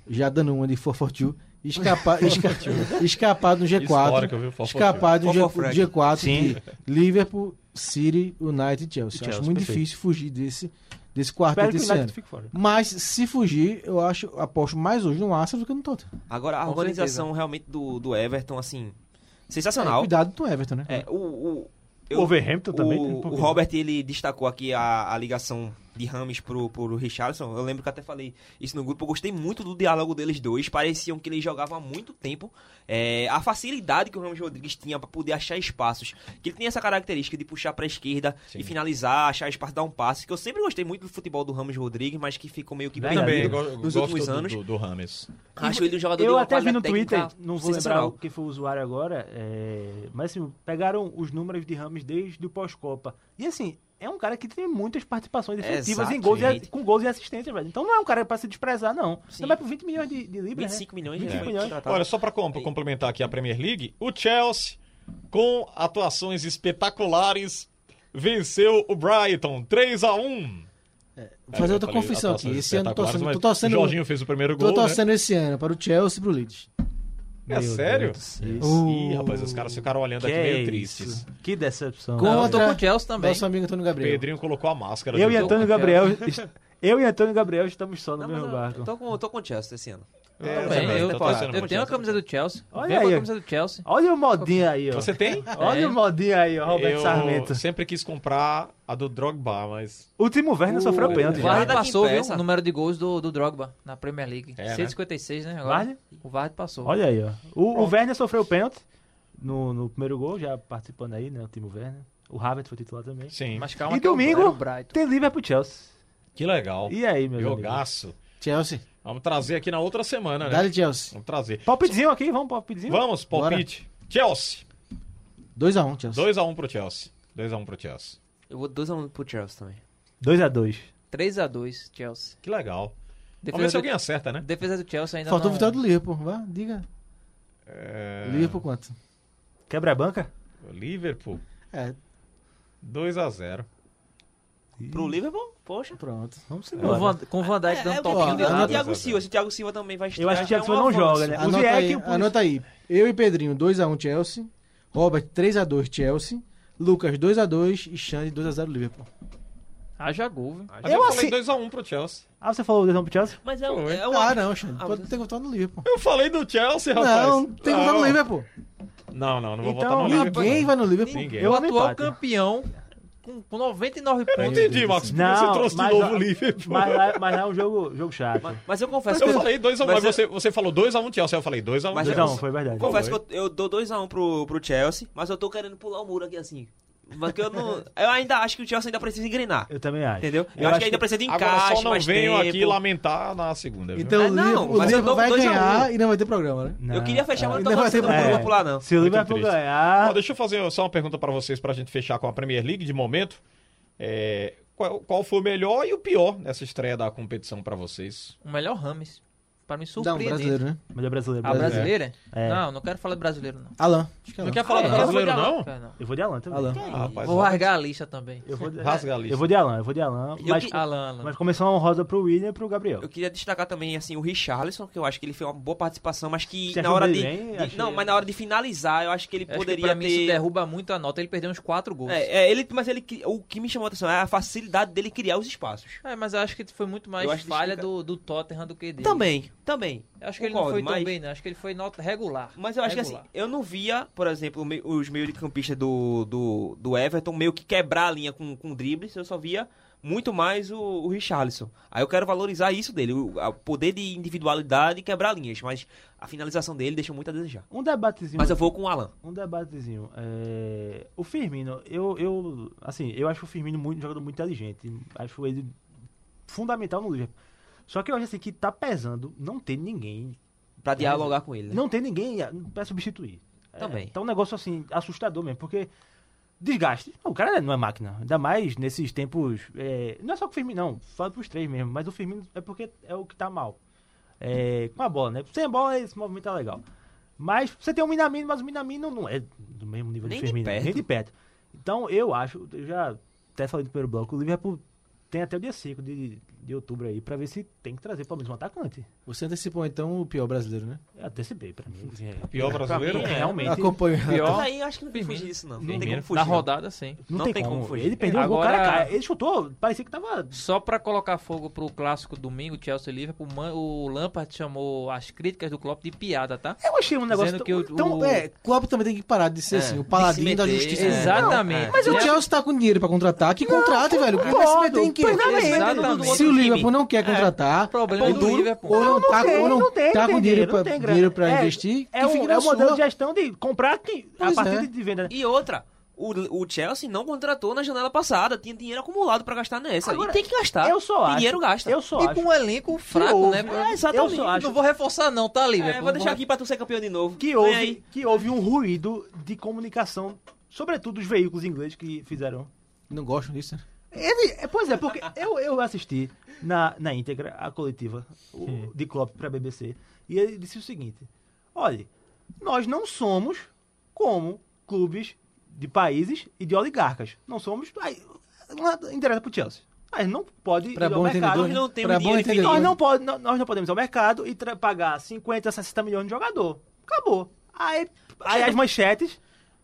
[SPEAKER 7] já dando uma de 442, escapar, esca- escapar do
[SPEAKER 4] Histórico, viu?
[SPEAKER 7] G4.
[SPEAKER 4] 442.
[SPEAKER 7] Escapar do G-
[SPEAKER 8] For for Frank.
[SPEAKER 7] G4
[SPEAKER 5] Sim.
[SPEAKER 7] de Liverpool, City, United e Chelsea. Eu
[SPEAKER 5] Chelsea,
[SPEAKER 7] acho muito
[SPEAKER 5] perfeito.
[SPEAKER 7] difícil fugir desse, desse
[SPEAKER 5] Espero
[SPEAKER 7] quarteto
[SPEAKER 5] que o
[SPEAKER 7] esse ano.
[SPEAKER 5] United fique fora.
[SPEAKER 7] Mas se fugir, eu acho, aposto mais hoje no Arsenal do que no Tottenham.
[SPEAKER 8] Agora, a
[SPEAKER 6] Com
[SPEAKER 8] organização realmente do, do Everton, assim, sensacional.
[SPEAKER 7] Cuidado do Everton, né?
[SPEAKER 8] É, o, o,
[SPEAKER 5] O Overhampton também, né?
[SPEAKER 4] um
[SPEAKER 8] O,
[SPEAKER 5] Por
[SPEAKER 8] o
[SPEAKER 5] quê?
[SPEAKER 8] Robert, ele destacou aqui a, a ligação de Rames pro, pro Richardson. Eu lembro que até falei isso no grupo. Eu gostei muito do diálogo deles dois. Pareciam que eles jogavam há muito tempo. É, a facilidade que o Ramos Rodrigues tinha para poder achar espaços. Que ele tem essa característica de puxar pra esquerda e finalizar, achar espaço, dar um passe. Que eu sempre gostei muito do futebol do Ramos Rodrigues, mas que ficou meio que
[SPEAKER 5] Verdade.
[SPEAKER 4] Também
[SPEAKER 8] perdido
[SPEAKER 5] Verdadeiro.
[SPEAKER 4] go-
[SPEAKER 8] nos
[SPEAKER 4] gosto
[SPEAKER 8] últimos
[SPEAKER 4] do-
[SPEAKER 8] anos.
[SPEAKER 4] do, do Rames.
[SPEAKER 8] Acho ele um jogador de
[SPEAKER 5] Eu
[SPEAKER 8] uma
[SPEAKER 5] até vi no
[SPEAKER 8] qualidade
[SPEAKER 5] Twitter,
[SPEAKER 8] técnica
[SPEAKER 5] não vou lembrar
[SPEAKER 8] sensacional.
[SPEAKER 5] o que foi o usuário agora, é, mas assim, pegaram os números de Ramos desde o pós-Copa. E assim, é um cara que tem muitas participações efetivas em gols e a-
[SPEAKER 8] Exatamente.
[SPEAKER 5] com gols e assistências, velho. Então não é um cara pra se desprezar, não.
[SPEAKER 8] Sim.
[SPEAKER 5] Não vai por 20 milhões de, de libras,
[SPEAKER 8] 25 milhões
[SPEAKER 5] né?
[SPEAKER 8] de
[SPEAKER 5] 25
[SPEAKER 8] reais.
[SPEAKER 5] milhões.
[SPEAKER 6] Tá.
[SPEAKER 8] Contratado.
[SPEAKER 4] Olha, só para complementar aqui a Premier League, o Chelsea, com atuações espetaculares, venceu o Brighton 3 a 1
[SPEAKER 7] Vou
[SPEAKER 4] É, eu
[SPEAKER 7] fazer outra
[SPEAKER 4] falei,
[SPEAKER 7] confissão aqui.
[SPEAKER 4] atuações
[SPEAKER 7] Esse ano eu tô
[SPEAKER 4] espetaculares,
[SPEAKER 7] torcendo,
[SPEAKER 4] mas
[SPEAKER 7] tô torcendo,
[SPEAKER 4] O Jorginho fez o primeiro
[SPEAKER 7] tô
[SPEAKER 4] gol. né?
[SPEAKER 7] torcendo esse ano para o Chelsea e para o Leeds.
[SPEAKER 4] É sério? Ih,
[SPEAKER 7] Uh.
[SPEAKER 4] rapaz, os caras ficaram olhando
[SPEAKER 5] Que é
[SPEAKER 4] aqui meio
[SPEAKER 5] isso.
[SPEAKER 4] tristes.
[SPEAKER 5] Que decepção.
[SPEAKER 7] Como
[SPEAKER 6] Não, eu tô com
[SPEAKER 7] Contra-
[SPEAKER 4] é.
[SPEAKER 6] o Chelsea também.
[SPEAKER 7] Nosso amigo Antônio Gabriel.
[SPEAKER 4] Pedrinho colocou a máscara.
[SPEAKER 5] Eu
[SPEAKER 4] de
[SPEAKER 5] e
[SPEAKER 4] novo.
[SPEAKER 5] Antônio Gabriel. Eu e Antônio Gabriel estamos só no
[SPEAKER 8] Não, mas
[SPEAKER 5] mesmo
[SPEAKER 8] eu-
[SPEAKER 5] barco.
[SPEAKER 8] eu tô com, eu tô com o Chelsea esse ano.
[SPEAKER 6] Eu,
[SPEAKER 4] também,
[SPEAKER 6] também, eu,
[SPEAKER 4] tô É,
[SPEAKER 6] posso-
[SPEAKER 4] tá torcendo
[SPEAKER 6] eu
[SPEAKER 4] pro
[SPEAKER 6] tenho
[SPEAKER 4] Chelsea.
[SPEAKER 6] a camisa do Chelsea.
[SPEAKER 5] Olha
[SPEAKER 6] Venho com
[SPEAKER 5] aí,
[SPEAKER 6] a
[SPEAKER 5] ó.
[SPEAKER 6] camisa do Chelsea.
[SPEAKER 5] Olha o modinho aí, ó.
[SPEAKER 4] Você tem?
[SPEAKER 5] Olha
[SPEAKER 6] É.
[SPEAKER 5] o modinho aí, ó, Roberto
[SPEAKER 4] eu
[SPEAKER 5] Sarmento.
[SPEAKER 4] sempre quis comprar a do Drogba, mas
[SPEAKER 5] O Timo Werner sofreu pênalti. né? já.
[SPEAKER 6] O
[SPEAKER 8] Vardy
[SPEAKER 6] Vard
[SPEAKER 8] tá aqui em
[SPEAKER 6] passou,
[SPEAKER 8] pé,
[SPEAKER 6] viu?
[SPEAKER 8] essa-
[SPEAKER 6] O número de gols do, do Drogba na Premier League.
[SPEAKER 4] É, né?
[SPEAKER 6] 156, né? agora.
[SPEAKER 5] Vardy?
[SPEAKER 6] O Vard passou.
[SPEAKER 5] Olha aí, ó. O, o Werner sofreu pênalti no, no primeiro gol, já participando aí, né? O Timo Werner. O Havertz foi titular também.
[SPEAKER 4] sim.
[SPEAKER 6] Mas calma
[SPEAKER 5] E
[SPEAKER 6] que é o-
[SPEAKER 5] domingo?
[SPEAKER 6] era o Brighton.
[SPEAKER 5] Tem livre pro Chelsea.
[SPEAKER 4] Que legal.
[SPEAKER 5] E aí, meu amigos?
[SPEAKER 4] Jogaço.
[SPEAKER 7] Chelsea,
[SPEAKER 4] Vamos trazer aqui na outra semana, né?
[SPEAKER 7] dá-lhe Chelsea.
[SPEAKER 4] Vamos trazer.
[SPEAKER 5] Palpitezinho aqui, vamos palpitezinho?
[SPEAKER 4] Vamos,
[SPEAKER 7] Bora.
[SPEAKER 4] palpite. Chelsea.
[SPEAKER 7] 2x1, Chelsea.
[SPEAKER 4] 2x1 pro Chelsea. 2x1 pro Chelsea.
[SPEAKER 8] Eu vou 2x1 pro Chelsea também.
[SPEAKER 5] 2x2.
[SPEAKER 6] 3x2, Chelsea.
[SPEAKER 4] Que legal. Vamos ver se
[SPEAKER 6] Defesa,
[SPEAKER 4] alguém acerta, né?
[SPEAKER 6] do, defesa do Chelsea ainda
[SPEAKER 7] Faltou
[SPEAKER 6] não...
[SPEAKER 7] vitória do Liverpool, vá, diga. Liverpool quanto?
[SPEAKER 5] Quebra a banca?
[SPEAKER 4] Liverpool,
[SPEAKER 7] É,
[SPEAKER 4] 2x0.
[SPEAKER 8] Pro Liverpool? Poxa.
[SPEAKER 7] pronto. Vamos
[SPEAKER 6] Com o
[SPEAKER 7] embora.
[SPEAKER 6] Van,
[SPEAKER 4] né?
[SPEAKER 6] com o Van Dijk dando um
[SPEAKER 7] bom,
[SPEAKER 6] toquinho de
[SPEAKER 7] é,
[SPEAKER 8] E o
[SPEAKER 6] lado.
[SPEAKER 7] é
[SPEAKER 8] Thiago Silva, se o Thiago Silva também vai
[SPEAKER 5] Eu acho que o
[SPEAKER 8] estrear,
[SPEAKER 5] Thiago Silva
[SPEAKER 8] é um
[SPEAKER 5] não
[SPEAKER 8] avanço.
[SPEAKER 5] joga, né? O
[SPEAKER 7] Anota aí,
[SPEAKER 5] Ziyech, o-
[SPEAKER 7] anota aí. Eu e Pedrinho, 2x1 Chelsea. Robert, 3x2 Chelsea. Lucas, 2x2 e Xande, 2x0 Liverpool.
[SPEAKER 6] Haja gol,
[SPEAKER 8] tá-
[SPEAKER 6] viu?
[SPEAKER 4] Eu, eu falei
[SPEAKER 5] assim-
[SPEAKER 4] 2x1 pro Chelsea.
[SPEAKER 5] Ah, você falou 2x1 pro Chelsea?
[SPEAKER 6] Mas é o... É o
[SPEAKER 7] Ah, não, Xande.
[SPEAKER 6] Ah,
[SPEAKER 7] Pode
[SPEAKER 6] mas-
[SPEAKER 7] ter votado no Liverpool.
[SPEAKER 4] Eu falei do Chelsea, rapaz.
[SPEAKER 7] Não, tem que votar no Liverpool.
[SPEAKER 4] Não, não, não vou
[SPEAKER 5] Então,
[SPEAKER 4] votar no Liverpool.
[SPEAKER 7] Ninguém vai no Liverpool.
[SPEAKER 4] Ninguém.
[SPEAKER 6] o
[SPEAKER 5] Eu-
[SPEAKER 6] atual
[SPEAKER 5] empate.
[SPEAKER 6] campeão com, com 99
[SPEAKER 4] É. Eu não
[SPEAKER 6] pontos.
[SPEAKER 4] entendi, Marcos. Por que você trouxe de
[SPEAKER 5] mas-
[SPEAKER 4] novo o Liverpool?
[SPEAKER 5] Mas lá, mas lá é um jogo, jogo chato.
[SPEAKER 8] Mas eu confesso que
[SPEAKER 4] Eu
[SPEAKER 8] eu,
[SPEAKER 4] falei 2x1,
[SPEAKER 8] Mas
[SPEAKER 4] mas
[SPEAKER 8] eu-
[SPEAKER 4] você, você falou 2x1 Chelsea, eu falei 2x1
[SPEAKER 8] Mas eu-
[SPEAKER 4] Chelsea.
[SPEAKER 5] Não, foi verdade.
[SPEAKER 8] confesso que eu, eu dou 2x1 pro, pro Chelsea, mas eu tô querendo pular o muro aqui assim. Mas que eu não. Eu ainda acho que o Chelsea ainda precisa engrenar.
[SPEAKER 5] Eu também acho.
[SPEAKER 8] Entendeu? Eu, acho que ainda precisa de encaixe,
[SPEAKER 4] Agora só não
[SPEAKER 8] mais
[SPEAKER 4] venham
[SPEAKER 8] tempo.
[SPEAKER 4] aqui lamentar na segunda. viu?
[SPEAKER 8] Ah,
[SPEAKER 7] Então o
[SPEAKER 8] não,
[SPEAKER 7] Liverpool, o
[SPEAKER 8] mas eu
[SPEAKER 7] Liverpool
[SPEAKER 8] dou
[SPEAKER 7] vai
[SPEAKER 8] 2 a 1.
[SPEAKER 7] ganhar e não vai ter programa, né?
[SPEAKER 5] Não.
[SPEAKER 8] Eu queria fechar, mas eu
[SPEAKER 7] Ainda
[SPEAKER 8] tô
[SPEAKER 7] vai
[SPEAKER 8] torcendo
[SPEAKER 7] ter-
[SPEAKER 8] não vou
[SPEAKER 5] É.
[SPEAKER 8] pular, não.
[SPEAKER 5] Se o
[SPEAKER 4] Muito
[SPEAKER 5] Liverpool
[SPEAKER 4] triste. Ó,
[SPEAKER 5] ganhar...
[SPEAKER 4] deixa eu fazer só uma pergunta pra vocês pra gente fechar com a Premier League de momento. É, qual, qual foi o melhor e o pior nessa estreia da competição pra vocês?
[SPEAKER 6] O melhor Rames. Pra me
[SPEAKER 7] Dá um
[SPEAKER 6] surpreender.
[SPEAKER 7] brasileiro, né?
[SPEAKER 5] Mas é brasileiro.
[SPEAKER 6] A
[SPEAKER 5] brasileiro.
[SPEAKER 6] brasileira?
[SPEAKER 5] É.
[SPEAKER 6] Não, não quero falar de brasileiro, não.
[SPEAKER 7] Alan. Acho que
[SPEAKER 4] Não
[SPEAKER 7] é Alan.
[SPEAKER 4] quer falar do
[SPEAKER 6] É, eu vou
[SPEAKER 4] brasileiro,
[SPEAKER 6] de Alan,
[SPEAKER 4] não?
[SPEAKER 6] cara, não.
[SPEAKER 5] Eu vou de Alan também.
[SPEAKER 7] Alan.
[SPEAKER 4] Ah, rapaz,
[SPEAKER 6] Vou largar a lista também. É.
[SPEAKER 5] Eu vou de,
[SPEAKER 4] rasga a lista.
[SPEAKER 5] eu vou de Alan, eu vou de Alan.
[SPEAKER 8] Eu
[SPEAKER 5] Mas,
[SPEAKER 8] que-
[SPEAKER 6] Alan, Alan.
[SPEAKER 5] mas começou uma rosa pro William e pro Gabriel.
[SPEAKER 8] né? Eu queria destacar também assim o Richarlison, que eu acho que ele fez uma boa participação, mas que
[SPEAKER 5] Se
[SPEAKER 8] na hora de,
[SPEAKER 5] defender bem,
[SPEAKER 8] de-
[SPEAKER 5] achei-
[SPEAKER 8] não, mas na hora de finalizar, eu acho que ele
[SPEAKER 6] Eu acho que
[SPEAKER 8] poderia
[SPEAKER 6] pra mim isso
[SPEAKER 8] ter
[SPEAKER 6] derruba muito a nota. Ele perdeu uns 4 gols. É,
[SPEAKER 8] é, é, ele, mas ele cri- o que me chamou a atenção é a facilidade dele criar os espaços.
[SPEAKER 6] É, mas eu acho que foi muito mais
[SPEAKER 8] Eu acho que
[SPEAKER 6] falha
[SPEAKER 8] explica-
[SPEAKER 6] do, do Tottenham do que dele.
[SPEAKER 8] Também, também.
[SPEAKER 6] Eu acho que ele não
[SPEAKER 8] Concordo,
[SPEAKER 6] foi tão
[SPEAKER 8] mas-
[SPEAKER 6] bem, né? Acho que ele foi nota regular.
[SPEAKER 8] Mas eu acho que assim,
[SPEAKER 6] Regular.
[SPEAKER 8] eu não via, por exemplo, o meio- os meio-campistas do, do, do Everton meio que quebrar a linha com, com dribles, eu só via muito mais o, o Richarlison. Aí eu quero valorizar isso dele, o a- o poder de individualidade e quebrar linhas, mas a finalização dele deixa muito a desejar.
[SPEAKER 5] Um debatezinho.
[SPEAKER 8] Mas eu vou com o Alan.
[SPEAKER 5] Um debatezinho. É, O Firmino, eu, eu. Assim, eu acho o Firmino muito, um jogador muito inteligente. Acho ele fundamental no Liverpool. Só que eu acho assim que tá pesando não ter ninguém.
[SPEAKER 8] Pra dialogar com ele. Né?
[SPEAKER 5] Não ter ninguém pra substituir.
[SPEAKER 8] Também.
[SPEAKER 5] É, tá um negócio assim, assustador mesmo, porque. Desgaste. Não, o cara não é máquina. Ainda mais nesses tempos. é, Não é só com o Firmino, não. Fala pros três mesmo. Mas o Firmino é porque é o que tá mal. É, com a bola, né? Sem a bola, esse movimento tá legal. Mas você tem o Minamino, mas o Minamino não é do mesmo nível
[SPEAKER 8] Nem de
[SPEAKER 5] do Firmino.
[SPEAKER 8] perto.
[SPEAKER 5] Nem de perto. Então, eu acho, eu já até falei no primeiro bloco, o Liverpool tem até o dia 5 de, de outubro aí pra ver se tem que trazer pelo menos um atacante.
[SPEAKER 7] Você antecipou então o pior brasileiro, né?
[SPEAKER 5] Eu antecipei pra mim. é,
[SPEAKER 4] Pior brasileiro?
[SPEAKER 8] mim,
[SPEAKER 5] realmente.
[SPEAKER 7] Acompanho.
[SPEAKER 8] Mas
[SPEAKER 6] Pior
[SPEAKER 8] aí eu acho que não tem como fugir disso, não. Não tem
[SPEAKER 4] Firmino.
[SPEAKER 8] como fugir. né?
[SPEAKER 6] na
[SPEAKER 8] não.
[SPEAKER 6] rodada, sim.
[SPEAKER 5] Não,
[SPEAKER 8] Não
[SPEAKER 5] tem,
[SPEAKER 8] tem
[SPEAKER 5] como.
[SPEAKER 8] como fugir.
[SPEAKER 5] Ele perdeu o gol,
[SPEAKER 6] Agora-
[SPEAKER 5] cara, cara. Ele chutou, parecia que tava.
[SPEAKER 6] Só pra colocar fogo pro clássico domingo, Chelsea e Liverpool, man- o Lampard chamou as críticas do Klopp de piada, tá?
[SPEAKER 5] Eu achei um negócio
[SPEAKER 6] Dizendo que o-
[SPEAKER 5] tão.
[SPEAKER 6] o-
[SPEAKER 5] é,
[SPEAKER 7] É, Klopp também tem que parar de ser
[SPEAKER 8] É,
[SPEAKER 7] assim, o
[SPEAKER 8] tem que
[SPEAKER 7] paladino
[SPEAKER 8] se
[SPEAKER 7] da
[SPEAKER 8] meter,
[SPEAKER 7] justiça.
[SPEAKER 8] é.
[SPEAKER 6] Exatamente.
[SPEAKER 8] Não,
[SPEAKER 7] Mas o
[SPEAKER 6] Não,
[SPEAKER 7] Chelsea tá com dinheiro pra contratar, que contrate, velho. Não vai se meter em
[SPEAKER 5] é,
[SPEAKER 7] quê?
[SPEAKER 6] Exatamente.
[SPEAKER 7] Se o Liverpool não quer contratar, é
[SPEAKER 6] problema do Liverpool.
[SPEAKER 7] ou não, tá,
[SPEAKER 5] tem,
[SPEAKER 7] ou não,
[SPEAKER 5] é não tem,
[SPEAKER 7] tá
[SPEAKER 5] não
[SPEAKER 7] com
[SPEAKER 5] tem
[SPEAKER 7] dinheiro,
[SPEAKER 5] dinheiro, não
[SPEAKER 7] pra,
[SPEAKER 5] tem grana.
[SPEAKER 7] dinheiro pra
[SPEAKER 5] É,
[SPEAKER 7] investir,
[SPEAKER 5] é
[SPEAKER 7] que
[SPEAKER 5] um,
[SPEAKER 7] fique na
[SPEAKER 5] é um
[SPEAKER 7] sua.
[SPEAKER 5] modelo de gestão de comprar que, a
[SPEAKER 7] Pois
[SPEAKER 5] partir
[SPEAKER 7] é.
[SPEAKER 5] de- de venda. né?
[SPEAKER 8] E outra, o, o Chelsea não contratou na janela passada, tinha dinheiro acumulado pra gastar nessa.
[SPEAKER 5] Agora,
[SPEAKER 8] e tem que gastar.
[SPEAKER 5] Eu só acho.
[SPEAKER 8] Dinheiro gasta.
[SPEAKER 5] Eu só
[SPEAKER 6] E
[SPEAKER 5] acho.
[SPEAKER 6] com um elenco fraco,
[SPEAKER 5] houve.
[SPEAKER 6] né?
[SPEAKER 8] É, exatamente.
[SPEAKER 5] Eu só acho.
[SPEAKER 6] Não vou reforçar, não, tá, Liverpool?
[SPEAKER 8] É,
[SPEAKER 6] Não
[SPEAKER 8] vou deixar aqui pra tu ser campeão de novo.
[SPEAKER 5] que
[SPEAKER 8] Vem
[SPEAKER 5] houve,
[SPEAKER 8] aí.
[SPEAKER 5] que houve um ruído de comunicação, sobretudo dos veículos ingleses que fizeram.
[SPEAKER 7] Não gosto disso. né?
[SPEAKER 5] Ele, é, pois é, porque eu, eu assisti na, na íntegra a coletiva o, de Klopp para a BBC e ele disse o seguinte: olha, nós não somos como clubes de países e de oligarcas. Não somos. Aí, uma- interessa para o Chelsea. Mas não pode
[SPEAKER 7] Pra
[SPEAKER 5] ir
[SPEAKER 7] bom
[SPEAKER 5] ao mercado.
[SPEAKER 7] entendedor.
[SPEAKER 8] nós
[SPEAKER 7] né?
[SPEAKER 8] não temos
[SPEAKER 7] Pra bom
[SPEAKER 8] dinheiro
[SPEAKER 7] entendedor.
[SPEAKER 5] Nós
[SPEAKER 7] né?
[SPEAKER 5] não, pode, nó- nós não podemos ir ao mercado e tra- pagar 50, 60 milhões de jogador. Acabou. Aí, aí as manchetes.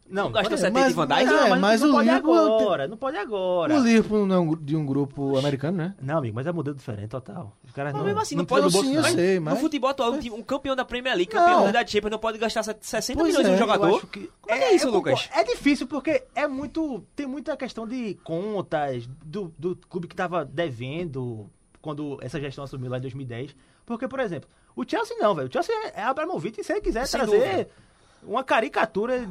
[SPEAKER 5] Não,
[SPEAKER 8] Gastou
[SPEAKER 5] pode-
[SPEAKER 8] 70 de Van Dijk.
[SPEAKER 7] mas,
[SPEAKER 5] não,
[SPEAKER 7] é,
[SPEAKER 5] mas
[SPEAKER 7] mas
[SPEAKER 5] não
[SPEAKER 7] o
[SPEAKER 5] pode
[SPEAKER 7] Liverpool. tem-
[SPEAKER 5] agora, não pode agora.
[SPEAKER 7] O Liverpool não é um gru- de um grupo americano, né?
[SPEAKER 5] Não, amigo, mas é modelo diferente total. Os caras
[SPEAKER 8] Mas
[SPEAKER 5] não,
[SPEAKER 8] mesmo assim, não,
[SPEAKER 5] não
[SPEAKER 8] pode.
[SPEAKER 5] tiram do
[SPEAKER 7] sim, eu
[SPEAKER 5] bolso, não.
[SPEAKER 7] sei,
[SPEAKER 8] No
[SPEAKER 7] mas-
[SPEAKER 8] futebol atual, um time- um campeão da Premier League, campeão
[SPEAKER 7] Não.
[SPEAKER 8] da Champions, não pode gastar 60
[SPEAKER 7] Pois
[SPEAKER 8] milhões
[SPEAKER 7] é,
[SPEAKER 8] em um
[SPEAKER 7] eu
[SPEAKER 8] jogador.
[SPEAKER 5] Acho que-
[SPEAKER 8] Como é que é isso,
[SPEAKER 5] eu concordo.
[SPEAKER 8] Lucas?
[SPEAKER 5] É difícil porque é muito. Tem muita questão de contas do, do clube que tava devendo quando essa gestão assumiu lá em 2010. Porque, por exemplo, o Chelsea não, velho. O Chelsea é Abramovich e se ele quiser
[SPEAKER 8] Sem
[SPEAKER 5] trazer
[SPEAKER 8] dúvida.
[SPEAKER 5] uma caricatura,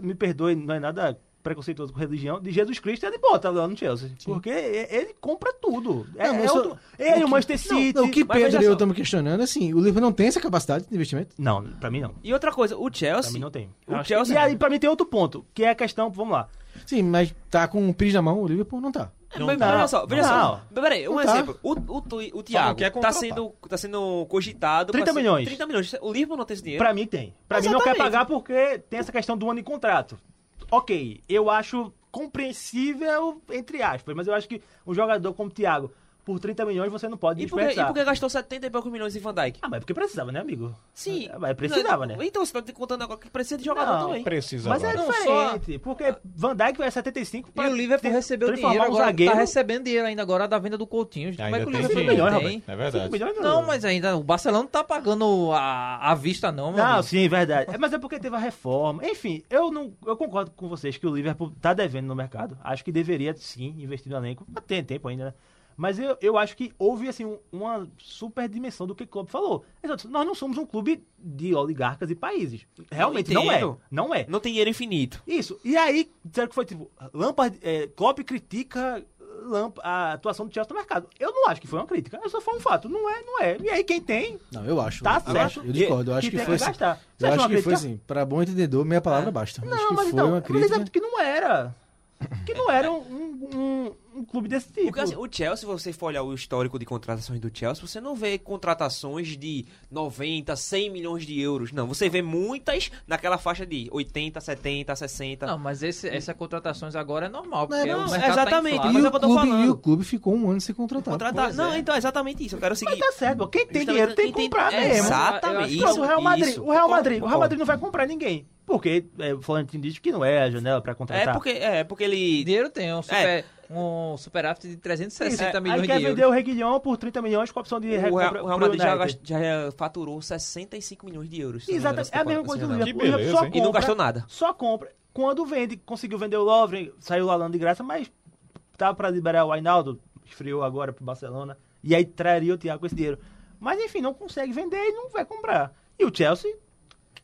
[SPEAKER 5] me eh, perdoe, não é nada preconceituoso com religião, de Jesus Cristo, ele bota lá no Chelsea. Porque e- ele compra tudo. É,
[SPEAKER 7] Não, mas
[SPEAKER 5] é
[SPEAKER 7] só-
[SPEAKER 5] outro- ele,
[SPEAKER 7] que-
[SPEAKER 5] o Manchester
[SPEAKER 7] Não,
[SPEAKER 5] City.
[SPEAKER 7] o que
[SPEAKER 5] Mas veja
[SPEAKER 7] Pedro e eu
[SPEAKER 5] só.
[SPEAKER 7] estamos questionando, assim, o Liverpool não tem essa capacidade de investimento?
[SPEAKER 5] Não, pra mim não.
[SPEAKER 8] E outra coisa, o
[SPEAKER 5] Pra
[SPEAKER 8] Chelsea.
[SPEAKER 5] mim não tem.
[SPEAKER 8] O
[SPEAKER 5] Acho que-
[SPEAKER 8] Chelsea-
[SPEAKER 5] E aí, pra mim tem outro ponto, que é a questão, vamos lá.
[SPEAKER 7] Sim, mas tá com o Pires na mão, o Liverpool não tá.
[SPEAKER 8] É, mas
[SPEAKER 5] dá.
[SPEAKER 8] olha só, veja
[SPEAKER 5] Não.
[SPEAKER 8] só. Peraí, um
[SPEAKER 7] Não dá.
[SPEAKER 8] exemplo. O, o, Tui- o Thiago
[SPEAKER 4] quer
[SPEAKER 8] tá
[SPEAKER 4] contratar.
[SPEAKER 8] sendo, tá sendo cogitado.
[SPEAKER 5] 30
[SPEAKER 8] pra ser-
[SPEAKER 5] milhões.
[SPEAKER 8] 30 milhões. O Liverpool não tem esse dinheiro.
[SPEAKER 5] Pra mim tem. Pra mim não quer
[SPEAKER 8] Exatamente.
[SPEAKER 5] pagar porque tem essa questão do ano de contrato. Ok, eu acho compreensível, entre aspas, mas eu acho que um jogador como o Thiago, por 30 milhões você não pode
[SPEAKER 8] E por, que, e
[SPEAKER 5] desperdiçar.
[SPEAKER 8] por que gastou 70 e poucos milhões em Van Dijk?
[SPEAKER 5] Ah, mas porque precisava, né, amigo?
[SPEAKER 8] Sim.
[SPEAKER 5] Ah, Mas precisava, né?
[SPEAKER 8] Então você tá contando agora que precisa de jogador
[SPEAKER 5] Não,
[SPEAKER 6] um.
[SPEAKER 8] também.
[SPEAKER 4] Precisa.
[SPEAKER 5] Mas é
[SPEAKER 4] agora.
[SPEAKER 6] Não,
[SPEAKER 5] diferente, porque Van Dijk é 75
[SPEAKER 6] E o Liverpool recebeu
[SPEAKER 5] transformar
[SPEAKER 6] dinheiro
[SPEAKER 5] um
[SPEAKER 6] agora,
[SPEAKER 5] zagueiro.
[SPEAKER 6] tá recebendo dinheiro ainda agora da venda do Coutinho. Como é
[SPEAKER 4] Ainda
[SPEAKER 6] que o
[SPEAKER 4] tem
[SPEAKER 6] Liverpool
[SPEAKER 4] dinheiro,
[SPEAKER 6] não
[SPEAKER 5] Roberto.
[SPEAKER 6] tem?
[SPEAKER 4] É
[SPEAKER 5] 5
[SPEAKER 4] verdade.
[SPEAKER 5] milhões
[SPEAKER 6] Não, mas ainda o Barcelona não tá pagando a, a vista não, meu
[SPEAKER 5] Não,
[SPEAKER 6] amigo.
[SPEAKER 5] sim, verdade. É, Mas é porque teve a reforma. Enfim, eu não, eu concordo com vocês que o Liverpool tá devendo no mercado. Acho que deveria sim investir no elenco. Mas Tem tempo ainda, né? Mas eu, eu acho que houve assim um- uma super dimensão do que o Klopp falou. Ele falou, Nós não somos um clube de oligarcas e países. Realmente não é.
[SPEAKER 8] entendo.
[SPEAKER 5] Não é.
[SPEAKER 8] Não tem dinheiro infinito.
[SPEAKER 5] Isso. E aí, disseram que foi tipo, Lampard, é, Klopp critica Lamp- a atuação do Chelsea no mercado. Eu não acho que foi uma crítica. Só foi um fato. Não é, não é. E aí quem tem,
[SPEAKER 7] Não, eu acho.
[SPEAKER 5] Tá
[SPEAKER 7] eu
[SPEAKER 5] certo.
[SPEAKER 7] acho, eu discordo. Eu
[SPEAKER 5] Que
[SPEAKER 7] acho que,
[SPEAKER 5] tem
[SPEAKER 7] foi
[SPEAKER 5] que
[SPEAKER 7] assim.
[SPEAKER 5] gastar. Você
[SPEAKER 7] Eu
[SPEAKER 5] acha
[SPEAKER 7] acho
[SPEAKER 5] uma
[SPEAKER 7] que foi
[SPEAKER 5] crítica?
[SPEAKER 7] assim, pra bom entendedor, meia palavra basta. acho
[SPEAKER 5] Não,
[SPEAKER 7] que
[SPEAKER 5] mas
[SPEAKER 7] foi
[SPEAKER 5] então,
[SPEAKER 7] uma
[SPEAKER 5] mas eles
[SPEAKER 7] crítica.
[SPEAKER 5] acham que não era. Que não era um, um, um- um clube desse tipo.
[SPEAKER 8] Porque assim, o Chelsea, se você for olhar o histórico de contratações do Chelsea, você não vê contratações de 90, 100 milhões de euros. Não, você vê muitas naquela faixa de 80, 70, 60.
[SPEAKER 6] Não, mas esse, essas contratações agora é normal,
[SPEAKER 7] Não,
[SPEAKER 6] porque
[SPEAKER 7] não,
[SPEAKER 6] o mercado
[SPEAKER 8] exatamente.
[SPEAKER 6] tá
[SPEAKER 7] E,
[SPEAKER 8] Mas é
[SPEAKER 6] inflado.
[SPEAKER 7] o
[SPEAKER 8] o que eu tô
[SPEAKER 7] clube,
[SPEAKER 8] falando.
[SPEAKER 7] e o clube ficou um ano sem contratar.
[SPEAKER 8] Contratar. Não, então é exatamente isso. Eu quero seguir.
[SPEAKER 5] Mas tá certo, ó, quem tem
[SPEAKER 8] Justamente-
[SPEAKER 5] dinheiro tem
[SPEAKER 8] quem
[SPEAKER 5] que
[SPEAKER 8] tem-
[SPEAKER 5] comprar
[SPEAKER 8] é,
[SPEAKER 5] mesmo.
[SPEAKER 8] exatamente,
[SPEAKER 5] Mas
[SPEAKER 8] isso,
[SPEAKER 5] o Real Madrid,
[SPEAKER 8] isso.
[SPEAKER 5] o Real
[SPEAKER 8] Concordo,
[SPEAKER 5] Madrid, o Real
[SPEAKER 8] concordo.
[SPEAKER 5] Madrid não vai comprar ninguém. Porque é, o Florentino diz que não é a janela pra contratar.
[SPEAKER 8] É porque, é porque
[SPEAKER 6] E
[SPEAKER 8] ele.
[SPEAKER 6] dinheiro tem, um
[SPEAKER 8] É.
[SPEAKER 6] super, um superávit de 360
[SPEAKER 5] É, aí
[SPEAKER 6] milhões
[SPEAKER 5] quer
[SPEAKER 6] de
[SPEAKER 5] vender
[SPEAKER 6] euros.
[SPEAKER 5] o Reguilhão por 30 milhões com a opção de
[SPEAKER 8] O Real, o
[SPEAKER 5] recompra
[SPEAKER 8] Real
[SPEAKER 5] pro
[SPEAKER 8] Madrid já,
[SPEAKER 5] United.
[SPEAKER 8] gast- já é, faturou 65 milhões de euros. se não me engano,
[SPEAKER 5] Exatamente. É a mesma coisa do
[SPEAKER 8] nessa temporada.
[SPEAKER 4] Que
[SPEAKER 5] Liverpool. O Liverpool
[SPEAKER 4] beleza,
[SPEAKER 5] só
[SPEAKER 4] hein?
[SPEAKER 5] compra,
[SPEAKER 8] E não gastou nada.
[SPEAKER 5] Só compra. Quando vende, conseguiu vender o Lovren, saiu o Alan de graça, mas tava pra liberar o Ainaldo, esfriou agora pro Barcelona, e aí traria o Thiago com esse dinheiro. Mas enfim, não consegue vender e não vai comprar. E o Chelsea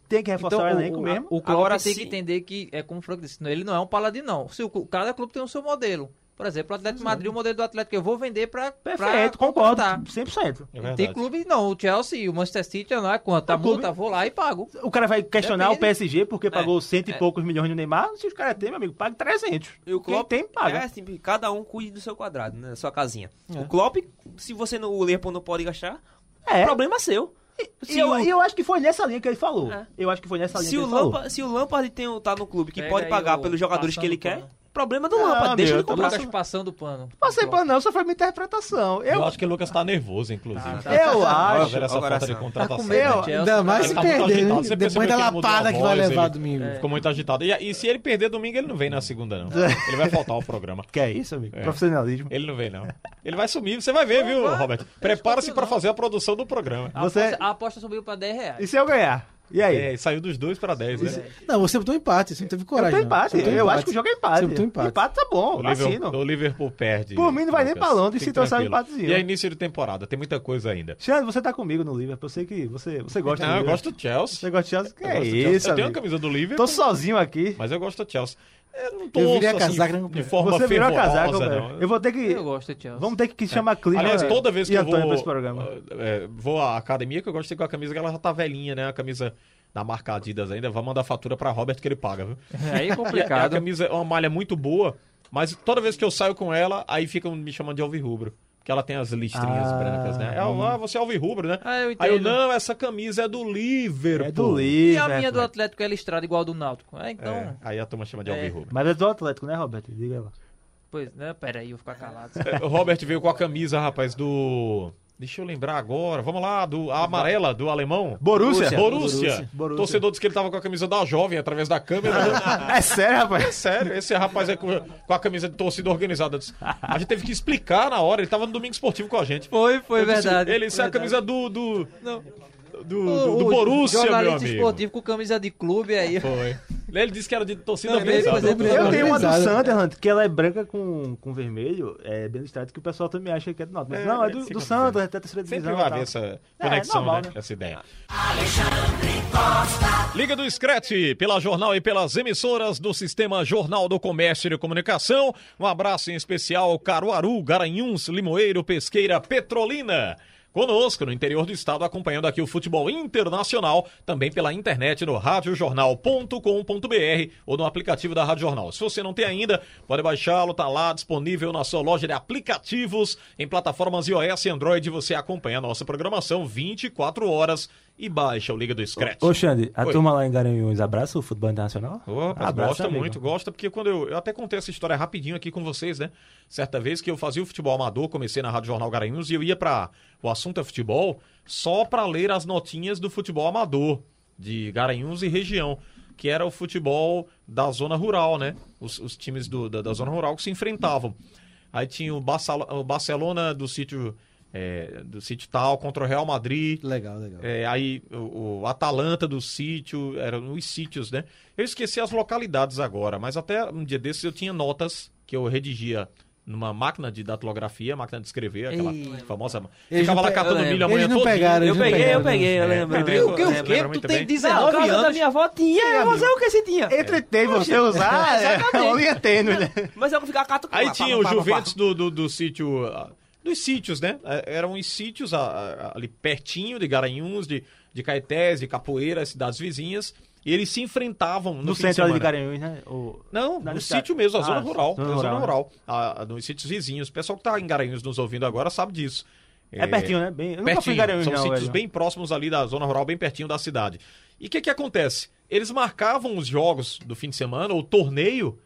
[SPEAKER 5] tem que reforçar
[SPEAKER 8] Então,
[SPEAKER 5] o elenco mesmo.
[SPEAKER 6] Então, O Klopp
[SPEAKER 8] Agora
[SPEAKER 6] tem
[SPEAKER 8] sim.
[SPEAKER 6] que entender que, é como o Frank disse, não, ele não é um paladino, não. Se o clu- cada clube tem o seu modelo. Por exemplo, o Atlético de Madrid, o modelo do Atlético, eu vou vender pra. pra
[SPEAKER 5] Perfeito, concordo,
[SPEAKER 6] contratar.
[SPEAKER 5] 100%.
[SPEAKER 4] É verdade.
[SPEAKER 6] Tem clube, não. O Chelsea, o Manchester City, não é quanto? Tá
[SPEAKER 5] O clube-
[SPEAKER 6] multa, vou lá e pago.
[SPEAKER 5] O cara vai questionar
[SPEAKER 6] Depende.
[SPEAKER 5] o PSG
[SPEAKER 8] É.
[SPEAKER 5] porque pagou cento e poucos milhões no Neymar. Se os caras têm, meu amigo, paga 300.
[SPEAKER 8] E o Klopp
[SPEAKER 5] Quem tem, paga.
[SPEAKER 8] É, assim, cada um cuide do seu quadrado, né, da sua casinha.
[SPEAKER 6] É.
[SPEAKER 8] O Klopp, se você não, o Liverpool não pode gastar,
[SPEAKER 5] É.
[SPEAKER 8] problema seu.
[SPEAKER 5] E
[SPEAKER 8] Se
[SPEAKER 5] eu,
[SPEAKER 8] o, É.
[SPEAKER 5] e eu acho que foi nessa linha que ele falou. Eu acho que foi nessa linha
[SPEAKER 8] se
[SPEAKER 5] que
[SPEAKER 8] o
[SPEAKER 5] ele falou.
[SPEAKER 8] Lampard, se o Lampard tem, um- tá no clube que
[SPEAKER 6] Pega
[SPEAKER 8] pode
[SPEAKER 6] aí
[SPEAKER 8] pagar
[SPEAKER 6] o-
[SPEAKER 8] pelos jogadores que ele
[SPEAKER 6] passando
[SPEAKER 8] quer,
[SPEAKER 6] pano.
[SPEAKER 8] problema do
[SPEAKER 5] Ah,
[SPEAKER 8] Lampard, deixa
[SPEAKER 5] meu,
[SPEAKER 8] ele
[SPEAKER 5] tá
[SPEAKER 8] comprar.
[SPEAKER 6] Lucas passando o pano.
[SPEAKER 5] Passei pra não, só foi minha interpretação.
[SPEAKER 4] Eu
[SPEAKER 5] Eu,
[SPEAKER 4] acho que tá o Lucas tá nervoso, inclusive.
[SPEAKER 5] eu
[SPEAKER 4] Olha
[SPEAKER 5] Ah, acho.
[SPEAKER 4] ver essa
[SPEAKER 8] agora
[SPEAKER 4] falta de
[SPEAKER 8] sim.
[SPEAKER 4] contratação.
[SPEAKER 6] com medo,
[SPEAKER 4] Ele
[SPEAKER 6] Chelsea.
[SPEAKER 7] Ainda mais se
[SPEAKER 4] tá muito
[SPEAKER 7] perder,
[SPEAKER 4] agitado.
[SPEAKER 7] né?
[SPEAKER 4] Você percebeu
[SPEAKER 7] Depois da
[SPEAKER 4] que ele mudou a
[SPEAKER 7] lapada que vai
[SPEAKER 4] voz,
[SPEAKER 7] levar
[SPEAKER 4] ele
[SPEAKER 7] domingo.
[SPEAKER 5] É.
[SPEAKER 4] Ficou muito agitado. E, e se ele perder domingo, ele não vem na segunda, não. Ele vai faltar ao programa.
[SPEAKER 5] Que é isso, amigo?
[SPEAKER 4] É.
[SPEAKER 5] Profissionalismo.
[SPEAKER 4] Ele não vem, não. Ele vai sumir, você vai ver, viu, Robert? Prepara-se pra fazer a produção do programa.
[SPEAKER 5] Você...
[SPEAKER 6] A aposta subiu pra 10 reais.
[SPEAKER 5] E se eu ganhar? E aí?
[SPEAKER 4] É, saiu dos dois pra 10, né?
[SPEAKER 7] Não, você botou empate, você não teve
[SPEAKER 5] Eu
[SPEAKER 7] coragem.
[SPEAKER 5] tô
[SPEAKER 7] não.
[SPEAKER 5] empate.
[SPEAKER 7] Você botou
[SPEAKER 5] Eu acho que o jogo é empate.
[SPEAKER 7] Você botou empate.
[SPEAKER 5] tá bom.
[SPEAKER 4] O
[SPEAKER 5] Assino.
[SPEAKER 4] Liverpool, o Liverpool perde.
[SPEAKER 5] Por mim, não vai nem
[SPEAKER 4] Lucas.
[SPEAKER 5] pra Londres
[SPEAKER 4] Fique
[SPEAKER 5] se trouxer um
[SPEAKER 4] tranquilo.
[SPEAKER 5] empatezinho.
[SPEAKER 4] E é início de temporada, tem muita coisa ainda.
[SPEAKER 5] Xande, você tá comigo no Liverpool. Eu sei que você, você gosta
[SPEAKER 4] Não,
[SPEAKER 5] do
[SPEAKER 4] eu
[SPEAKER 5] Liverpool.
[SPEAKER 4] gosto do Chelsea.
[SPEAKER 5] Você gosta de Chelsea? Que
[SPEAKER 4] Eu
[SPEAKER 5] é
[SPEAKER 4] gosto do Chelsea.
[SPEAKER 5] isso,
[SPEAKER 4] Eu tenho a
[SPEAKER 5] amigo?
[SPEAKER 4] camisa do Liverpool,
[SPEAKER 5] Tô sozinho aqui.
[SPEAKER 4] mas eu gosto do Chelsea. Eu não
[SPEAKER 7] Eu
[SPEAKER 4] tô
[SPEAKER 7] virei a
[SPEAKER 4] assim,
[SPEAKER 7] casaca, não
[SPEAKER 4] de
[SPEAKER 7] comprei.
[SPEAKER 4] forma
[SPEAKER 5] Você virou a
[SPEAKER 4] fervorosa,
[SPEAKER 5] casaca,
[SPEAKER 4] não.
[SPEAKER 5] velho. Eu vou ter que...
[SPEAKER 6] Eu gosto, Chelsea.
[SPEAKER 5] Vamos ter que chamar Clima
[SPEAKER 4] Aliás, toda vez que
[SPEAKER 5] e
[SPEAKER 4] eu
[SPEAKER 5] Antônio
[SPEAKER 4] vou,
[SPEAKER 5] pra esse programa.
[SPEAKER 4] eh, eh, vou à academia, que eu gosto de ter com a camisa, que ela já tá velhinha, né? A camisa da marca Adidas ainda. Vai mandar fatura pra Robert que ele paga, viu?
[SPEAKER 6] Aí
[SPEAKER 4] É
[SPEAKER 6] é
[SPEAKER 4] uma
[SPEAKER 6] complicado.
[SPEAKER 4] camisa, é uma malha muito boa, mas toda vez que eu saio com ela, aí ficam me chamando de alvirrubro. Porque ela tem as listrinhas
[SPEAKER 5] Ah,
[SPEAKER 4] brancas, né? É, ah, você é alvirrubro, né?
[SPEAKER 6] Ah, eu
[SPEAKER 4] aí eu,
[SPEAKER 6] entendo.
[SPEAKER 4] não, essa camisa é do Liverpool.
[SPEAKER 5] É do
[SPEAKER 6] E
[SPEAKER 5] Liverpool.
[SPEAKER 6] a minha do Atlético é listrada igual a do Náutico. É, então.
[SPEAKER 4] É, aí a turma chama de
[SPEAKER 6] É.
[SPEAKER 4] alvirrubro.
[SPEAKER 5] Mas é do Atlético, né, Roberto? Diga lá.
[SPEAKER 6] Pois, né? Pera aí, eu vou ficar calado.
[SPEAKER 4] O Robert veio com a camisa, rapaz, do... Deixa eu lembrar agora. Vamos lá, do a amarela do alemão.
[SPEAKER 5] Borussia.
[SPEAKER 4] Borussia.
[SPEAKER 5] Borussia.
[SPEAKER 4] Torcedor disse que ele tava com a camisa da jovem através da câmera.
[SPEAKER 5] É sério, rapaz?
[SPEAKER 4] É sério, esse rapaz é com, com a camisa de torcida organizada. A gente teve que explicar na hora, ele tava no domingo esportivo com a gente.
[SPEAKER 6] Foi, foi
[SPEAKER 4] Eu disse,
[SPEAKER 6] verdade.
[SPEAKER 4] Ele isso é a
[SPEAKER 6] Verdade.
[SPEAKER 4] camisa do. do, do,
[SPEAKER 6] O-
[SPEAKER 4] do, do
[SPEAKER 6] o
[SPEAKER 4] Borussia, meu
[SPEAKER 6] jornalista
[SPEAKER 4] amigo.
[SPEAKER 6] esportivo com camisa de clube aí.
[SPEAKER 4] Foi.
[SPEAKER 10] Ele disse que era de torcida
[SPEAKER 7] Não, ele
[SPEAKER 10] organizada.
[SPEAKER 7] fazia
[SPEAKER 5] Eu
[SPEAKER 7] Não,
[SPEAKER 5] tenho uma do
[SPEAKER 7] organizado.
[SPEAKER 5] Sunderland, que ela é branca com, com vermelho, é bem listrado, que o pessoal também acha que é do Náutico. Mas
[SPEAKER 4] É,
[SPEAKER 5] não, é
[SPEAKER 4] é
[SPEAKER 5] do,
[SPEAKER 4] sempre
[SPEAKER 5] do
[SPEAKER 4] assim.
[SPEAKER 5] Sunderland, até a terceira divisão.
[SPEAKER 4] Sempre
[SPEAKER 5] e
[SPEAKER 4] vai
[SPEAKER 5] tal.
[SPEAKER 4] haver essa
[SPEAKER 5] É,
[SPEAKER 4] conexão,
[SPEAKER 5] normal,
[SPEAKER 4] né?
[SPEAKER 5] né?
[SPEAKER 4] Essa ideia. Liga do Screte, pela jornal e pelas emissoras do Sistema Jornal do Comércio e de Comunicação. Um abraço em especial ao Caruaru, Garanhuns, Limoeiro, Pesqueira, Petrolina. Conosco, no interior do estado, acompanhando aqui o futebol internacional, também pela internet no radiojornal.com.br ou no aplicativo da Rádio Jornal. Se você não tem ainda, pode baixá-lo, tá lá disponível na sua loja de aplicativos, em plataformas iOS e Android, você acompanha a nossa programação 24 horas e baixa o Liga do Scratch.
[SPEAKER 5] Ô, Xande, a
[SPEAKER 4] Oi.
[SPEAKER 5] turma lá em Garanhuns abraça o futebol internacional?
[SPEAKER 4] Ô, rapaz,
[SPEAKER 5] Abraça,
[SPEAKER 4] gosta
[SPEAKER 5] amigo.
[SPEAKER 4] muito, gosta, porque quando eu, eu até contei essa história rapidinho aqui com vocês, né? Certa vez que eu fazia o futebol amador, comecei na Rádio Jornal Garanhuns e eu ia pra o assunto é futebol só pra ler as notinhas do futebol amador de Garanhuns e região, que era o futebol da zona rural, né? Os, os times do- da, da zona rural que se enfrentavam. Aí tinha o, Barcelo- o Barcelona do sítio é, do sítio tal contra o Real Madrid.
[SPEAKER 7] Legal, legal.
[SPEAKER 4] É, aí o, o Atalanta do sítio, eram os sítios, né? Eu esqueci as localidades agora, mas até um dia desses eu tinha notas que eu redigia numa máquina de datilografia, máquina de escrever, aquela
[SPEAKER 6] Ei.
[SPEAKER 4] famosa.
[SPEAKER 7] Eles
[SPEAKER 4] Ficava
[SPEAKER 7] não
[SPEAKER 4] lá
[SPEAKER 7] pe-
[SPEAKER 4] catando
[SPEAKER 6] eu
[SPEAKER 4] milho a
[SPEAKER 7] Eles
[SPEAKER 4] manhã
[SPEAKER 7] não
[SPEAKER 4] toda.
[SPEAKER 7] pegaram,
[SPEAKER 8] Eu
[SPEAKER 7] eles não
[SPEAKER 8] peguei, eu
[SPEAKER 7] pegaram.
[SPEAKER 8] peguei, eu
[SPEAKER 4] É,
[SPEAKER 8] lembro.
[SPEAKER 4] Pedro,
[SPEAKER 8] eu
[SPEAKER 4] eu-
[SPEAKER 8] lembro.
[SPEAKER 4] eu- lembra muito bem.
[SPEAKER 6] Não, a
[SPEAKER 8] 19
[SPEAKER 6] camisa da
[SPEAKER 8] anos.
[SPEAKER 6] minha avó tinha, mas é o que você tinha.
[SPEAKER 5] Entretei você usar é, a linha tênue, né?
[SPEAKER 8] Mas eu vou ficar catucando.
[SPEAKER 4] Aí
[SPEAKER 8] lá,
[SPEAKER 4] tinha
[SPEAKER 8] pá,
[SPEAKER 4] o
[SPEAKER 8] pá, pá, pá.
[SPEAKER 4] Juventus do, do, do sítio. ah, Dos sítios, né? Eh, Eram os sítios ah, ah, ali pertinho de Garanhuns, de, de Caetés, de Capoeira, cidades vizinhas. E eles se enfrentavam no,
[SPEAKER 5] No
[SPEAKER 4] fim de
[SPEAKER 5] centro ali de
[SPEAKER 4] semana.
[SPEAKER 5] Garanhuns, né? O-
[SPEAKER 4] Não,
[SPEAKER 5] Na
[SPEAKER 4] no
[SPEAKER 5] cidade.
[SPEAKER 4] sítio mesmo, a
[SPEAKER 5] Ah,
[SPEAKER 4] zona rural.
[SPEAKER 5] zona
[SPEAKER 4] na zona
[SPEAKER 5] rural,
[SPEAKER 4] rural. a- nos sítios vizinhos. O pessoal que tá em Garanhuns nos ouvindo agora sabe disso.
[SPEAKER 5] É pertinho, né? Bem, eu nunca fui
[SPEAKER 4] Pertinho.
[SPEAKER 5] em Garanhuns,
[SPEAKER 4] São
[SPEAKER 5] não,
[SPEAKER 4] sítios
[SPEAKER 5] velho.
[SPEAKER 4] bem próximos ali da zona rural, bem pertinho da cidade. E o que que acontece? Eles marcavam os jogos do fim de semana, o torneio,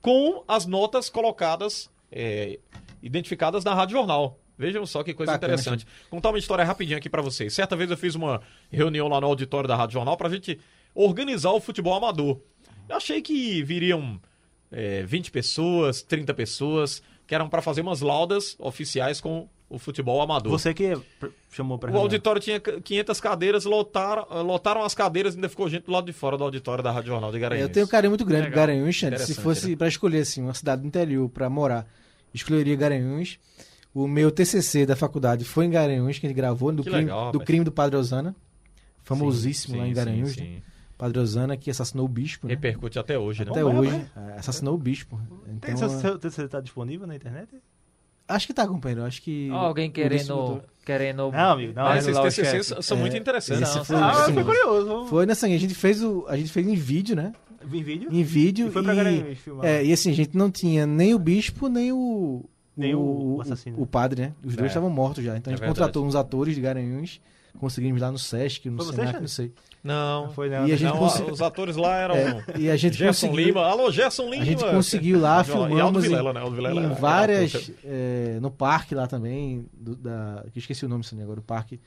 [SPEAKER 4] com as notas colocadas, é, identificadas na Rádio Jornal. Vejam só que coisa
[SPEAKER 7] Bacana,
[SPEAKER 4] interessante. Contar uma história rapidinha aqui pra vocês. Certa vez eu fiz uma reunião lá no auditório da Rádio Jornal pra gente organizar o futebol amador. Eu achei que viriam é, 20 pessoas, 30 pessoas, que eram pra fazer umas laudas oficiais com o futebol amador.
[SPEAKER 5] Você que pr- chamou pra
[SPEAKER 4] O auditório tinha 500 cadeiras, lotaram, eh, lotaram as cadeiras e ainda ficou gente do lado de fora do auditório da Rádio Jornal de Garanhuns.
[SPEAKER 7] Eu tenho um carinho muito grande pro
[SPEAKER 4] Legal.
[SPEAKER 7] Garanhuns, Xande. Se
[SPEAKER 4] Interessante, né?
[SPEAKER 7] fosse pra escolher assim, uma cidade do interior pra morar, escolheria Garanhuns. O meu TCC da faculdade foi em Garanhuns, que a gente gravou, do,
[SPEAKER 4] Que
[SPEAKER 7] crime,
[SPEAKER 4] legal,
[SPEAKER 7] do
[SPEAKER 4] rapaz.
[SPEAKER 7] crime do Padre Osana. Famosíssimo
[SPEAKER 4] Sim,
[SPEAKER 7] lá em
[SPEAKER 4] sim,
[SPEAKER 7] Garanhuns.
[SPEAKER 4] sim,
[SPEAKER 7] né?
[SPEAKER 4] sim.
[SPEAKER 7] Padre Osana, que assassinou o bispo. Né?
[SPEAKER 4] Repercute até hoje, né?
[SPEAKER 7] Até
[SPEAKER 5] Bom,
[SPEAKER 7] hoje,
[SPEAKER 5] né?
[SPEAKER 7] é, assassinou o bispo.
[SPEAKER 5] Tem,
[SPEAKER 7] Então,
[SPEAKER 5] seu,
[SPEAKER 7] é,
[SPEAKER 5] seu, seu, seu tá disponível na internet?
[SPEAKER 7] acho que tá, companheiro. Acho que.
[SPEAKER 6] Ó, alguém
[SPEAKER 7] o Ulisses
[SPEAKER 6] querendo.
[SPEAKER 7] botou.
[SPEAKER 6] querendo
[SPEAKER 5] Não, amigo, não,
[SPEAKER 4] Ah,
[SPEAKER 6] Vai
[SPEAKER 5] esse-
[SPEAKER 4] esses
[SPEAKER 6] lá o
[SPEAKER 4] TCCs
[SPEAKER 6] chefe.
[SPEAKER 4] são muito
[SPEAKER 7] É,
[SPEAKER 4] interessantes.
[SPEAKER 7] esse
[SPEAKER 6] Não,
[SPEAKER 7] foi,
[SPEAKER 6] não.
[SPEAKER 5] Ah, eu
[SPEAKER 7] assim,
[SPEAKER 5] fiquei curioso. vamos-
[SPEAKER 7] foi nessa. A gente fez o. A gente fez em vídeo, né?
[SPEAKER 5] Em vídeo?
[SPEAKER 7] Em vídeo.
[SPEAKER 5] E foi pra Garanhuns filmar.
[SPEAKER 7] É, e assim, a gente não tinha nem o bispo, nem o.
[SPEAKER 5] Nem o assassino.
[SPEAKER 7] o padre, né? Os dois
[SPEAKER 4] É.
[SPEAKER 7] estavam mortos já. Então a
[SPEAKER 4] É
[SPEAKER 7] gente
[SPEAKER 4] verdade.
[SPEAKER 7] contratou uns atores de Garanhuns. Conseguimos lá no Sesc, no
[SPEAKER 5] Foi você,
[SPEAKER 7] Senac,
[SPEAKER 5] Xande?
[SPEAKER 7] não sei.
[SPEAKER 4] Não,
[SPEAKER 5] Foi, né?
[SPEAKER 7] E a gente
[SPEAKER 4] não,
[SPEAKER 7] consi-
[SPEAKER 4] os atores lá eram
[SPEAKER 7] E a gente
[SPEAKER 4] Gerson
[SPEAKER 7] conseguiu.
[SPEAKER 4] Lima. Alô, Gerson Lima!
[SPEAKER 7] A gente conseguiu lá,
[SPEAKER 4] Jornal. E Aldo
[SPEAKER 7] filmamos em,
[SPEAKER 4] Vilela, né? Aldo Vilela
[SPEAKER 7] em
[SPEAKER 4] era- era
[SPEAKER 7] várias.
[SPEAKER 4] ator.
[SPEAKER 7] é, no parque lá também, do, da, que eu esqueci o nome Sônia, agora, o parque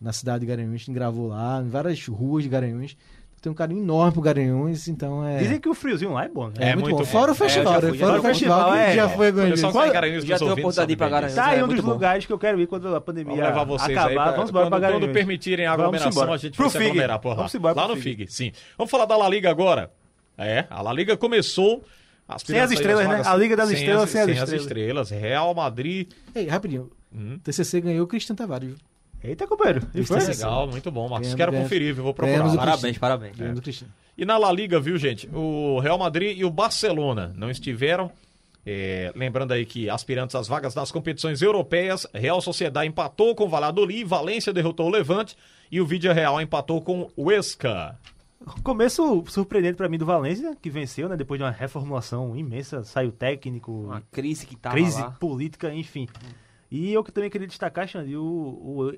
[SPEAKER 7] na cidade de Garanhuns, a gente gravou lá, em várias ruas de Garanhuns. Tem um carinho enorme pro Garanhuns, então é.
[SPEAKER 5] Dizem que o friozinho lá é bom, né?
[SPEAKER 7] é,
[SPEAKER 4] É
[SPEAKER 7] muito,
[SPEAKER 4] muito
[SPEAKER 7] bom.
[SPEAKER 4] bom.
[SPEAKER 7] Fora
[SPEAKER 4] É,
[SPEAKER 7] o festival,
[SPEAKER 8] eu já
[SPEAKER 7] né?
[SPEAKER 8] fui, já
[SPEAKER 7] Fora o
[SPEAKER 5] fui.
[SPEAKER 7] festival,
[SPEAKER 5] É.
[SPEAKER 7] já foi
[SPEAKER 4] O pessoal
[SPEAKER 7] Garanhuns.
[SPEAKER 4] que tá em Garanhuns
[SPEAKER 8] Já
[SPEAKER 4] nos
[SPEAKER 8] deu
[SPEAKER 4] ouvindo
[SPEAKER 8] oportunidade
[SPEAKER 4] sabe é.
[SPEAKER 8] pra
[SPEAKER 4] bem disso.
[SPEAKER 8] Garanhuns.
[SPEAKER 5] Tá aí um
[SPEAKER 8] muito
[SPEAKER 5] dos
[SPEAKER 8] bom.
[SPEAKER 5] lugares que eu quero ir quando a pandemia
[SPEAKER 4] Vamos levar vocês
[SPEAKER 5] acabar.
[SPEAKER 4] aí. Pra,
[SPEAKER 5] vamos embora
[SPEAKER 4] quando,
[SPEAKER 5] pra Garanhuns.
[SPEAKER 4] quando permitirem a
[SPEAKER 5] Vamos
[SPEAKER 4] aglomeração,
[SPEAKER 5] embora.
[SPEAKER 4] a gente
[SPEAKER 5] Pro
[SPEAKER 4] vai se
[SPEAKER 5] Fig.
[SPEAKER 4] aglomerar por lá.
[SPEAKER 5] Vamos embora
[SPEAKER 4] lá
[SPEAKER 5] pro
[SPEAKER 4] no
[SPEAKER 5] Fig.
[SPEAKER 4] FIG. sim. Vamos falar da La Liga agora. É, a La Liga começou. as
[SPEAKER 5] Sem as estrelas,
[SPEAKER 4] vagas-
[SPEAKER 5] né? A Liga das Estrelas sem as
[SPEAKER 4] as
[SPEAKER 5] estrelas.
[SPEAKER 4] estrelas. Real Madrid.
[SPEAKER 7] Ei, rapidinho.
[SPEAKER 5] Uhum.
[SPEAKER 7] TCC ganhou o Cristian Tavares. viu?
[SPEAKER 5] Eita, companheiro. E foi?
[SPEAKER 4] tá
[SPEAKER 5] assim.
[SPEAKER 4] Legal, muito bom, Marcos.
[SPEAKER 7] Ganhamos,
[SPEAKER 4] Quero
[SPEAKER 7] ganhamos.
[SPEAKER 4] conferir, viu? Vou procurar.
[SPEAKER 7] Ganhamos o
[SPEAKER 8] Parabéns,
[SPEAKER 4] Parabéns.
[SPEAKER 5] É.
[SPEAKER 8] parabéns.
[SPEAKER 7] Ganhou do Cristian.
[SPEAKER 4] E na La Liga, viu, gente? O Real Madrid e o Barcelona não estiveram. É, lembrando aí que aspirantes às vagas das competições europeias, Real Sociedade empatou com o Valladolid, Valência derrotou o Levante e o Vídeo Real empatou com o Huesca.
[SPEAKER 5] Começo surpreendente pra mim do Valência, que venceu, né? Depois de uma reformulação imensa, saiu técnico,
[SPEAKER 8] Uma crise que tava
[SPEAKER 5] crise
[SPEAKER 8] lá. Hum.
[SPEAKER 5] política, enfim. E eu que também queria destacar, Xande, o,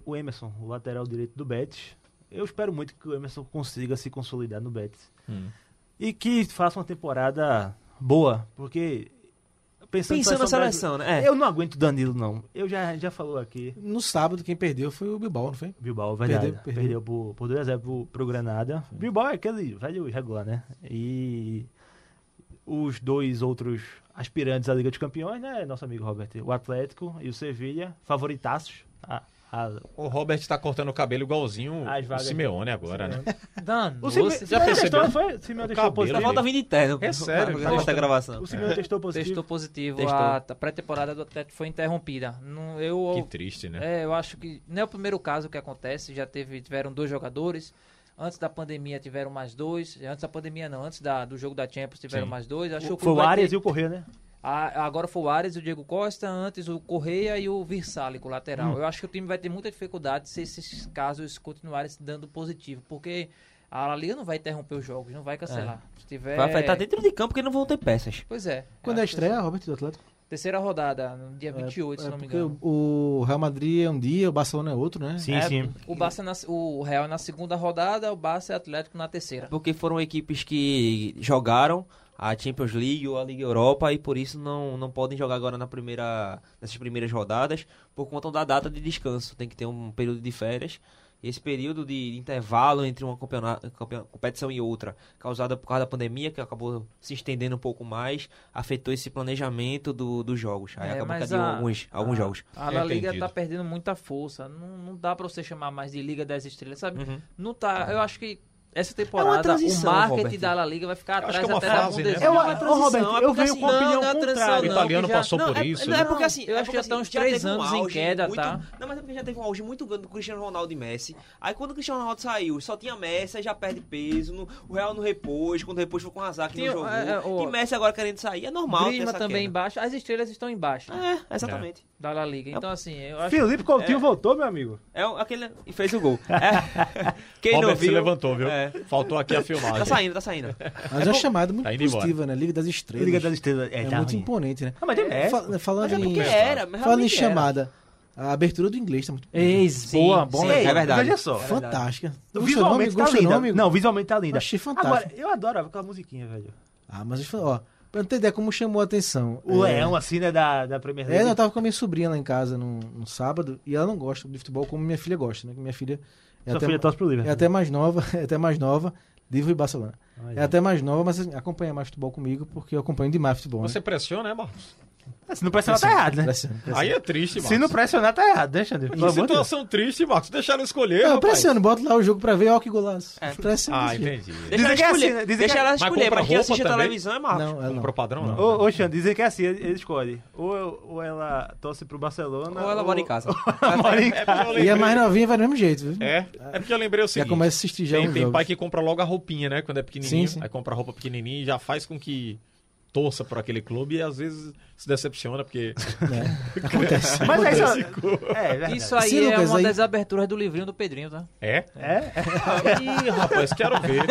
[SPEAKER 5] o, o Emerson, o lateral direito do Betis. Eu espero muito que o Emerson consiga se consolidar no Betis.
[SPEAKER 8] Hum.
[SPEAKER 5] E que faça uma temporada boa, porque... Pensando,
[SPEAKER 8] Pensando na seleção,
[SPEAKER 5] brasileira-
[SPEAKER 8] né? É.
[SPEAKER 5] Eu não aguento o Danilo, não. Eu já, já falou aqui.
[SPEAKER 7] No sábado, quem perdeu foi o Bilbao, não foi?
[SPEAKER 5] Bilbao, verdade.
[SPEAKER 7] Perdeu,
[SPEAKER 5] Perdeu,
[SPEAKER 7] perdeu.
[SPEAKER 5] por, por 2x0 pro, pro Granada. Bilbao é aquele velho regular, né? E os dois outros aspirantes à Liga dos Campeões, né? Nosso amigo Robert, o Atlético e o Sevilha, favoritaços a, A-
[SPEAKER 4] O Robert tá cortando o cabelo igualzinho
[SPEAKER 5] As
[SPEAKER 4] o
[SPEAKER 5] vagas.
[SPEAKER 4] Simeone agora, né?
[SPEAKER 6] Dano.
[SPEAKER 5] O Simeone
[SPEAKER 6] você-
[SPEAKER 4] já
[SPEAKER 5] Simeone
[SPEAKER 4] percebeu?
[SPEAKER 5] testou, foi? O Simeone testou
[SPEAKER 4] cabelo,
[SPEAKER 5] positivo.
[SPEAKER 4] hein?
[SPEAKER 8] Falta vir de terno.
[SPEAKER 4] É sério,
[SPEAKER 8] Pra esta gravação.
[SPEAKER 5] O Simeone testou
[SPEAKER 6] Testou
[SPEAKER 5] positivo.
[SPEAKER 6] positivo.
[SPEAKER 8] Testou.
[SPEAKER 6] A t- pré-temporada do Atlético foi interrompida. Não, eu,
[SPEAKER 4] Que triste, né?
[SPEAKER 6] É, eu acho que não é o primeiro caso que acontece. Já teve, tiveram dois jogadores. Antes da pandemia tiveram mais dois. Antes da pandemia não, antes da- do jogo da Champions tiveram
[SPEAKER 4] Sim.
[SPEAKER 6] mais dois. Acho que
[SPEAKER 5] Foi
[SPEAKER 6] clube
[SPEAKER 5] o
[SPEAKER 6] vai
[SPEAKER 5] Arias
[SPEAKER 6] ter-
[SPEAKER 5] e o Correia, né?
[SPEAKER 6] A- agora foi o Arias e o Diego Costa, antes o Correia e o Virsálico, lateral. Eu acho que o time vai ter muita dificuldade se esses casos continuarem se dando positivo, porque a La Liga não vai interromper os jogos, não vai cancelar. Se tiver...
[SPEAKER 8] Vai afetar dentro de campo porque não vão ter peças.
[SPEAKER 6] Pois é.
[SPEAKER 7] Quando
[SPEAKER 6] Eu
[SPEAKER 7] é a
[SPEAKER 6] acho que-
[SPEAKER 7] estreia, Robert, do Atlético?
[SPEAKER 6] Terceira rodada, no dia 28,
[SPEAKER 7] é,
[SPEAKER 6] se não me
[SPEAKER 7] porque
[SPEAKER 6] engano.
[SPEAKER 7] o o Real Madrid é um dia, o Barcelona é outro, né?
[SPEAKER 5] Sim,
[SPEAKER 6] É,
[SPEAKER 5] sim.
[SPEAKER 6] O, Barça na- o Real é na segunda rodada, o Barça e Atlético na terceira.
[SPEAKER 8] Porque foram equipes que jogaram a Champions League ou a Liga Europa e por isso não, não podem jogar agora na primeira, nessas primeiras rodadas por conta da data de descanso. Tem que ter um período de férias. E esse período de intervalo entre uma campeona- campe- competição e outra, causada por causa da pandemia, que acabou se estendendo um pouco mais, afetou esse planejamento do, dos jogos. Aí
[SPEAKER 6] É,
[SPEAKER 8] acabou
[SPEAKER 6] mas
[SPEAKER 8] que adiou
[SPEAKER 6] a-
[SPEAKER 8] alguns, alguns jogos.
[SPEAKER 6] A La Liga
[SPEAKER 4] Entendido.
[SPEAKER 6] tá perdendo muita força. Não, não dá pra você chamar mais de Liga das Estrelas, sabe?
[SPEAKER 4] Uhum.
[SPEAKER 6] Não tá. Eu acho que essa temporada o
[SPEAKER 8] transição,
[SPEAKER 6] marketing
[SPEAKER 8] Roberto.
[SPEAKER 6] da La Liga vai ficar
[SPEAKER 4] acho
[SPEAKER 6] atrás
[SPEAKER 4] que é uma
[SPEAKER 6] até
[SPEAKER 4] fase,
[SPEAKER 6] da
[SPEAKER 4] né?
[SPEAKER 6] Bundesliga.
[SPEAKER 8] é
[SPEAKER 5] Eu, ô, Roberto,
[SPEAKER 8] transição, é
[SPEAKER 5] eu
[SPEAKER 8] porque
[SPEAKER 5] venho
[SPEAKER 8] assim,
[SPEAKER 5] com
[SPEAKER 6] não,
[SPEAKER 5] a opinião
[SPEAKER 6] não é transição,
[SPEAKER 5] contrária.
[SPEAKER 4] O
[SPEAKER 6] não,
[SPEAKER 4] italiano
[SPEAKER 6] que já-
[SPEAKER 4] passou
[SPEAKER 8] Não,
[SPEAKER 4] por
[SPEAKER 8] é-
[SPEAKER 4] isso.
[SPEAKER 8] Não, é
[SPEAKER 4] né?
[SPEAKER 8] porque assim,
[SPEAKER 6] Eu acho que já tá
[SPEAKER 8] assim,
[SPEAKER 6] uns três
[SPEAKER 8] teve um
[SPEAKER 6] anos em
[SPEAKER 8] auge
[SPEAKER 6] queda,
[SPEAKER 8] muito-
[SPEAKER 6] tá?
[SPEAKER 8] Não, mas é porque já teve um auge muito grande do Cristiano Ronaldo e Messi. Aí quando o Cristiano Ronaldo saiu, só tinha Messi, aí já perde peso. no- o Real no repouso, quando o repouso foi com o Hazard, que
[SPEAKER 6] Tinha-
[SPEAKER 8] não jogou.
[SPEAKER 6] é, é, o-
[SPEAKER 8] E Messi agora querendo sair, é normal. ter
[SPEAKER 6] Grisma
[SPEAKER 8] essa
[SPEAKER 6] também
[SPEAKER 8] queda.
[SPEAKER 6] embaixo. As estrelas estão embaixo
[SPEAKER 8] É, exatamente.
[SPEAKER 6] da La Liga. Então, assim, eu acho
[SPEAKER 5] Felipe Coutinho voltou, meu amigo.
[SPEAKER 8] É, um- aquele... E fez o gol. É. Quem
[SPEAKER 4] Robert
[SPEAKER 8] não viu...
[SPEAKER 4] se levantou, viu?
[SPEAKER 8] É.
[SPEAKER 4] Faltou aqui a
[SPEAKER 8] Tá
[SPEAKER 4] filmagem.
[SPEAKER 8] saindo, tá saindo.
[SPEAKER 7] Mas é uma chamada muito
[SPEAKER 4] Tá indo
[SPEAKER 7] positiva, né? Liga das Estrelas.
[SPEAKER 5] Liga das Estrelas.
[SPEAKER 7] É,
[SPEAKER 5] É, tá
[SPEAKER 7] muito
[SPEAKER 5] ruim.
[SPEAKER 7] imponente, né?
[SPEAKER 5] Ah, mas tem
[SPEAKER 7] É,
[SPEAKER 5] Messi.
[SPEAKER 7] Fa- falando
[SPEAKER 8] Mas é
[SPEAKER 7] em,
[SPEAKER 8] porque era, mas
[SPEAKER 7] falando em
[SPEAKER 8] realmente era.
[SPEAKER 7] chamada, a abertura do inglês tá muito
[SPEAKER 5] Ex,
[SPEAKER 6] Sim,
[SPEAKER 5] boa, bom.
[SPEAKER 6] sim.
[SPEAKER 5] legal.
[SPEAKER 8] É verdade.
[SPEAKER 5] Veja só.
[SPEAKER 7] fantástica. Gostou
[SPEAKER 5] Visualmente
[SPEAKER 7] do
[SPEAKER 5] tá
[SPEAKER 7] nome? Gostou do
[SPEAKER 5] linda.
[SPEAKER 7] nome?
[SPEAKER 5] Não, visualmente tá linda.
[SPEAKER 7] Achei fantástico.
[SPEAKER 5] Agora, eu adorava aquela musiquinha, velho.
[SPEAKER 7] Ah, mas eles falaram, ó, pra não ter ideia como chamou a atenção.
[SPEAKER 5] O
[SPEAKER 7] É,
[SPEAKER 5] leão, assim, né, da, da Premier
[SPEAKER 7] É,
[SPEAKER 5] League.
[SPEAKER 7] não, eu tava com a minha sobrinha lá em casa num, num sábado e ela não gosta de futebol como minha filha gosta, né? Que Minha filha é,
[SPEAKER 5] Sua
[SPEAKER 7] até,
[SPEAKER 5] filha torce pro Liverpool.
[SPEAKER 7] é até mais nova, é até mais nova, livro e Barcelona.
[SPEAKER 5] Olha.
[SPEAKER 7] é até mais nova, mas assim, acompanha mais futebol comigo porque eu acompanho demais futebol.
[SPEAKER 4] Você pressiona, né, Marcos?
[SPEAKER 5] Ah, Se não pressionar, tá errado, né?
[SPEAKER 7] Pressiona, pressiona.
[SPEAKER 4] Aí é triste, Marcos.
[SPEAKER 5] Se não pressionar, tá errado, né, Xander?
[SPEAKER 4] Que
[SPEAKER 5] Pelo amor de Deus.
[SPEAKER 4] situação triste, Marcos. Deixaram escolher,
[SPEAKER 7] Não, eu
[SPEAKER 4] rapaz.
[SPEAKER 7] pressiono, boto lá o jogo pra ver, ó que golaço. Pressiona.
[SPEAKER 4] Ah,
[SPEAKER 7] assim.
[SPEAKER 4] entendi.
[SPEAKER 8] Deixa ela
[SPEAKER 5] que é assim,
[SPEAKER 8] escolher.
[SPEAKER 5] né? Dizem
[SPEAKER 8] Deixa
[SPEAKER 5] que é-
[SPEAKER 8] ela
[SPEAKER 4] Mas
[SPEAKER 8] escolher,
[SPEAKER 4] compra
[SPEAKER 8] mas quem
[SPEAKER 4] roupa
[SPEAKER 8] assiste a
[SPEAKER 4] também?
[SPEAKER 8] televisão é Marcos.
[SPEAKER 7] Não, ela não.
[SPEAKER 4] Pro padrão, não.
[SPEAKER 5] Ô, ô, Xander, dizem que é assim, ele escolhe. Ou, eu- ou ela torce pro Barcelona...
[SPEAKER 8] Ou ela mora em casa.
[SPEAKER 5] Ela mora em
[SPEAKER 4] É
[SPEAKER 5] casa.
[SPEAKER 4] porque eu
[SPEAKER 7] E
[SPEAKER 4] lembrei-
[SPEAKER 7] a mais novinha vai do mesmo jeito, viu?
[SPEAKER 4] É, é porque eu lembrei o
[SPEAKER 7] já
[SPEAKER 4] seguinte.
[SPEAKER 7] começa a assistir já
[SPEAKER 4] tem,
[SPEAKER 7] os
[SPEAKER 4] tem
[SPEAKER 7] jogos.
[SPEAKER 4] pai que compra logo a roupinha, né? Quando é pequenininho.
[SPEAKER 7] Sim, sim.
[SPEAKER 4] Aí compra a roupa pequenininha e já faz com que torça por aquele clube e às vezes se decepciona porque acontece.
[SPEAKER 5] Mas é isso.
[SPEAKER 4] Acontece.
[SPEAKER 5] É, é verdade.
[SPEAKER 6] Isso aí
[SPEAKER 7] Sim,
[SPEAKER 6] é
[SPEAKER 7] Lucas,
[SPEAKER 6] uma
[SPEAKER 7] aí-
[SPEAKER 6] das aberturas do livrinho do Pedrinho, tá?
[SPEAKER 4] É?
[SPEAKER 5] É?
[SPEAKER 4] Ih, rapaz, quero ver.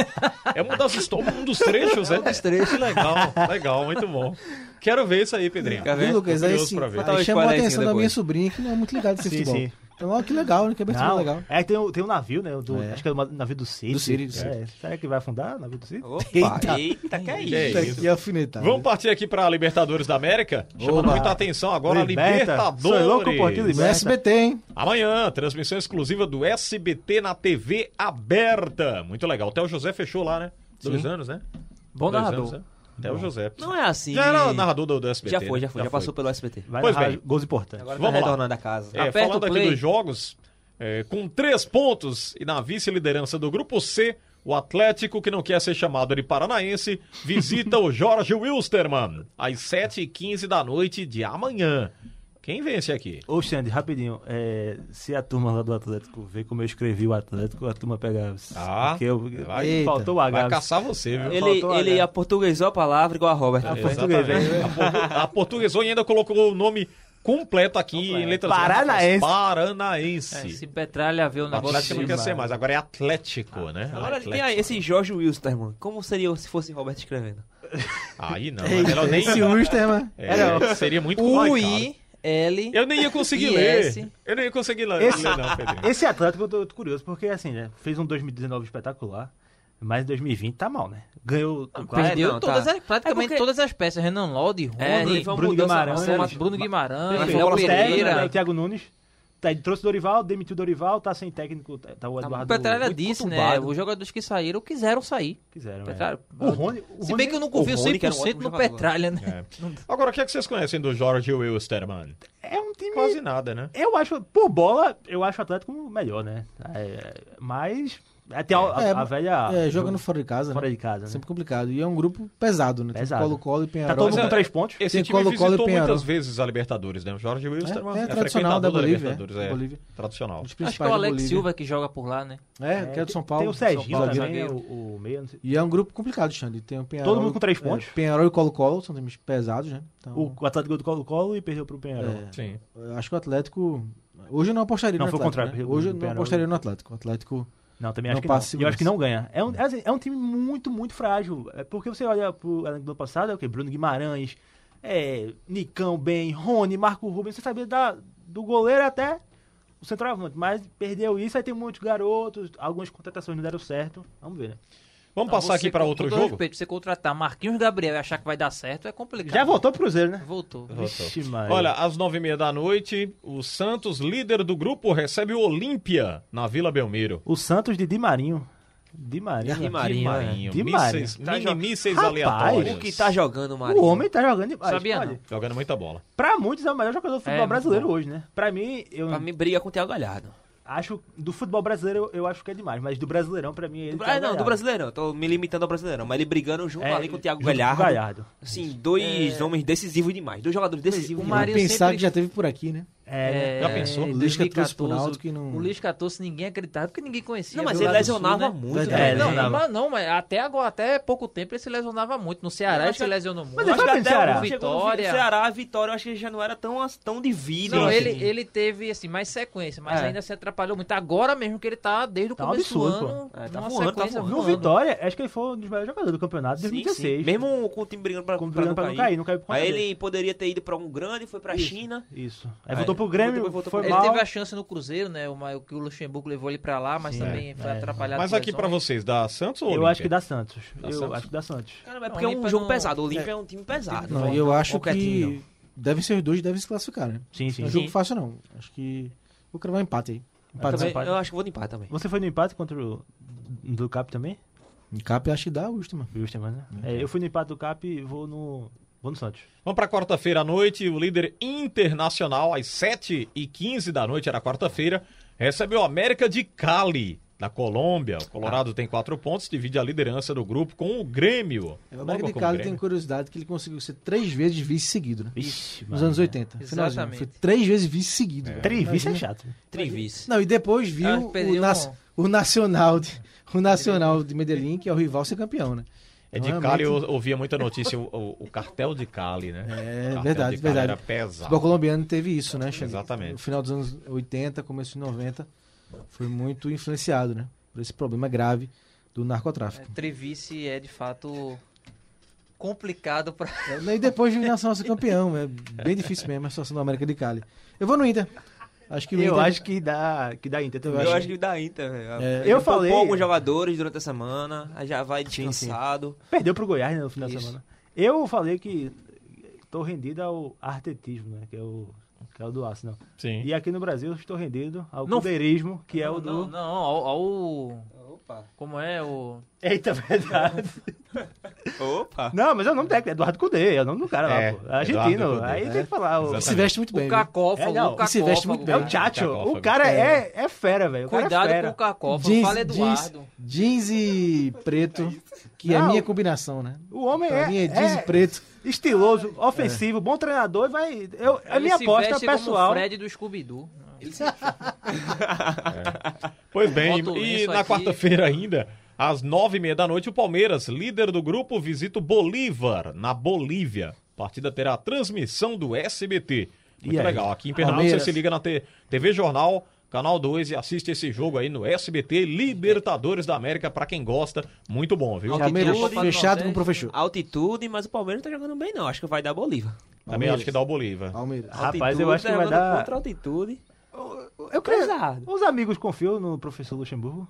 [SPEAKER 4] É uma das histórias, um dos trechos, é? Um dos trechos. Legal, legal, muito bom. Quero ver isso aí, Pedrinho.
[SPEAKER 8] Quer
[SPEAKER 7] Viu,
[SPEAKER 8] ver?
[SPEAKER 7] Lucas? Aí,
[SPEAKER 4] curioso
[SPEAKER 7] assim,
[SPEAKER 4] pra ver.
[SPEAKER 8] Tá,
[SPEAKER 7] aí chamou a
[SPEAKER 8] escolhe aí,
[SPEAKER 7] atenção
[SPEAKER 8] sim,
[SPEAKER 7] da minha
[SPEAKER 8] depois.
[SPEAKER 7] sobrinha que não é muito ligada nesse
[SPEAKER 5] Sim,
[SPEAKER 7] futebol.
[SPEAKER 5] sim.
[SPEAKER 7] Então, ó, que legal, né? Que abertura
[SPEAKER 5] Não,
[SPEAKER 7] legal.
[SPEAKER 5] é que tem, um- tem um navio, né? do-
[SPEAKER 7] É.
[SPEAKER 5] Acho que é o navio do Cid.
[SPEAKER 7] Do Cid, do
[SPEAKER 5] É, será que vai afundar o navio do Cid?
[SPEAKER 8] Opa, eita, que é isso?
[SPEAKER 4] Que
[SPEAKER 7] Eita,
[SPEAKER 4] isso.
[SPEAKER 7] que alfinetada.
[SPEAKER 4] Vamos partir aqui para Libertadores da América. Chamando
[SPEAKER 7] Oba.
[SPEAKER 4] muita atenção agora, a
[SPEAKER 5] Liberta. Sou louco por ti,
[SPEAKER 4] Libertadores.
[SPEAKER 7] No SBT, hein?
[SPEAKER 4] Amanhã, transmissão exclusiva do SBT na TV aberta. Muito legal. Até o José fechou lá, né? Dois anos, né?
[SPEAKER 6] Bom
[SPEAKER 4] Dois
[SPEAKER 6] narrador.
[SPEAKER 4] anos, né? Até o José.
[SPEAKER 8] Não é assim.
[SPEAKER 4] Já era narrador do, do SBT.
[SPEAKER 8] Já foi,
[SPEAKER 4] né?
[SPEAKER 8] já foi, já passou pelo SBT.
[SPEAKER 5] Vai
[SPEAKER 4] Pois
[SPEAKER 5] narrar
[SPEAKER 4] bem.
[SPEAKER 5] gols importantes.
[SPEAKER 8] Agora
[SPEAKER 4] Vamos
[SPEAKER 8] tá
[SPEAKER 4] lá.
[SPEAKER 8] retornando a casa.
[SPEAKER 4] É,
[SPEAKER 6] Aperta
[SPEAKER 4] falando
[SPEAKER 6] o
[SPEAKER 4] aqui
[SPEAKER 6] play.
[SPEAKER 4] dos jogos, é, com três pontos e na vice-liderança do Grupo C, o Atlético, que não quer ser chamado de paranaense, visita o Jorge Wilstermann às 7h15 da noite de amanhã. Quem vence aqui?
[SPEAKER 5] Ô, Xande, rapidinho. é, se a turma lá do Atlético ver como eu escrevi o Atlético, a turma pega.
[SPEAKER 4] Ah,
[SPEAKER 5] porque eu,
[SPEAKER 4] vai-
[SPEAKER 7] Eita.
[SPEAKER 5] faltou o H.
[SPEAKER 4] Vai caçar você,
[SPEAKER 6] É,
[SPEAKER 4] viu?
[SPEAKER 8] Ele,
[SPEAKER 5] Faltou
[SPEAKER 8] ele
[SPEAKER 5] olhar.
[SPEAKER 8] aportuguesou a palavra igual a Robert.
[SPEAKER 5] português,
[SPEAKER 4] Exatamente. A portu- A portuguesou e ainda colocou o nome completo aqui em letras
[SPEAKER 5] Paranaense.
[SPEAKER 4] grandes. Paranaense.
[SPEAKER 6] Se Petralha vê o
[SPEAKER 4] o Atlético
[SPEAKER 6] negócio.
[SPEAKER 4] não quer ser mais, agora é Atlético, né?
[SPEAKER 8] Agora
[SPEAKER 4] Atlético.
[SPEAKER 8] tem aí esse Jorge Wilstermann. Como seria se fosse Robert escrevendo?
[SPEAKER 4] Aí não, é melhor nem...
[SPEAKER 7] Esse Rooster, mano.
[SPEAKER 4] É, seria muito complicado.
[SPEAKER 6] U-I-L.
[SPEAKER 4] Eu nem ia conseguir
[SPEAKER 6] E
[SPEAKER 4] ler.
[SPEAKER 6] esse?
[SPEAKER 4] Eu nem ia conseguir ler,
[SPEAKER 5] Esse-
[SPEAKER 4] ler não, Pedrinho.
[SPEAKER 5] Esse Atlético eu tô, tô curioso, porque assim, né? Fez um 2019 espetacular, mas 2020 tá mal, né? Ganhou.
[SPEAKER 6] Perdeu
[SPEAKER 8] não, tá.
[SPEAKER 6] todas as- praticamente
[SPEAKER 8] É porque-
[SPEAKER 6] todas as peças. Renan Lodi, Rony,
[SPEAKER 8] É, teve uma
[SPEAKER 5] Bruno
[SPEAKER 8] mudança-
[SPEAKER 5] Guimarães.
[SPEAKER 8] uma-
[SPEAKER 6] um Bruno
[SPEAKER 8] uma-
[SPEAKER 6] Guimarães,
[SPEAKER 8] Perfeito.
[SPEAKER 6] Léo
[SPEAKER 8] Bola
[SPEAKER 5] Técnico,
[SPEAKER 6] Pereira.
[SPEAKER 5] né, o Thiago Nunes. tá, trouxe Dorival, demitiu Dorival, tá sem técnico, tá, tá o
[SPEAKER 6] O
[SPEAKER 5] Eduardo.
[SPEAKER 6] Petralha
[SPEAKER 5] muito
[SPEAKER 6] disse, né?
[SPEAKER 5] conturbado.
[SPEAKER 6] Os jogadores que saíram quiseram sair.
[SPEAKER 5] Quiseram,
[SPEAKER 6] Petralha.
[SPEAKER 5] é. O Rony, o
[SPEAKER 6] Se
[SPEAKER 5] Rony-
[SPEAKER 6] bem que eu não confio
[SPEAKER 8] o Rony, que era um
[SPEAKER 6] 100%
[SPEAKER 8] ótimo
[SPEAKER 6] no
[SPEAKER 8] jogador.
[SPEAKER 6] Petralha, né?
[SPEAKER 4] Agora, o que, é que vocês conhecem do Jorge Wilstermann?
[SPEAKER 5] É um time.
[SPEAKER 4] Quase nada, né?
[SPEAKER 5] Eu acho, por bola, eu acho o Atlético melhor, né? É, mas. É, tem a, a-
[SPEAKER 7] É,
[SPEAKER 5] a velha.
[SPEAKER 7] É, jogando fora de casa.
[SPEAKER 5] fora
[SPEAKER 7] né?
[SPEAKER 5] de casa, né?
[SPEAKER 7] Sempre complicado. E é um grupo pesado, né? Tem
[SPEAKER 5] Pesado.
[SPEAKER 7] Colo-Colo e
[SPEAKER 5] Tá
[SPEAKER 7] Penharol.
[SPEAKER 5] todo mundo
[SPEAKER 4] Mas
[SPEAKER 5] com
[SPEAKER 4] é-
[SPEAKER 5] três pontos.
[SPEAKER 4] Esse
[SPEAKER 7] Tem
[SPEAKER 4] time
[SPEAKER 7] Colo-Colo e
[SPEAKER 4] visitou
[SPEAKER 7] Penharol.
[SPEAKER 4] muitas vezes a Libertadores, né? O Jorge Wilstermann
[SPEAKER 7] É,
[SPEAKER 4] é,
[SPEAKER 7] é tradicional
[SPEAKER 4] frequentador
[SPEAKER 7] da
[SPEAKER 4] da
[SPEAKER 7] Bolívia,
[SPEAKER 4] Libertadores.
[SPEAKER 7] é.
[SPEAKER 4] É,
[SPEAKER 7] Bolívia.
[SPEAKER 4] Tradicional.
[SPEAKER 7] Dos
[SPEAKER 6] Acho que é
[SPEAKER 7] principais
[SPEAKER 6] o
[SPEAKER 7] da
[SPEAKER 6] Alex
[SPEAKER 7] Bolívia.
[SPEAKER 6] Silva que joga por lá, né?
[SPEAKER 7] É, que é do São Paulo.
[SPEAKER 5] Tem o
[SPEAKER 7] São
[SPEAKER 5] Serginho né?
[SPEAKER 7] Paulo,
[SPEAKER 5] também,
[SPEAKER 6] zagueiro.
[SPEAKER 5] o, o meia. não sei-
[SPEAKER 7] E é um grupo complicado, Xande. Tem o Penharol,
[SPEAKER 5] Todo mundo com três
[SPEAKER 7] é,
[SPEAKER 5] pontos?
[SPEAKER 7] Penharol e Colo-Colo são times pesados, né? Então,
[SPEAKER 5] O o Atlético do Colo-Colo e perdeu pro Penharol.
[SPEAKER 7] é,
[SPEAKER 4] Sim.
[SPEAKER 7] eu acho que o Atlético... Hoje eu não apostaria
[SPEAKER 5] Não,
[SPEAKER 7] no
[SPEAKER 5] foi o
[SPEAKER 7] Atlético.
[SPEAKER 5] contrário,
[SPEAKER 7] né?
[SPEAKER 5] perdeu
[SPEAKER 7] Hoje eu
[SPEAKER 5] pro
[SPEAKER 7] não
[SPEAKER 5] Penharol.
[SPEAKER 7] apostaria no Atlético. O Atlético...
[SPEAKER 5] Não, também
[SPEAKER 7] Não
[SPEAKER 5] acho que
[SPEAKER 7] passa
[SPEAKER 5] não. E Eu acho que
[SPEAKER 7] segurança.
[SPEAKER 5] não ganha. É um, é assim, é um time muito, muito frágil. É porque você olha pro elenco do ano passado, é o quê? Bruno Guimarães, é, Nicão Ben, Rony, Marco Rubens, você sabia da, do goleiro até o centroavante. Mas perdeu isso, aí tem muitos garotos, algumas contratações não deram certo. Vamos ver, né?
[SPEAKER 7] Então,
[SPEAKER 4] Vamos passar aqui para outro jogo?
[SPEAKER 6] Respeito, você contratar Marquinhos Gabriel e achar que vai dar certo é complicado.
[SPEAKER 5] Já voltou pro Cruzeiro, né?
[SPEAKER 6] Voltou.
[SPEAKER 4] Voltou.
[SPEAKER 5] Vixe, Maria.
[SPEAKER 4] Olha, às nove e meia da noite, o Santos, líder do grupo, recebe o Olímpia na Vila Belmiro.
[SPEAKER 5] O Santos de Di Marinho. Di Marinho.
[SPEAKER 6] Di Marinho.
[SPEAKER 7] né?
[SPEAKER 4] Marinho.
[SPEAKER 5] Di
[SPEAKER 4] Mísseis, tá,
[SPEAKER 5] Maria.
[SPEAKER 4] mini mísseis
[SPEAKER 5] Rapaz,
[SPEAKER 4] aleatórios.
[SPEAKER 8] O que tá jogando, Marinho?
[SPEAKER 5] O homem tá jogando demais.
[SPEAKER 6] Sabia não.
[SPEAKER 4] Jogando muita bola.
[SPEAKER 5] Pra muitos é o melhor jogador do futebol
[SPEAKER 6] muito
[SPEAKER 5] brasileiro
[SPEAKER 6] bom.
[SPEAKER 5] hoje, né? Pra mim, eu
[SPEAKER 8] Pra mim, briga com o Thiago Galhardo.
[SPEAKER 5] acho. Do futebol brasileiro eu, eu acho que é demais, mas do brasileirão, pra mim, ele.
[SPEAKER 8] Do- ah,
[SPEAKER 5] tá
[SPEAKER 8] não, do
[SPEAKER 5] ganhado.
[SPEAKER 8] Brasileirão. Eu Tô me limitando ao Brasileirão. Mas ele brigando junto
[SPEAKER 5] É,
[SPEAKER 8] ali com o Thiago
[SPEAKER 5] junto com o
[SPEAKER 8] Galhardo.
[SPEAKER 5] Galhardo.
[SPEAKER 8] Assim, dois homens decisivos demais. Dois jogadores decisivos
[SPEAKER 6] O
[SPEAKER 8] demais.
[SPEAKER 6] Marinho
[SPEAKER 7] pensar
[SPEAKER 6] sempre-
[SPEAKER 7] que já teve por aqui, né?
[SPEAKER 5] É,
[SPEAKER 4] Já pensou?
[SPEAKER 7] O Lisca trouxe pro
[SPEAKER 6] 2014,
[SPEAKER 7] Náutico e não-
[SPEAKER 6] O Lisca 14 ninguém acreditava, porque ninguém conhecia.
[SPEAKER 8] Não, mas
[SPEAKER 6] viu,
[SPEAKER 8] ele
[SPEAKER 6] lá do Sul,
[SPEAKER 8] lesionava
[SPEAKER 6] né?
[SPEAKER 8] muito.
[SPEAKER 7] Verdade.
[SPEAKER 8] né?
[SPEAKER 6] É,
[SPEAKER 5] lesionava.
[SPEAKER 6] não, mas não, mas até agora, até pouco tempo ele se lesionava muito. No Ceará ele
[SPEAKER 8] Mas
[SPEAKER 6] se
[SPEAKER 8] é-
[SPEAKER 6] lesionou muito.
[SPEAKER 5] Mas ele
[SPEAKER 8] Acho que
[SPEAKER 5] foi
[SPEAKER 8] até
[SPEAKER 5] pro Ceará.
[SPEAKER 8] o Vitória.
[SPEAKER 6] Vitória.
[SPEAKER 8] Ceará, a Vitória, eu acho que ele já não era tão, tão de vida.
[SPEAKER 6] Não,
[SPEAKER 8] assim.
[SPEAKER 6] ele, ele teve assim, mais sequência, mas
[SPEAKER 8] É.
[SPEAKER 6] ainda se atrapalhou muito. Agora mesmo que ele tá desde o
[SPEAKER 5] Tá um
[SPEAKER 6] começo do
[SPEAKER 5] absurdo,
[SPEAKER 6] ano.
[SPEAKER 8] pô. É, tá
[SPEAKER 6] numa
[SPEAKER 8] voando, tá
[SPEAKER 6] sequência
[SPEAKER 8] voando.
[SPEAKER 5] No
[SPEAKER 6] voando.
[SPEAKER 5] Vitória, acho que ele foi um dos melhores jogadores do campeonato de
[SPEAKER 8] Sim,
[SPEAKER 5] 2016.
[SPEAKER 8] sim. Mesmo com o time brigando pra,
[SPEAKER 5] Com-
[SPEAKER 8] pra
[SPEAKER 5] brigando
[SPEAKER 8] não,
[SPEAKER 5] pra não
[SPEAKER 8] cair.
[SPEAKER 5] cair, não caiu por conta
[SPEAKER 8] Aí
[SPEAKER 5] dele.
[SPEAKER 8] ele poderia ter ido pra um grande, foi pra China.
[SPEAKER 5] Isso. Aí
[SPEAKER 8] Aí
[SPEAKER 5] voltou pro Grêmio,
[SPEAKER 8] depois voltou
[SPEAKER 5] foi
[SPEAKER 8] pro-
[SPEAKER 6] Ele
[SPEAKER 5] mal.
[SPEAKER 6] teve a chance no Cruzeiro, né? O ma- que o Luxemburgo levou ele pra lá, mas também foi atrapalhado.
[SPEAKER 4] Mas
[SPEAKER 6] por
[SPEAKER 4] aqui pra
[SPEAKER 6] lesões.
[SPEAKER 4] vocês, dá Santos ou
[SPEAKER 5] Eu
[SPEAKER 4] Olímpia?
[SPEAKER 5] acho que dá Santos. eu
[SPEAKER 4] Santos?
[SPEAKER 5] acho que dá Santos.
[SPEAKER 8] Cara, é porque é um
[SPEAKER 6] Olímpia
[SPEAKER 8] jogo
[SPEAKER 6] não-
[SPEAKER 8] pesado. O Olímpia é. um time pesado.
[SPEAKER 7] Não, e eu acho
[SPEAKER 8] Qualquer time, não.
[SPEAKER 7] que devem ser os dois e devem se classificar, né?
[SPEAKER 5] Sim, sim.
[SPEAKER 7] Não é jogo fácil, não. Acho que vou cravar um empate aí.
[SPEAKER 8] Eu
[SPEAKER 7] Empate.
[SPEAKER 8] também-
[SPEAKER 5] empate.
[SPEAKER 8] eu acho que vou limpar também.
[SPEAKER 5] Você foi no empate contra o do Cap também?
[SPEAKER 7] Cap acho que dá o Wilstermann.
[SPEAKER 5] Justo, mano. É, eu fui no empate do Cap e vou no. Vou no Santos.
[SPEAKER 4] Vamos pra quarta-feira à noite, o líder internacional, às 7h15 da noite, era quarta-feira, recebeu o América de Cali, da Colômbia. O Colorado
[SPEAKER 7] Ah.
[SPEAKER 4] tem quatro pontos, divide a liderança do grupo com o Grêmio.
[SPEAKER 7] É,
[SPEAKER 4] É
[SPEAKER 7] O
[SPEAKER 4] Logo
[SPEAKER 7] América de
[SPEAKER 4] com o
[SPEAKER 7] Cali tem
[SPEAKER 4] Grêmio.
[SPEAKER 7] curiosidade que ele conseguiu ser três vezes vice seguido, né?
[SPEAKER 5] Ixi,
[SPEAKER 7] Nos
[SPEAKER 4] é.
[SPEAKER 7] anos 80.
[SPEAKER 6] Exatamente.
[SPEAKER 7] Finalzinho. né? Foi três vezes vice seguido. né?
[SPEAKER 5] Entrevista é chato.
[SPEAKER 8] Trivis.
[SPEAKER 7] Não, e depois
[SPEAKER 6] Ah,
[SPEAKER 7] viu o,
[SPEAKER 6] perdeu
[SPEAKER 7] nas-
[SPEAKER 6] um.
[SPEAKER 7] o Nacional de, o Nacional de Medellín, que é o rival ser campeão, né?
[SPEAKER 4] É de
[SPEAKER 7] Então,
[SPEAKER 4] Cali,
[SPEAKER 7] realmente,
[SPEAKER 4] eu ouvia muita notícia, o, o- o cartel de Cali, né? O
[SPEAKER 7] É,
[SPEAKER 4] cartel
[SPEAKER 7] verdade,
[SPEAKER 4] de Cali
[SPEAKER 7] verdade.
[SPEAKER 4] Era
[SPEAKER 7] O futebol
[SPEAKER 4] pesado.
[SPEAKER 7] colombiano teve isso, né, Xande?
[SPEAKER 4] Exatamente.
[SPEAKER 7] No final dos anos 80, começo de 90, foi muito influenciado, né? Por esse problema grave do
[SPEAKER 6] É,
[SPEAKER 7] narcotráfico.
[SPEAKER 6] Trevice é de fato complicado pra.
[SPEAKER 7] E depois viu o Nacional ser campeão. É bem difícil mesmo a situação do América de Cali. Eu vou no Inter. Acho que o
[SPEAKER 5] Eu
[SPEAKER 7] Inter...
[SPEAKER 5] acho que dá, que dá Inter.
[SPEAKER 7] Eu
[SPEAKER 5] também.
[SPEAKER 8] Eu acho que dá Inter, velho.
[SPEAKER 7] É,
[SPEAKER 5] eu
[SPEAKER 8] Ele
[SPEAKER 5] falei-
[SPEAKER 8] poupou alguns jogadores durante a semana, aí já vai descansado.
[SPEAKER 5] Perdeu pro Goiás né, no final da
[SPEAKER 8] Isso.
[SPEAKER 5] semana. Eu falei que tô rendido ao artetismo, né? Que é o, que é o do Arsenal.
[SPEAKER 4] Sim.
[SPEAKER 5] E aqui no Brasil eu estou rendido ao
[SPEAKER 6] Não-
[SPEAKER 5] cubeirismo, que é o do.
[SPEAKER 6] Não, não, ao. ao- Como é o.
[SPEAKER 5] Eita, verdade.
[SPEAKER 8] Opa!
[SPEAKER 5] Não, mas é o nome técnico, é Eduardo Cudê, é o nome do cara
[SPEAKER 4] É,
[SPEAKER 5] lá, pô. É Argentino.
[SPEAKER 4] Eduardo Cudê.
[SPEAKER 5] Aí tem que falar. O,
[SPEAKER 7] Se veste muito bem.
[SPEAKER 6] O
[SPEAKER 7] viu?
[SPEAKER 6] cacófago.
[SPEAKER 5] É, não,
[SPEAKER 6] o
[SPEAKER 7] e se veste muito
[SPEAKER 6] cacófago.
[SPEAKER 5] é o
[SPEAKER 6] cara.
[SPEAKER 5] Chacho.
[SPEAKER 4] Cacófago.
[SPEAKER 5] O cara é, é fera, velho. O cara
[SPEAKER 6] Cuidado
[SPEAKER 5] é fera.
[SPEAKER 6] com o cacófago. Fala Eduardo.
[SPEAKER 7] jeans e preto, que é a
[SPEAKER 5] Não.
[SPEAKER 7] minha combinação, né?
[SPEAKER 5] O homem
[SPEAKER 7] Pra
[SPEAKER 5] é,
[SPEAKER 7] mim é jeans e
[SPEAKER 5] é
[SPEAKER 7] preto.
[SPEAKER 5] estiloso, ofensivo, bom treinador. e Vai, eu, a
[SPEAKER 6] Ele
[SPEAKER 5] minha
[SPEAKER 6] se
[SPEAKER 5] aposta
[SPEAKER 6] veste como
[SPEAKER 5] pessoal.
[SPEAKER 6] o Fred do Scooby-Doo.
[SPEAKER 4] Pois bem,
[SPEAKER 6] Bota o
[SPEAKER 4] e
[SPEAKER 6] lenço
[SPEAKER 4] na
[SPEAKER 6] aqui.
[SPEAKER 4] quarta-feira ainda, às nove e meia da noite, o Palmeiras, líder do grupo, visita o Bolívar, na Bolívia. A partida terá a transmissão do SBT. Muito
[SPEAKER 5] E aí?
[SPEAKER 4] legal. Aqui em Pernambuco você
[SPEAKER 7] Palmeiras.
[SPEAKER 4] se liga na T- TV Jornal, Canal 2 e assiste esse jogo aí no SBT Libertadores da América, pra quem gosta. Muito bom, viu?
[SPEAKER 8] Altitude,
[SPEAKER 7] Palmeiras
[SPEAKER 6] Copa do
[SPEAKER 7] fechado
[SPEAKER 6] Nordeste.
[SPEAKER 7] com o professor.
[SPEAKER 8] Altitude, mas o Palmeiras não tá jogando bem, não. Acho que vai dar Bolívar.
[SPEAKER 4] Também acho que dá o Bolívar.
[SPEAKER 7] Palmeiras.
[SPEAKER 5] Rapaz,
[SPEAKER 8] Altitude,
[SPEAKER 5] eu acho que
[SPEAKER 8] tá
[SPEAKER 6] né? é
[SPEAKER 8] jogando
[SPEAKER 5] vai dar- É.
[SPEAKER 8] Contra altitude.
[SPEAKER 5] Eu creio.
[SPEAKER 8] Pesado.
[SPEAKER 5] Os amigos confiam no professor Luxemburgo.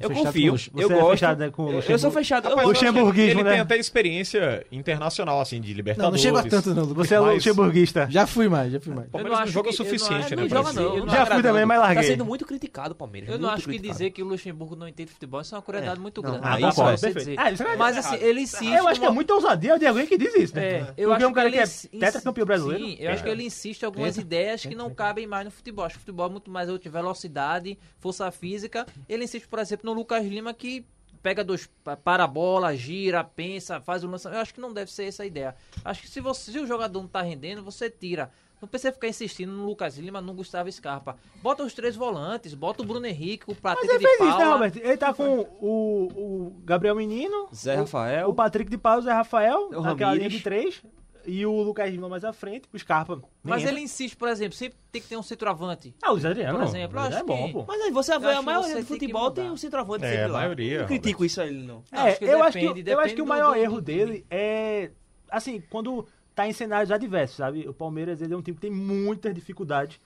[SPEAKER 8] Eu
[SPEAKER 7] fechado
[SPEAKER 8] confio,
[SPEAKER 7] com o Lux-
[SPEAKER 8] eu
[SPEAKER 5] você é
[SPEAKER 8] gosto.
[SPEAKER 5] fechado, né, com o
[SPEAKER 8] Eu- eu,
[SPEAKER 5] Luxemburgo?
[SPEAKER 8] sou fechado. eu
[SPEAKER 4] Rapaz, eu
[SPEAKER 8] gosto.
[SPEAKER 4] acho que
[SPEAKER 5] Luxemburguismo,
[SPEAKER 4] ele
[SPEAKER 5] né?
[SPEAKER 4] tem até experiência internacional, assim, de
[SPEAKER 7] Não, não
[SPEAKER 4] Libertadores.
[SPEAKER 7] chega a tanto, não. Lucas.
[SPEAKER 5] Você é
[SPEAKER 4] Mas-
[SPEAKER 5] luxemburguista.
[SPEAKER 7] Já fui mais, já fui mais.
[SPEAKER 4] Palmeiras não joga o suficiente,
[SPEAKER 6] eu
[SPEAKER 4] né,
[SPEAKER 6] não,
[SPEAKER 4] pra
[SPEAKER 6] Joga,
[SPEAKER 4] isso.
[SPEAKER 6] não, eu não
[SPEAKER 5] Já
[SPEAKER 6] tô
[SPEAKER 5] fui também,
[SPEAKER 6] agradando.
[SPEAKER 5] mas
[SPEAKER 8] Tá
[SPEAKER 5] larguei.
[SPEAKER 8] sendo muito criticado o Palmeiras.
[SPEAKER 6] Eu não
[SPEAKER 8] muito
[SPEAKER 6] acho que
[SPEAKER 8] criticado.
[SPEAKER 6] dizer que o Luxemburgo não entende futebol, isso é uma curiosidade muito grande.
[SPEAKER 4] Ah,
[SPEAKER 6] Isso
[SPEAKER 4] concordo,
[SPEAKER 6] você
[SPEAKER 5] perfeito.
[SPEAKER 6] dizer.
[SPEAKER 5] Ah, isso é
[SPEAKER 6] Mas assim, ele insiste.
[SPEAKER 5] Eu acho que é
[SPEAKER 6] numa-
[SPEAKER 5] muita ousadia de alguém que diz isso, né?
[SPEAKER 6] É,
[SPEAKER 5] eu
[SPEAKER 6] eu
[SPEAKER 5] Porque
[SPEAKER 6] acho
[SPEAKER 5] é um cara que,
[SPEAKER 6] ins-
[SPEAKER 5] é tetracampeão brasileiro.
[SPEAKER 6] Sim, eu acho que ele insiste em algumas ideias que não cabem mais no futebol. Acho que o futebol é muito mais outro, velocidade, força física. Ele insiste, por exemplo, no Lucas Lima que pega dois pa- para a bola, gira, pensa, faz o lançamento. Eu acho que não deve ser essa a ideia. Acho que se você se o jogador não tá rendendo, você tira. Não precisa ficar insistindo no Lucas Lima, no Gustavo Scarpa. Bota os três volantes, bota o Bruno Henrique, o
[SPEAKER 5] Mas
[SPEAKER 6] Platini
[SPEAKER 5] ele
[SPEAKER 6] de
[SPEAKER 5] fez isso, né,
[SPEAKER 6] Paula.
[SPEAKER 5] Roberto? Ele tá com o, o Gabriel Menino,
[SPEAKER 8] Zé Rafael.
[SPEAKER 5] o Patrick de Paulo, o Zé Rafael,
[SPEAKER 8] O
[SPEAKER 5] naquela linha
[SPEAKER 8] Ramires.
[SPEAKER 5] de três, e o Lucas Lima mais à frente, o Scarpa. nem
[SPEAKER 6] Mas
[SPEAKER 5] entra.
[SPEAKER 6] ele insiste, por exemplo, sempre tem que ter um centroavante.
[SPEAKER 5] Ah, o Zé Adriano.
[SPEAKER 6] Por exemplo,
[SPEAKER 5] o Zé
[SPEAKER 6] acho
[SPEAKER 5] é bom,
[SPEAKER 6] que-
[SPEAKER 5] pô.
[SPEAKER 8] Mas aí você vê,
[SPEAKER 6] acho
[SPEAKER 8] a
[SPEAKER 6] que
[SPEAKER 8] maioria
[SPEAKER 6] você
[SPEAKER 8] do
[SPEAKER 6] tem que
[SPEAKER 8] futebol tem
[SPEAKER 6] mudar.
[SPEAKER 8] um centroavante
[SPEAKER 4] É,
[SPEAKER 8] sempre lá.
[SPEAKER 4] a maioria,
[SPEAKER 8] Eu Não critico isso a ele, não.
[SPEAKER 5] É,
[SPEAKER 6] Acho que
[SPEAKER 5] eu, acho
[SPEAKER 6] depende-
[SPEAKER 5] que, eu acho que
[SPEAKER 6] depende
[SPEAKER 5] o
[SPEAKER 6] do-
[SPEAKER 5] maior
[SPEAKER 6] do-
[SPEAKER 5] erro
[SPEAKER 6] do
[SPEAKER 5] dele é, assim, quando tá em cenários adversos, sabe? O Palmeiras ele é um time que tem muitas dificuldades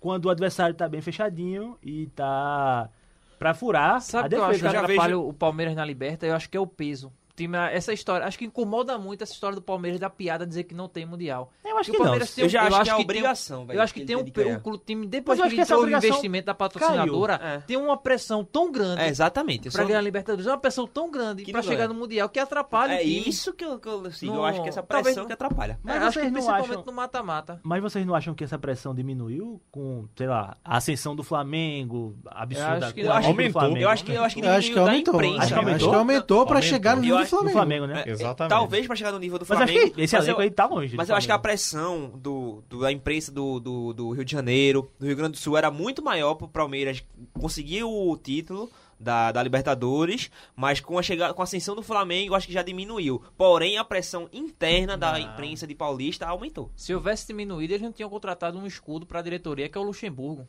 [SPEAKER 5] quando o adversário tá bem fechadinho e tá pra furar a
[SPEAKER 6] Sabe o que eu acho que
[SPEAKER 5] defesa. né?
[SPEAKER 6] atrapalha o Palmeiras na liberta? Eu acho que é o peso. O time- Essa história, acho que incomoda muito essa história do Palmeiras da piada dizer que não tem mundial.
[SPEAKER 5] Eu acho
[SPEAKER 6] E o
[SPEAKER 5] que não.
[SPEAKER 6] Palmeiras tem
[SPEAKER 8] Eu
[SPEAKER 6] um-
[SPEAKER 8] já acho que é
[SPEAKER 6] tem um-
[SPEAKER 8] obrigação, velho,
[SPEAKER 6] Eu acho que
[SPEAKER 8] que
[SPEAKER 6] tem
[SPEAKER 8] ele
[SPEAKER 6] um
[SPEAKER 8] tem que ganhar.
[SPEAKER 6] o clube- time
[SPEAKER 5] Mas
[SPEAKER 6] depois
[SPEAKER 5] eu acho
[SPEAKER 6] que
[SPEAKER 5] que essa
[SPEAKER 6] entrou o
[SPEAKER 5] obrigação
[SPEAKER 6] investimento da patrocinadora,
[SPEAKER 8] caiu. É.
[SPEAKER 6] tem uma pressão tão grande
[SPEAKER 8] É, exatamente. eu
[SPEAKER 6] pra
[SPEAKER 8] sou-
[SPEAKER 6] ganhar a Libertadores, é uma pressão tão grande
[SPEAKER 8] Que
[SPEAKER 6] pra
[SPEAKER 8] não
[SPEAKER 6] chegar
[SPEAKER 8] é.
[SPEAKER 6] no mundial que atrapalha o
[SPEAKER 8] É
[SPEAKER 6] time.
[SPEAKER 8] isso que eu, que eu sigo. Eu
[SPEAKER 6] Não,
[SPEAKER 8] acho que essa
[SPEAKER 6] talvez
[SPEAKER 8] pressão
[SPEAKER 6] não.
[SPEAKER 8] que atrapalha.
[SPEAKER 5] Mas
[SPEAKER 6] É, acho que
[SPEAKER 5] vocês não
[SPEAKER 6] principalmente
[SPEAKER 5] acham-
[SPEAKER 6] no mata-mata.
[SPEAKER 5] Mas vocês não acham que essa pressão diminuiu com, sei lá, a ascensão do Flamengo, absurda?
[SPEAKER 6] acho que
[SPEAKER 5] com
[SPEAKER 6] não.
[SPEAKER 5] a volta do
[SPEAKER 4] Aumentou.
[SPEAKER 5] Flamengo? né?
[SPEAKER 8] Eu acho que eu acho que
[SPEAKER 7] Eu acho que
[SPEAKER 8] diminuiu da
[SPEAKER 7] aumentou.
[SPEAKER 8] imprensa.
[SPEAKER 5] Acho que
[SPEAKER 8] eu
[SPEAKER 5] aumentou?
[SPEAKER 7] aumentou pra
[SPEAKER 4] Aumentou.
[SPEAKER 7] chegar no nível
[SPEAKER 8] Eu
[SPEAKER 7] do
[SPEAKER 8] acho-
[SPEAKER 5] do
[SPEAKER 7] Flamengo.
[SPEAKER 5] Flamengo, né?
[SPEAKER 6] É.
[SPEAKER 4] Exatamente.
[SPEAKER 8] Talvez pra chegar no nível do
[SPEAKER 5] Mas acho
[SPEAKER 8] Flamengo.
[SPEAKER 5] que esse
[SPEAKER 8] mas
[SPEAKER 5] elenco
[SPEAKER 8] eu-
[SPEAKER 5] aí tá longe.
[SPEAKER 8] Mas
[SPEAKER 5] do
[SPEAKER 8] eu acho que a
[SPEAKER 5] Flamengo.
[SPEAKER 8] pressão do, do- da imprensa do, do, do Rio de Janeiro, do Rio Grande do Sul, era muito maior pro Palmeiras conseguir o título da, da Libertadores, mas com a, chegada, com a ascensão do Flamengo, eu acho que já diminuiu. Porém, a pressão interna da imprensa de Paulista aumentou.
[SPEAKER 6] Se houvesse diminuído, eles não tinham contratado um escudo pra diretoria, que é o Luxemburgo.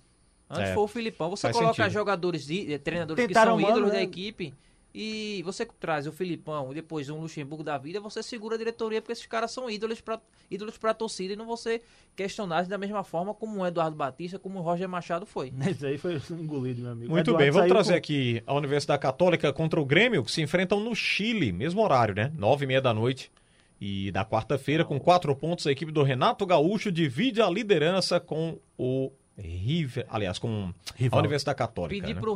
[SPEAKER 6] Antes
[SPEAKER 4] É,
[SPEAKER 6] foi o Filipão. Você
[SPEAKER 4] faz
[SPEAKER 6] coloca
[SPEAKER 4] sentido.
[SPEAKER 6] jogadores, í- eh, treinadores
[SPEAKER 5] Tentaram
[SPEAKER 6] que
[SPEAKER 5] o
[SPEAKER 6] são
[SPEAKER 5] Mano,
[SPEAKER 6] ídolos da
[SPEAKER 5] né?
[SPEAKER 6] equipe e você traz o Filipão e depois um Luxemburgo da vida, você segura a diretoria porque esses caras são ídolos pra, ídolos pra torcida e não você questionar da mesma forma como o Eduardo Batista, como o Roger Machado foi.
[SPEAKER 4] Né?
[SPEAKER 5] Isso aí foi engolido, meu amigo.
[SPEAKER 4] Muito
[SPEAKER 5] Eduardo
[SPEAKER 4] bem, vamos
[SPEAKER 5] saiu
[SPEAKER 4] trazer
[SPEAKER 5] com-
[SPEAKER 4] aqui a Universidade Católica contra o Grêmio, que se enfrentam no Chile, mesmo horário, né? Nove e meia da noite. E da quarta-feira, com quatro pontos, a equipe do Renato Gaúcho divide a liderança com o River, aliás, com a Universidade Católica.
[SPEAKER 6] Pedir
[SPEAKER 4] né?
[SPEAKER 6] pro
[SPEAKER 4] O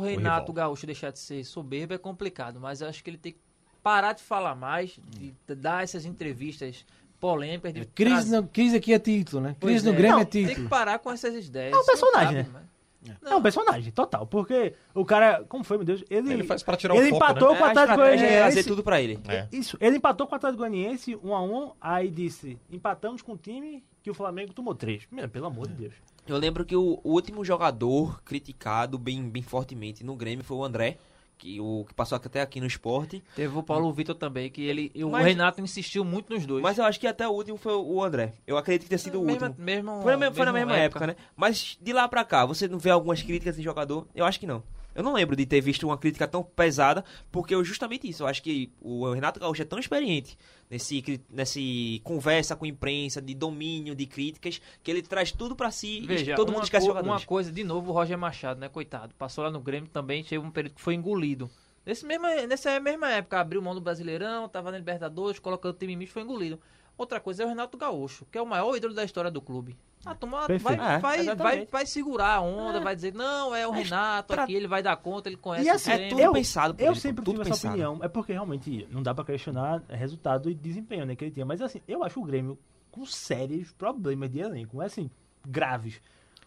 [SPEAKER 4] rival.
[SPEAKER 6] Renato Gaúcho deixar de ser soberbo é complicado, mas eu acho que ele tem que parar de falar mais, de dar essas entrevistas polêmicas, de
[SPEAKER 7] Crise,
[SPEAKER 6] trazer-
[SPEAKER 7] não, crise aqui é título, né?
[SPEAKER 6] tá Pois
[SPEAKER 7] Crise
[SPEAKER 6] é.
[SPEAKER 7] no Grêmio é
[SPEAKER 6] Não, Tem que
[SPEAKER 7] título.
[SPEAKER 6] parar com essas ideias.
[SPEAKER 5] É um personagem,
[SPEAKER 6] Não
[SPEAKER 5] né?
[SPEAKER 6] cabe,
[SPEAKER 5] É um personagem, total. Porque o cara. Como foi, meu Deus? Ele,
[SPEAKER 4] Ele faz pra tirar o
[SPEAKER 5] Ele
[SPEAKER 4] foco,
[SPEAKER 5] empatou
[SPEAKER 4] né?
[SPEAKER 5] com o
[SPEAKER 8] a
[SPEAKER 5] Atlético
[SPEAKER 8] estratégia é trazer
[SPEAKER 5] Goianiense.
[SPEAKER 8] tudo pra ele.
[SPEAKER 4] É.
[SPEAKER 5] Isso, ele empatou com o Atlético Goianiense 1 a 1 aí disse: empatamos com o time que o Flamengo tomou 3. Meu, pelo amor de Deus.
[SPEAKER 8] Eu lembro que o último jogador criticado bem, bem fortemente no Grêmio foi o André, que, o, que passou até aqui no esporte.
[SPEAKER 6] mas Teve o Paulo Vitor também, que ele. e O
[SPEAKER 8] Mas-
[SPEAKER 6] Renato insistiu muito nos dois.
[SPEAKER 8] Mas eu acho que até o último foi o André. Eu acredito que tenha sido o
[SPEAKER 6] mesma,
[SPEAKER 8] último.
[SPEAKER 6] mesmo-
[SPEAKER 8] Foi na, me- foi na mesma época. né? Mas de lá pra cá, você não vê algumas críticas de jogador? Eu acho que não. Eu não lembro de ter visto uma crítica tão pesada, porque eu, justamente isso. Eu acho que o Renato Gaúcho é tão experiente nesse, cri- nesse conversa com a imprensa, de domínio, de críticas, que ele traz tudo pra si
[SPEAKER 6] Veja,
[SPEAKER 8] e né? todo
[SPEAKER 6] uma,
[SPEAKER 8] mundo esquece
[SPEAKER 6] co-
[SPEAKER 8] jogador.
[SPEAKER 6] uma coisa, de novo, o Roger Machado, né? Coitado. Passou lá no Grêmio também, teve um período que foi engolido. Nesse mesmo, nessa mesma época, abriu mão do Brasileirão, tava na Libertadores, colocando o time em misto, foi engolido. Outra coisa é o Renato Gaúcho, que é o maior ídolo da história do clube. A turma vai,
[SPEAKER 5] Perfeito.
[SPEAKER 8] É,
[SPEAKER 6] vai, vai,
[SPEAKER 8] exatamente.
[SPEAKER 6] vai segurar a onda, vai dizer, não, é o Renato
[SPEAKER 8] tra-
[SPEAKER 6] aqui, ele vai dar conta, ele conhece
[SPEAKER 5] E assim,
[SPEAKER 6] o
[SPEAKER 8] é
[SPEAKER 6] Grêmio.
[SPEAKER 8] tudo
[SPEAKER 5] eu-
[SPEAKER 8] pensado por
[SPEAKER 5] Eu
[SPEAKER 8] ele,
[SPEAKER 5] sempre
[SPEAKER 8] tudo
[SPEAKER 5] tive essa
[SPEAKER 8] pensado.
[SPEAKER 5] opinião. É porque realmente não dá pra questionar resultado e desempenho né, que ele tinha. Mas assim, eu acho o Grêmio com sérios problemas de elenco. Assim, graves.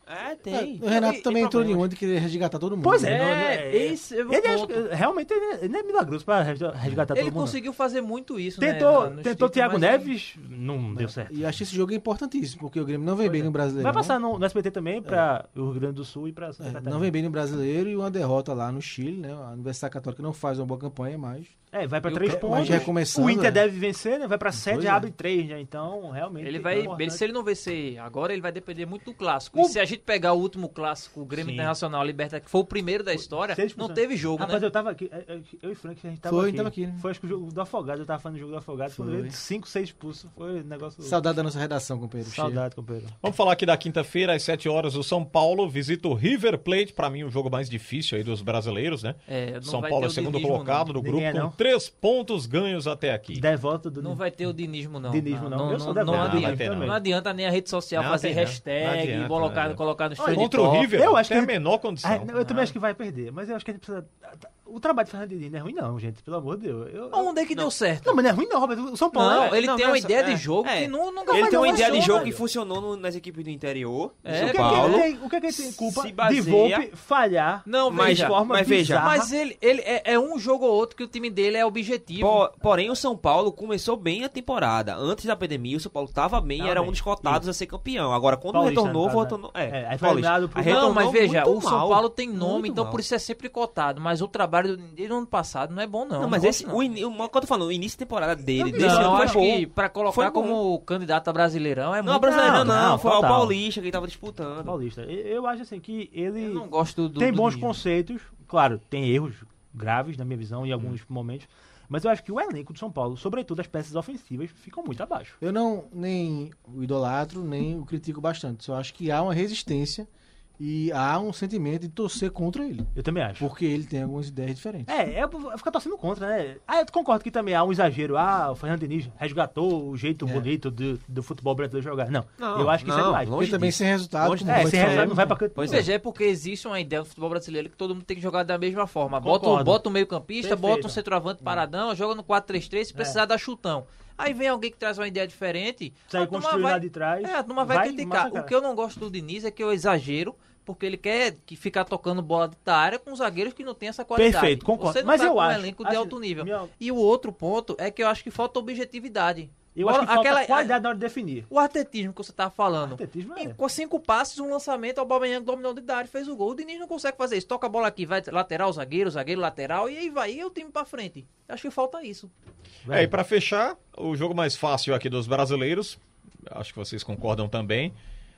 [SPEAKER 8] É,
[SPEAKER 7] É,
[SPEAKER 8] tem.
[SPEAKER 7] O Renato
[SPEAKER 8] E- e
[SPEAKER 7] também entrou em
[SPEAKER 8] problemas.
[SPEAKER 7] onde queria resgatar todo mundo.
[SPEAKER 5] Pois é,
[SPEAKER 7] né?
[SPEAKER 6] É, esse é o
[SPEAKER 5] ele acho
[SPEAKER 6] ponto.
[SPEAKER 5] que- realmente ele é- ele não é milagroso pra resga- resgatar
[SPEAKER 6] Ele
[SPEAKER 5] Tá todo mundo. não.
[SPEAKER 6] conseguiu fazer muito isso,
[SPEAKER 5] Tentou,
[SPEAKER 6] né? na- nos
[SPEAKER 5] tentou
[SPEAKER 6] títulos,
[SPEAKER 5] Thiago
[SPEAKER 6] mas
[SPEAKER 5] Neves, não deu certo.
[SPEAKER 7] E eu acho esse jogo importantíssimo, porque o Grêmio não vem bem no brasileiro. né?
[SPEAKER 5] Vai passar no, no SBT também pra o Rio Grande do Sul e pra Santa
[SPEAKER 7] É,
[SPEAKER 5] Catarina.
[SPEAKER 7] não vem bem no brasileiro e uma derrota lá no Chile, né? A Universidade Católica não faz uma boa campanha, mas
[SPEAKER 5] É, vai pra
[SPEAKER 6] E o
[SPEAKER 5] três
[SPEAKER 6] Pe-
[SPEAKER 5] pontos.
[SPEAKER 7] mas recomeçando,
[SPEAKER 5] o Inter
[SPEAKER 7] né?
[SPEAKER 5] deve vencer, né? Vai pra sete,
[SPEAKER 7] Pois é.
[SPEAKER 5] abre três, né? Então, realmente.
[SPEAKER 6] Ele
[SPEAKER 5] é
[SPEAKER 6] vai,
[SPEAKER 5] importante.
[SPEAKER 6] ele- se ele não vencer agora, ele vai depender muito do clássico.
[SPEAKER 5] O-
[SPEAKER 6] E se a gente pegar o último clássico, o Grêmio
[SPEAKER 5] Sim.
[SPEAKER 6] Internacional Libertad, que foi o primeiro da história,
[SPEAKER 5] Seis por
[SPEAKER 6] não
[SPEAKER 5] cento.
[SPEAKER 6] teve jogo,
[SPEAKER 5] Rapaz,
[SPEAKER 6] né?
[SPEAKER 5] eu tava aqui, eu- eu e Frank, a gente tava
[SPEAKER 7] Foi,
[SPEAKER 5] aqui.
[SPEAKER 7] tava aqui, né?
[SPEAKER 5] Foi, acho que o jogo do Afogado, eu tava falando do jogo do Afogado. Quando
[SPEAKER 7] Foi.
[SPEAKER 5] veio 5, 6 expulsos, foi um negócio...
[SPEAKER 7] Saudade da nossa redação, companheiro.
[SPEAKER 5] Saudade, companheiro.
[SPEAKER 4] Vamos falar aqui da quinta-feira, às 7 horas, o São Paulo visita o River Plate, pra mim o jogo mais difícil aí dos brasileiros, né?
[SPEAKER 6] É, não
[SPEAKER 4] São
[SPEAKER 6] vai
[SPEAKER 4] Paulo
[SPEAKER 6] ter
[SPEAKER 4] é o
[SPEAKER 6] o
[SPEAKER 4] segundo
[SPEAKER 6] divismo,
[SPEAKER 4] colocado do
[SPEAKER 5] Ninguém
[SPEAKER 4] grupo,
[SPEAKER 5] é,
[SPEAKER 4] com
[SPEAKER 5] não.
[SPEAKER 4] três pontos ganhos até aqui.
[SPEAKER 5] Devolta do...
[SPEAKER 6] Não vai ter o dinismo, não.
[SPEAKER 5] Dinismo, não.
[SPEAKER 6] Não,
[SPEAKER 5] Eu
[SPEAKER 6] não,
[SPEAKER 5] sou
[SPEAKER 6] não,
[SPEAKER 5] da-
[SPEAKER 4] vai
[SPEAKER 6] adianta,
[SPEAKER 4] ter, não.
[SPEAKER 6] não adianta nem a rede social
[SPEAKER 4] Não,
[SPEAKER 6] fazer
[SPEAKER 4] tem não. Não
[SPEAKER 6] hashtag,
[SPEAKER 4] adianta,
[SPEAKER 6] colocar,
[SPEAKER 4] não.
[SPEAKER 6] colocar nos trend
[SPEAKER 4] Contra o
[SPEAKER 6] top.
[SPEAKER 4] River,
[SPEAKER 5] Eu acho
[SPEAKER 4] tem
[SPEAKER 5] que-
[SPEAKER 4] a menor
[SPEAKER 5] Ah,
[SPEAKER 4] condição.
[SPEAKER 5] não, eu
[SPEAKER 6] um,
[SPEAKER 5] também
[SPEAKER 6] né?
[SPEAKER 5] acho que vai perder, mas eu acho que a gente precisa... O trabalho de Fernando Diniz não é ruim não, gente, pelo amor de Deus. Eu- eu-
[SPEAKER 6] Onde é que deu certo?
[SPEAKER 5] Não, mas não é ruim não, Roberto. O São Paulo...
[SPEAKER 6] Não,
[SPEAKER 5] é-
[SPEAKER 6] ele
[SPEAKER 8] não,
[SPEAKER 6] tem
[SPEAKER 8] não,
[SPEAKER 6] uma
[SPEAKER 8] só-
[SPEAKER 6] ideia de
[SPEAKER 8] é,
[SPEAKER 6] jogo
[SPEAKER 8] é.
[SPEAKER 6] que não, nunca
[SPEAKER 8] Ele
[SPEAKER 6] vai
[SPEAKER 8] tem uma
[SPEAKER 6] dar
[SPEAKER 8] ideia de
[SPEAKER 6] certo,
[SPEAKER 8] jogo
[SPEAKER 6] velho.
[SPEAKER 8] que funcionou no- nas equipes do interior,
[SPEAKER 6] É,
[SPEAKER 5] o
[SPEAKER 8] São
[SPEAKER 5] que, é que
[SPEAKER 8] Paulo.
[SPEAKER 5] ele tem, o que é que ele tem culpa
[SPEAKER 8] se baseia-
[SPEAKER 5] de Volpe falhar
[SPEAKER 6] Não,
[SPEAKER 5] de
[SPEAKER 8] mas-
[SPEAKER 6] veja.
[SPEAKER 5] forma
[SPEAKER 8] mas veja,
[SPEAKER 5] bizarra?
[SPEAKER 6] Mas ele, ele é, é um jogo ou outro que o time dele é objetivo.
[SPEAKER 8] Po- porém, o São Paulo começou bem a temporada. Antes da pandemia, o São Paulo estava bem,
[SPEAKER 5] Tava
[SPEAKER 8] era
[SPEAKER 5] bem.
[SPEAKER 8] um dos cotados a ser campeão. Agora, quando
[SPEAKER 5] Paulista,
[SPEAKER 8] retornou,
[SPEAKER 5] no caso,
[SPEAKER 8] voltou.
[SPEAKER 5] né?
[SPEAKER 8] É,
[SPEAKER 5] É, aí
[SPEAKER 8] Paulista.
[SPEAKER 5] foi eliminado pro-
[SPEAKER 8] Aí
[SPEAKER 6] não,
[SPEAKER 8] retornou
[SPEAKER 6] Então, mas veja,
[SPEAKER 8] muito
[SPEAKER 6] o São
[SPEAKER 8] mal.
[SPEAKER 6] Paulo tem nome,
[SPEAKER 8] Muito
[SPEAKER 6] então
[SPEAKER 8] mal.
[SPEAKER 6] por isso é sempre cotado. Mas o trabalho dele no ano passado não é bom, não.
[SPEAKER 8] Não, mas
[SPEAKER 6] gosto,
[SPEAKER 8] esse, o, ini- o, quando eu tô falando, o início da temporada dele,
[SPEAKER 6] Não,
[SPEAKER 8] desse ano foi
[SPEAKER 6] acho
[SPEAKER 8] bom.
[SPEAKER 6] que pra colocar
[SPEAKER 8] Foi bom.
[SPEAKER 6] como candidato a brasileirão é
[SPEAKER 8] Não,
[SPEAKER 6] muito.
[SPEAKER 8] brasileiro não,
[SPEAKER 5] não,
[SPEAKER 8] foi o
[SPEAKER 5] total.
[SPEAKER 8] Paulista que ele tava disputando.
[SPEAKER 5] Paulista. Eu, eu acho assim que ele
[SPEAKER 6] Eu não gosto do.
[SPEAKER 5] tem
[SPEAKER 6] do
[SPEAKER 5] bons
[SPEAKER 6] nível.
[SPEAKER 5] conceitos, claro, tem erros graves na minha visão em alguns momentos, mas eu acho que o elenco do São Paulo, sobretudo as peças ofensivas, ficam muito abaixo.
[SPEAKER 7] Eu não nem o idolatro, nem o critico bastante. Só acho que há uma resistência e há um sentimento de torcer contra ele.
[SPEAKER 5] Eu também acho.
[SPEAKER 7] Porque ele tem algumas ideias diferentes.
[SPEAKER 5] É, é pra ficar torcendo contra, né? Ah, eu concordo que também há um exagero. Ah, o Fernando Diniz resgatou o jeito
[SPEAKER 7] É.
[SPEAKER 5] bonito do, do futebol brasileiro jogar. Não,
[SPEAKER 8] Não,
[SPEAKER 5] eu acho que isso é
[SPEAKER 8] não,
[SPEAKER 5] demais.
[SPEAKER 7] Porque
[SPEAKER 8] longe
[SPEAKER 7] também
[SPEAKER 8] disso.
[SPEAKER 7] sem resultado,
[SPEAKER 8] Longe
[SPEAKER 7] como
[SPEAKER 5] É,
[SPEAKER 7] o
[SPEAKER 5] sem
[SPEAKER 7] Roberto
[SPEAKER 5] reserva
[SPEAKER 7] falou,
[SPEAKER 5] não vai pra canto.
[SPEAKER 8] Pois
[SPEAKER 5] nenhum.
[SPEAKER 6] Veja, é porque existe uma ideia do futebol brasileiro que todo mundo tem que jogar da mesma forma. Bota, o-
[SPEAKER 5] Concordo.
[SPEAKER 6] bota o meio-campista,
[SPEAKER 5] Perfeito. É.
[SPEAKER 6] bota um centroavante paradão, joga no 4-3-3 se precisar dar chutão. Aí vem alguém que traz uma ideia diferente.
[SPEAKER 5] Sai
[SPEAKER 6] a turma
[SPEAKER 5] construindo
[SPEAKER 6] vai-
[SPEAKER 5] lá de trás,
[SPEAKER 6] É, a turma vai,
[SPEAKER 5] vai
[SPEAKER 6] criticar.
[SPEAKER 5] massacrar.
[SPEAKER 6] O que eu não gosto do Diniz é que eu exagero. Porque ele quer que ficar tocando bola da área com zagueiros que não tem essa qualidade.
[SPEAKER 5] Perfeito, concordo.
[SPEAKER 6] Você não
[SPEAKER 5] Mas
[SPEAKER 6] tá
[SPEAKER 5] eu
[SPEAKER 6] com um
[SPEAKER 5] acho- assim,
[SPEAKER 6] elenco de
[SPEAKER 5] acho-
[SPEAKER 6] alto nível.
[SPEAKER 5] minha-
[SPEAKER 6] E o outro ponto é que eu acho que falta objetividade.
[SPEAKER 5] eu
[SPEAKER 6] Bola-
[SPEAKER 5] acho que falta
[SPEAKER 6] aquela-
[SPEAKER 5] qualidade na hora de definir.
[SPEAKER 6] o artetismo que você tava falando.
[SPEAKER 5] Artetismo é.
[SPEAKER 6] Em- Com cinco passes, um lançamento, o Balmanhang dominou de área, fez o gol. O Diniz não consegue fazer isso. Toca a bola aqui, vai lateral, zagueiro, zagueiro, lateral, e aí vai e o time pra frente. Acho que falta isso.
[SPEAKER 4] É, e pra fechar, o jogo mais fácil aqui dos brasileiros, acho que vocês concordam também.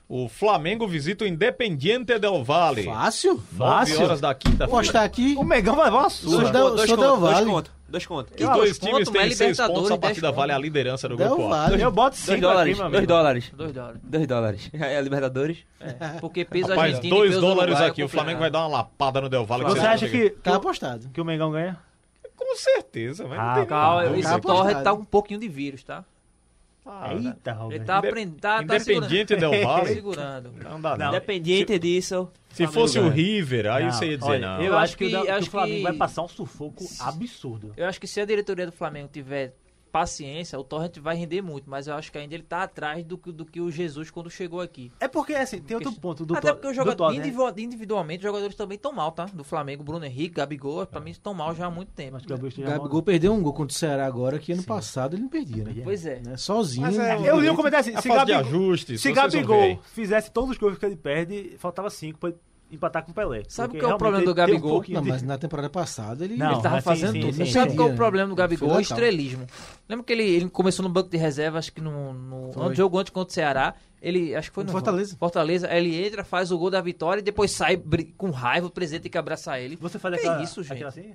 [SPEAKER 4] O Flamengo visita o Independiente Del Valle.
[SPEAKER 7] Fácil?
[SPEAKER 4] 9
[SPEAKER 5] Fácil.
[SPEAKER 4] horas da
[SPEAKER 7] Vou
[SPEAKER 4] quinta-feira.
[SPEAKER 7] estar aqui.
[SPEAKER 5] O Megão vai levar uma surra.
[SPEAKER 7] Sou Del- sou Del
[SPEAKER 8] dois
[SPEAKER 7] Valle.
[SPEAKER 8] conto, dois conto.
[SPEAKER 4] Os
[SPEAKER 6] Ah,
[SPEAKER 4] dois
[SPEAKER 6] os
[SPEAKER 4] times
[SPEAKER 6] pontos,
[SPEAKER 4] têm
[SPEAKER 6] mas
[SPEAKER 4] seis
[SPEAKER 6] Libertadores,
[SPEAKER 4] pontos, a
[SPEAKER 6] dez
[SPEAKER 4] partida
[SPEAKER 6] pontos.
[SPEAKER 4] vale a liderança do
[SPEAKER 7] Del
[SPEAKER 4] grupo A.
[SPEAKER 7] Vale.
[SPEAKER 5] Eu boto 5
[SPEAKER 8] Dois dólares,
[SPEAKER 5] aqui, meu
[SPEAKER 8] dois
[SPEAKER 5] amigo.
[SPEAKER 8] dólares,
[SPEAKER 6] Dois dólares.
[SPEAKER 8] dois dólares. É, a Libertadores.
[SPEAKER 6] É, porque peso
[SPEAKER 4] Rapaz,
[SPEAKER 6] argentino e
[SPEAKER 4] dois
[SPEAKER 6] peso
[SPEAKER 4] dólares
[SPEAKER 6] uruguaio é
[SPEAKER 4] aqui. O Flamengo vai
[SPEAKER 6] complicado.
[SPEAKER 4] dar uma lapada no Del Valle.
[SPEAKER 5] Você
[SPEAKER 4] vocês
[SPEAKER 5] acha
[SPEAKER 4] vão
[SPEAKER 5] que, que,
[SPEAKER 7] Tá
[SPEAKER 5] o-
[SPEAKER 7] apostado.
[SPEAKER 5] que o Megão ganha?
[SPEAKER 4] Com certeza, mas
[SPEAKER 5] Ah,
[SPEAKER 4] não tem
[SPEAKER 5] calma,
[SPEAKER 4] nenhuma
[SPEAKER 6] Esse
[SPEAKER 4] dúvida.
[SPEAKER 7] Tá
[SPEAKER 6] Torre
[SPEAKER 7] apostado.
[SPEAKER 6] tá um pouquinho de vírus, tá?
[SPEAKER 4] Ah,
[SPEAKER 5] Eita, Roberto.
[SPEAKER 6] Ele tá aprendendo. Tá, tá
[SPEAKER 4] Independiente Del
[SPEAKER 6] segurando. Tá
[SPEAKER 4] Valle.
[SPEAKER 6] segurando.
[SPEAKER 4] Não dá,
[SPEAKER 5] Não.
[SPEAKER 4] não.
[SPEAKER 8] Independiente disso.
[SPEAKER 4] Se fosse o River, aí
[SPEAKER 5] Não,
[SPEAKER 4] você ia dizer
[SPEAKER 5] olha,
[SPEAKER 4] não.
[SPEAKER 5] Eu acho que, o da- que
[SPEAKER 6] acho
[SPEAKER 5] o Flamengo
[SPEAKER 6] que-
[SPEAKER 5] vai passar um sufoco absurdo.
[SPEAKER 6] Eu acho que se a diretoria do Flamengo tiver paciência, o Torrent vai render muito, mas eu acho que ainda ele tá atrás do que, do que o Jesus quando chegou aqui.
[SPEAKER 5] É porque, assim, tem outro
[SPEAKER 6] Questão.
[SPEAKER 5] ponto do
[SPEAKER 6] Até
[SPEAKER 5] Tot-
[SPEAKER 6] porque o
[SPEAKER 5] do
[SPEAKER 6] jogador,
[SPEAKER 5] Tottenham.
[SPEAKER 6] individu- individualmente, os jogadores também estão mal, tá? Do Flamengo, Bruno Henrique, Gabigol, pra mim estão mal já há muito tempo.
[SPEAKER 5] Acho que o Augusto
[SPEAKER 7] O
[SPEAKER 5] já manda.
[SPEAKER 7] Gabigol perdeu um gol contra o Ceará agora, que ano passado ele não perdia, né?
[SPEAKER 6] Pois é.
[SPEAKER 7] Né? Sozinho.
[SPEAKER 4] Mas é,
[SPEAKER 5] Eu li um comentário assim,
[SPEAKER 4] A
[SPEAKER 5] se
[SPEAKER 4] fase de
[SPEAKER 5] Gabigol-
[SPEAKER 4] ajuste,
[SPEAKER 5] Se
[SPEAKER 4] vocês vão ver.
[SPEAKER 5] Gabigol fizesse todos os gols que ele perde, faltava cinco pra empatar com o Pelé.
[SPEAKER 6] Sabe
[SPEAKER 5] Porque
[SPEAKER 6] o que é
[SPEAKER 5] realmente
[SPEAKER 6] o problema do
[SPEAKER 5] ele tem um
[SPEAKER 6] Gabigol?
[SPEAKER 5] pouquinho
[SPEAKER 7] Não,
[SPEAKER 5] de-
[SPEAKER 7] mas na temporada passada ele.
[SPEAKER 5] Não,
[SPEAKER 6] Ele tava
[SPEAKER 5] mas sim,
[SPEAKER 6] fazendo
[SPEAKER 5] sim,
[SPEAKER 6] tudo.
[SPEAKER 5] sim,
[SPEAKER 6] Sabe
[SPEAKER 7] sim.
[SPEAKER 6] qual é o problema do
[SPEAKER 7] Foi
[SPEAKER 6] Gabigol? O
[SPEAKER 7] letal.
[SPEAKER 6] estrelismo. Lembra que ele, ele começou no banco de reserva, acho que no, no,
[SPEAKER 7] Foi.
[SPEAKER 6] no jogo antes contra o Ceará. Ele, acho que foi
[SPEAKER 7] No
[SPEAKER 6] no
[SPEAKER 7] Fortaleza.
[SPEAKER 6] Fortaleza. Ele entra, faz o gol da vitória e depois sai bri- com raiva, o presidente tem que abraçar ele.
[SPEAKER 5] Você faz
[SPEAKER 6] Que
[SPEAKER 5] aquela,
[SPEAKER 6] isso, gente?
[SPEAKER 5] aquela assim?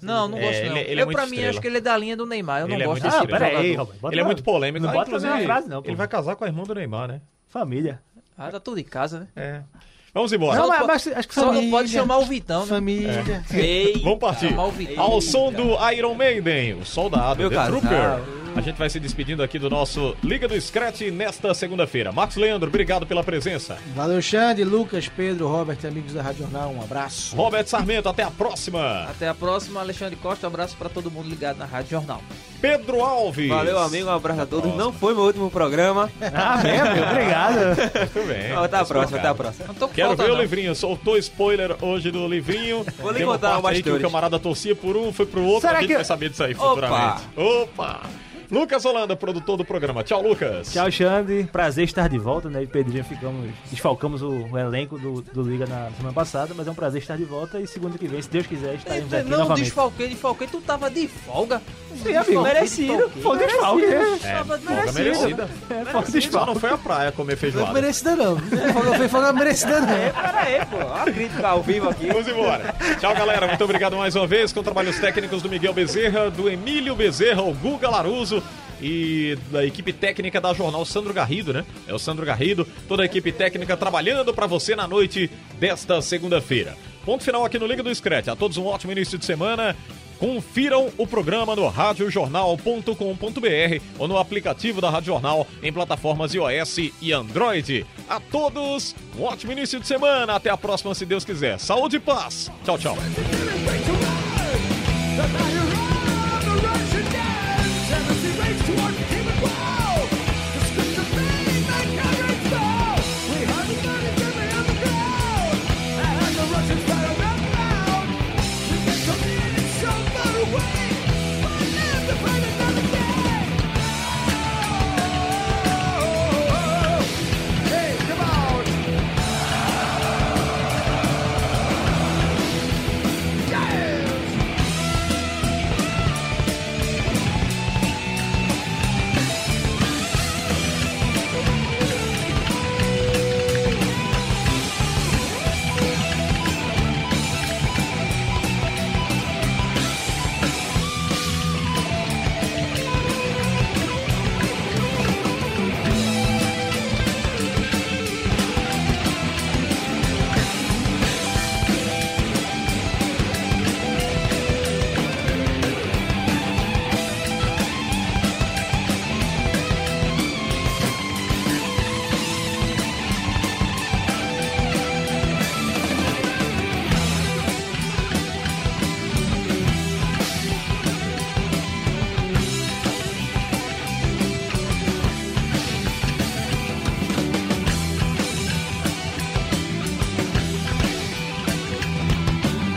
[SPEAKER 6] Não, não
[SPEAKER 4] É,
[SPEAKER 6] gosto não.
[SPEAKER 4] ele- ele é
[SPEAKER 6] eu,
[SPEAKER 4] muito
[SPEAKER 6] pra mim,
[SPEAKER 4] estrela.
[SPEAKER 6] acho que ele é da linha do Neymar. Eu não
[SPEAKER 4] Ele é
[SPEAKER 6] gosto
[SPEAKER 4] muito
[SPEAKER 6] desse
[SPEAKER 4] estrela.
[SPEAKER 6] tipo de
[SPEAKER 5] Ah, peraí,
[SPEAKER 6] jogador.
[SPEAKER 5] Roberto. bota
[SPEAKER 4] Ele é
[SPEAKER 5] lá.
[SPEAKER 4] muito polêmico.
[SPEAKER 5] Não
[SPEAKER 4] Ah,
[SPEAKER 5] bota na
[SPEAKER 4] inclusive,
[SPEAKER 5] frase, não, pô.
[SPEAKER 4] Ele vai casar com a irmã do Neymar, né? É.
[SPEAKER 5] Família.
[SPEAKER 6] Ah, tá tudo em casa, né?
[SPEAKER 4] Vamos embora.
[SPEAKER 5] Não,
[SPEAKER 6] Só
[SPEAKER 5] mas,
[SPEAKER 6] pode-
[SPEAKER 5] mas acho que
[SPEAKER 6] Só não
[SPEAKER 5] família-
[SPEAKER 6] pode chamar o Vitão, né?
[SPEAKER 7] Família.
[SPEAKER 8] Ei,
[SPEAKER 4] Vamos partir.
[SPEAKER 6] Chamar o Vitão.
[SPEAKER 4] Ao som do Iron Maiden, o soldado
[SPEAKER 8] Meu
[SPEAKER 4] The
[SPEAKER 8] casal.
[SPEAKER 4] Trooper. A gente vai se despedindo aqui do nosso Liga do Scratch nesta segunda-feira. Marcos Leandro, obrigado pela presença.
[SPEAKER 7] Valeu, Xande, Lucas, Pedro, Robert, amigos da Rádio Jornal. Um abraço.
[SPEAKER 4] Roberto Sarmento, até a próxima.
[SPEAKER 6] Até a próxima, Alexandre Costa. Um abraço pra todo mundo ligado na Rádio Jornal.
[SPEAKER 4] Pedro Alves.
[SPEAKER 8] Valeu, amigo. Um abraço a todos. Não foi meu último programa.
[SPEAKER 5] Ah, mesmo? Obrigado.
[SPEAKER 4] Muito bem.
[SPEAKER 8] Até a próxima, até a próxima.
[SPEAKER 6] Não tô com
[SPEAKER 4] Quero
[SPEAKER 6] falta,
[SPEAKER 4] ver o
[SPEAKER 6] não.
[SPEAKER 4] livrinho. Soltou spoiler hoje do livrinho.
[SPEAKER 8] Vou lhe
[SPEAKER 4] Tem uma
[SPEAKER 8] contar um
[SPEAKER 4] parte aí que o
[SPEAKER 8] bastidores.
[SPEAKER 4] camarada torcia por um, foi pro outro.
[SPEAKER 5] Será
[SPEAKER 4] a gente
[SPEAKER 5] que-
[SPEAKER 4] vai saber disso aí
[SPEAKER 8] Opa.
[SPEAKER 4] futuramente. Opa! Lucas Holanda, produtor do programa. Tchau, Lucas.
[SPEAKER 5] Tchau, Xande. Prazer estar de volta, né? E Pedrinho ficamos. Desfalcamos o, o elenco do, do Liga na semana passada, mas é um prazer estar de volta. E segunda que vem, se Deus quiser, estaremos aqui
[SPEAKER 6] não
[SPEAKER 5] novamente.
[SPEAKER 6] desfalquei, desfalquei, tu tava de folga.
[SPEAKER 5] Sim, amigo, merecido. Foi desfalque, né?
[SPEAKER 4] É,
[SPEAKER 6] Tava de
[SPEAKER 4] folga
[SPEAKER 6] merecido.
[SPEAKER 4] merecida.
[SPEAKER 5] É, foi
[SPEAKER 4] Só
[SPEAKER 5] desfalque.
[SPEAKER 4] não foi à praia comer
[SPEAKER 7] Não é
[SPEAKER 4] feijoada.
[SPEAKER 7] merecida, não. Não foi falar merecida, não.
[SPEAKER 6] Pera aí, pô. Ó, a crítica ao vivo aqui.
[SPEAKER 4] Vamos embora. Tchau, galera. Muito obrigado mais uma vez com trabalhos técnicos do Miguel Bezerra, do Emílio Bezerra, o Guga Laruso e da equipe técnica da Jornal Sandro Garrido, né? É o Sandro Garrido, toda a equipe técnica trabalhando pra você na noite desta segunda-feira. Ponto final aqui no Liga do Scratch. A todos um ótimo início de semana. Confiram o programa no radiojornal.com.br ou no aplicativo da Rádio Jornal em plataformas iOS e Android. A todos, um ótimo início de semana. Até a próxima, se Deus quiser. Saúde e paz. Tchau, tchau.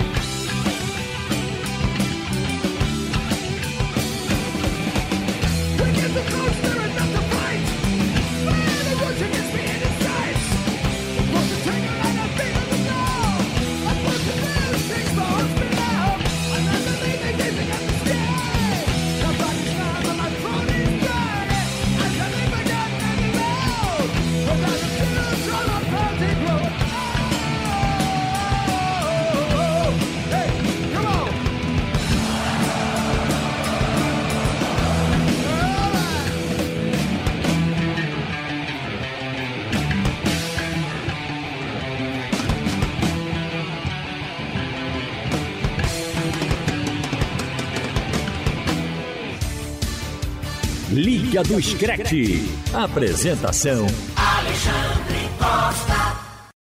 [SPEAKER 2] Liga do Screte. Apresentação:
[SPEAKER 1] Alexandre Costa.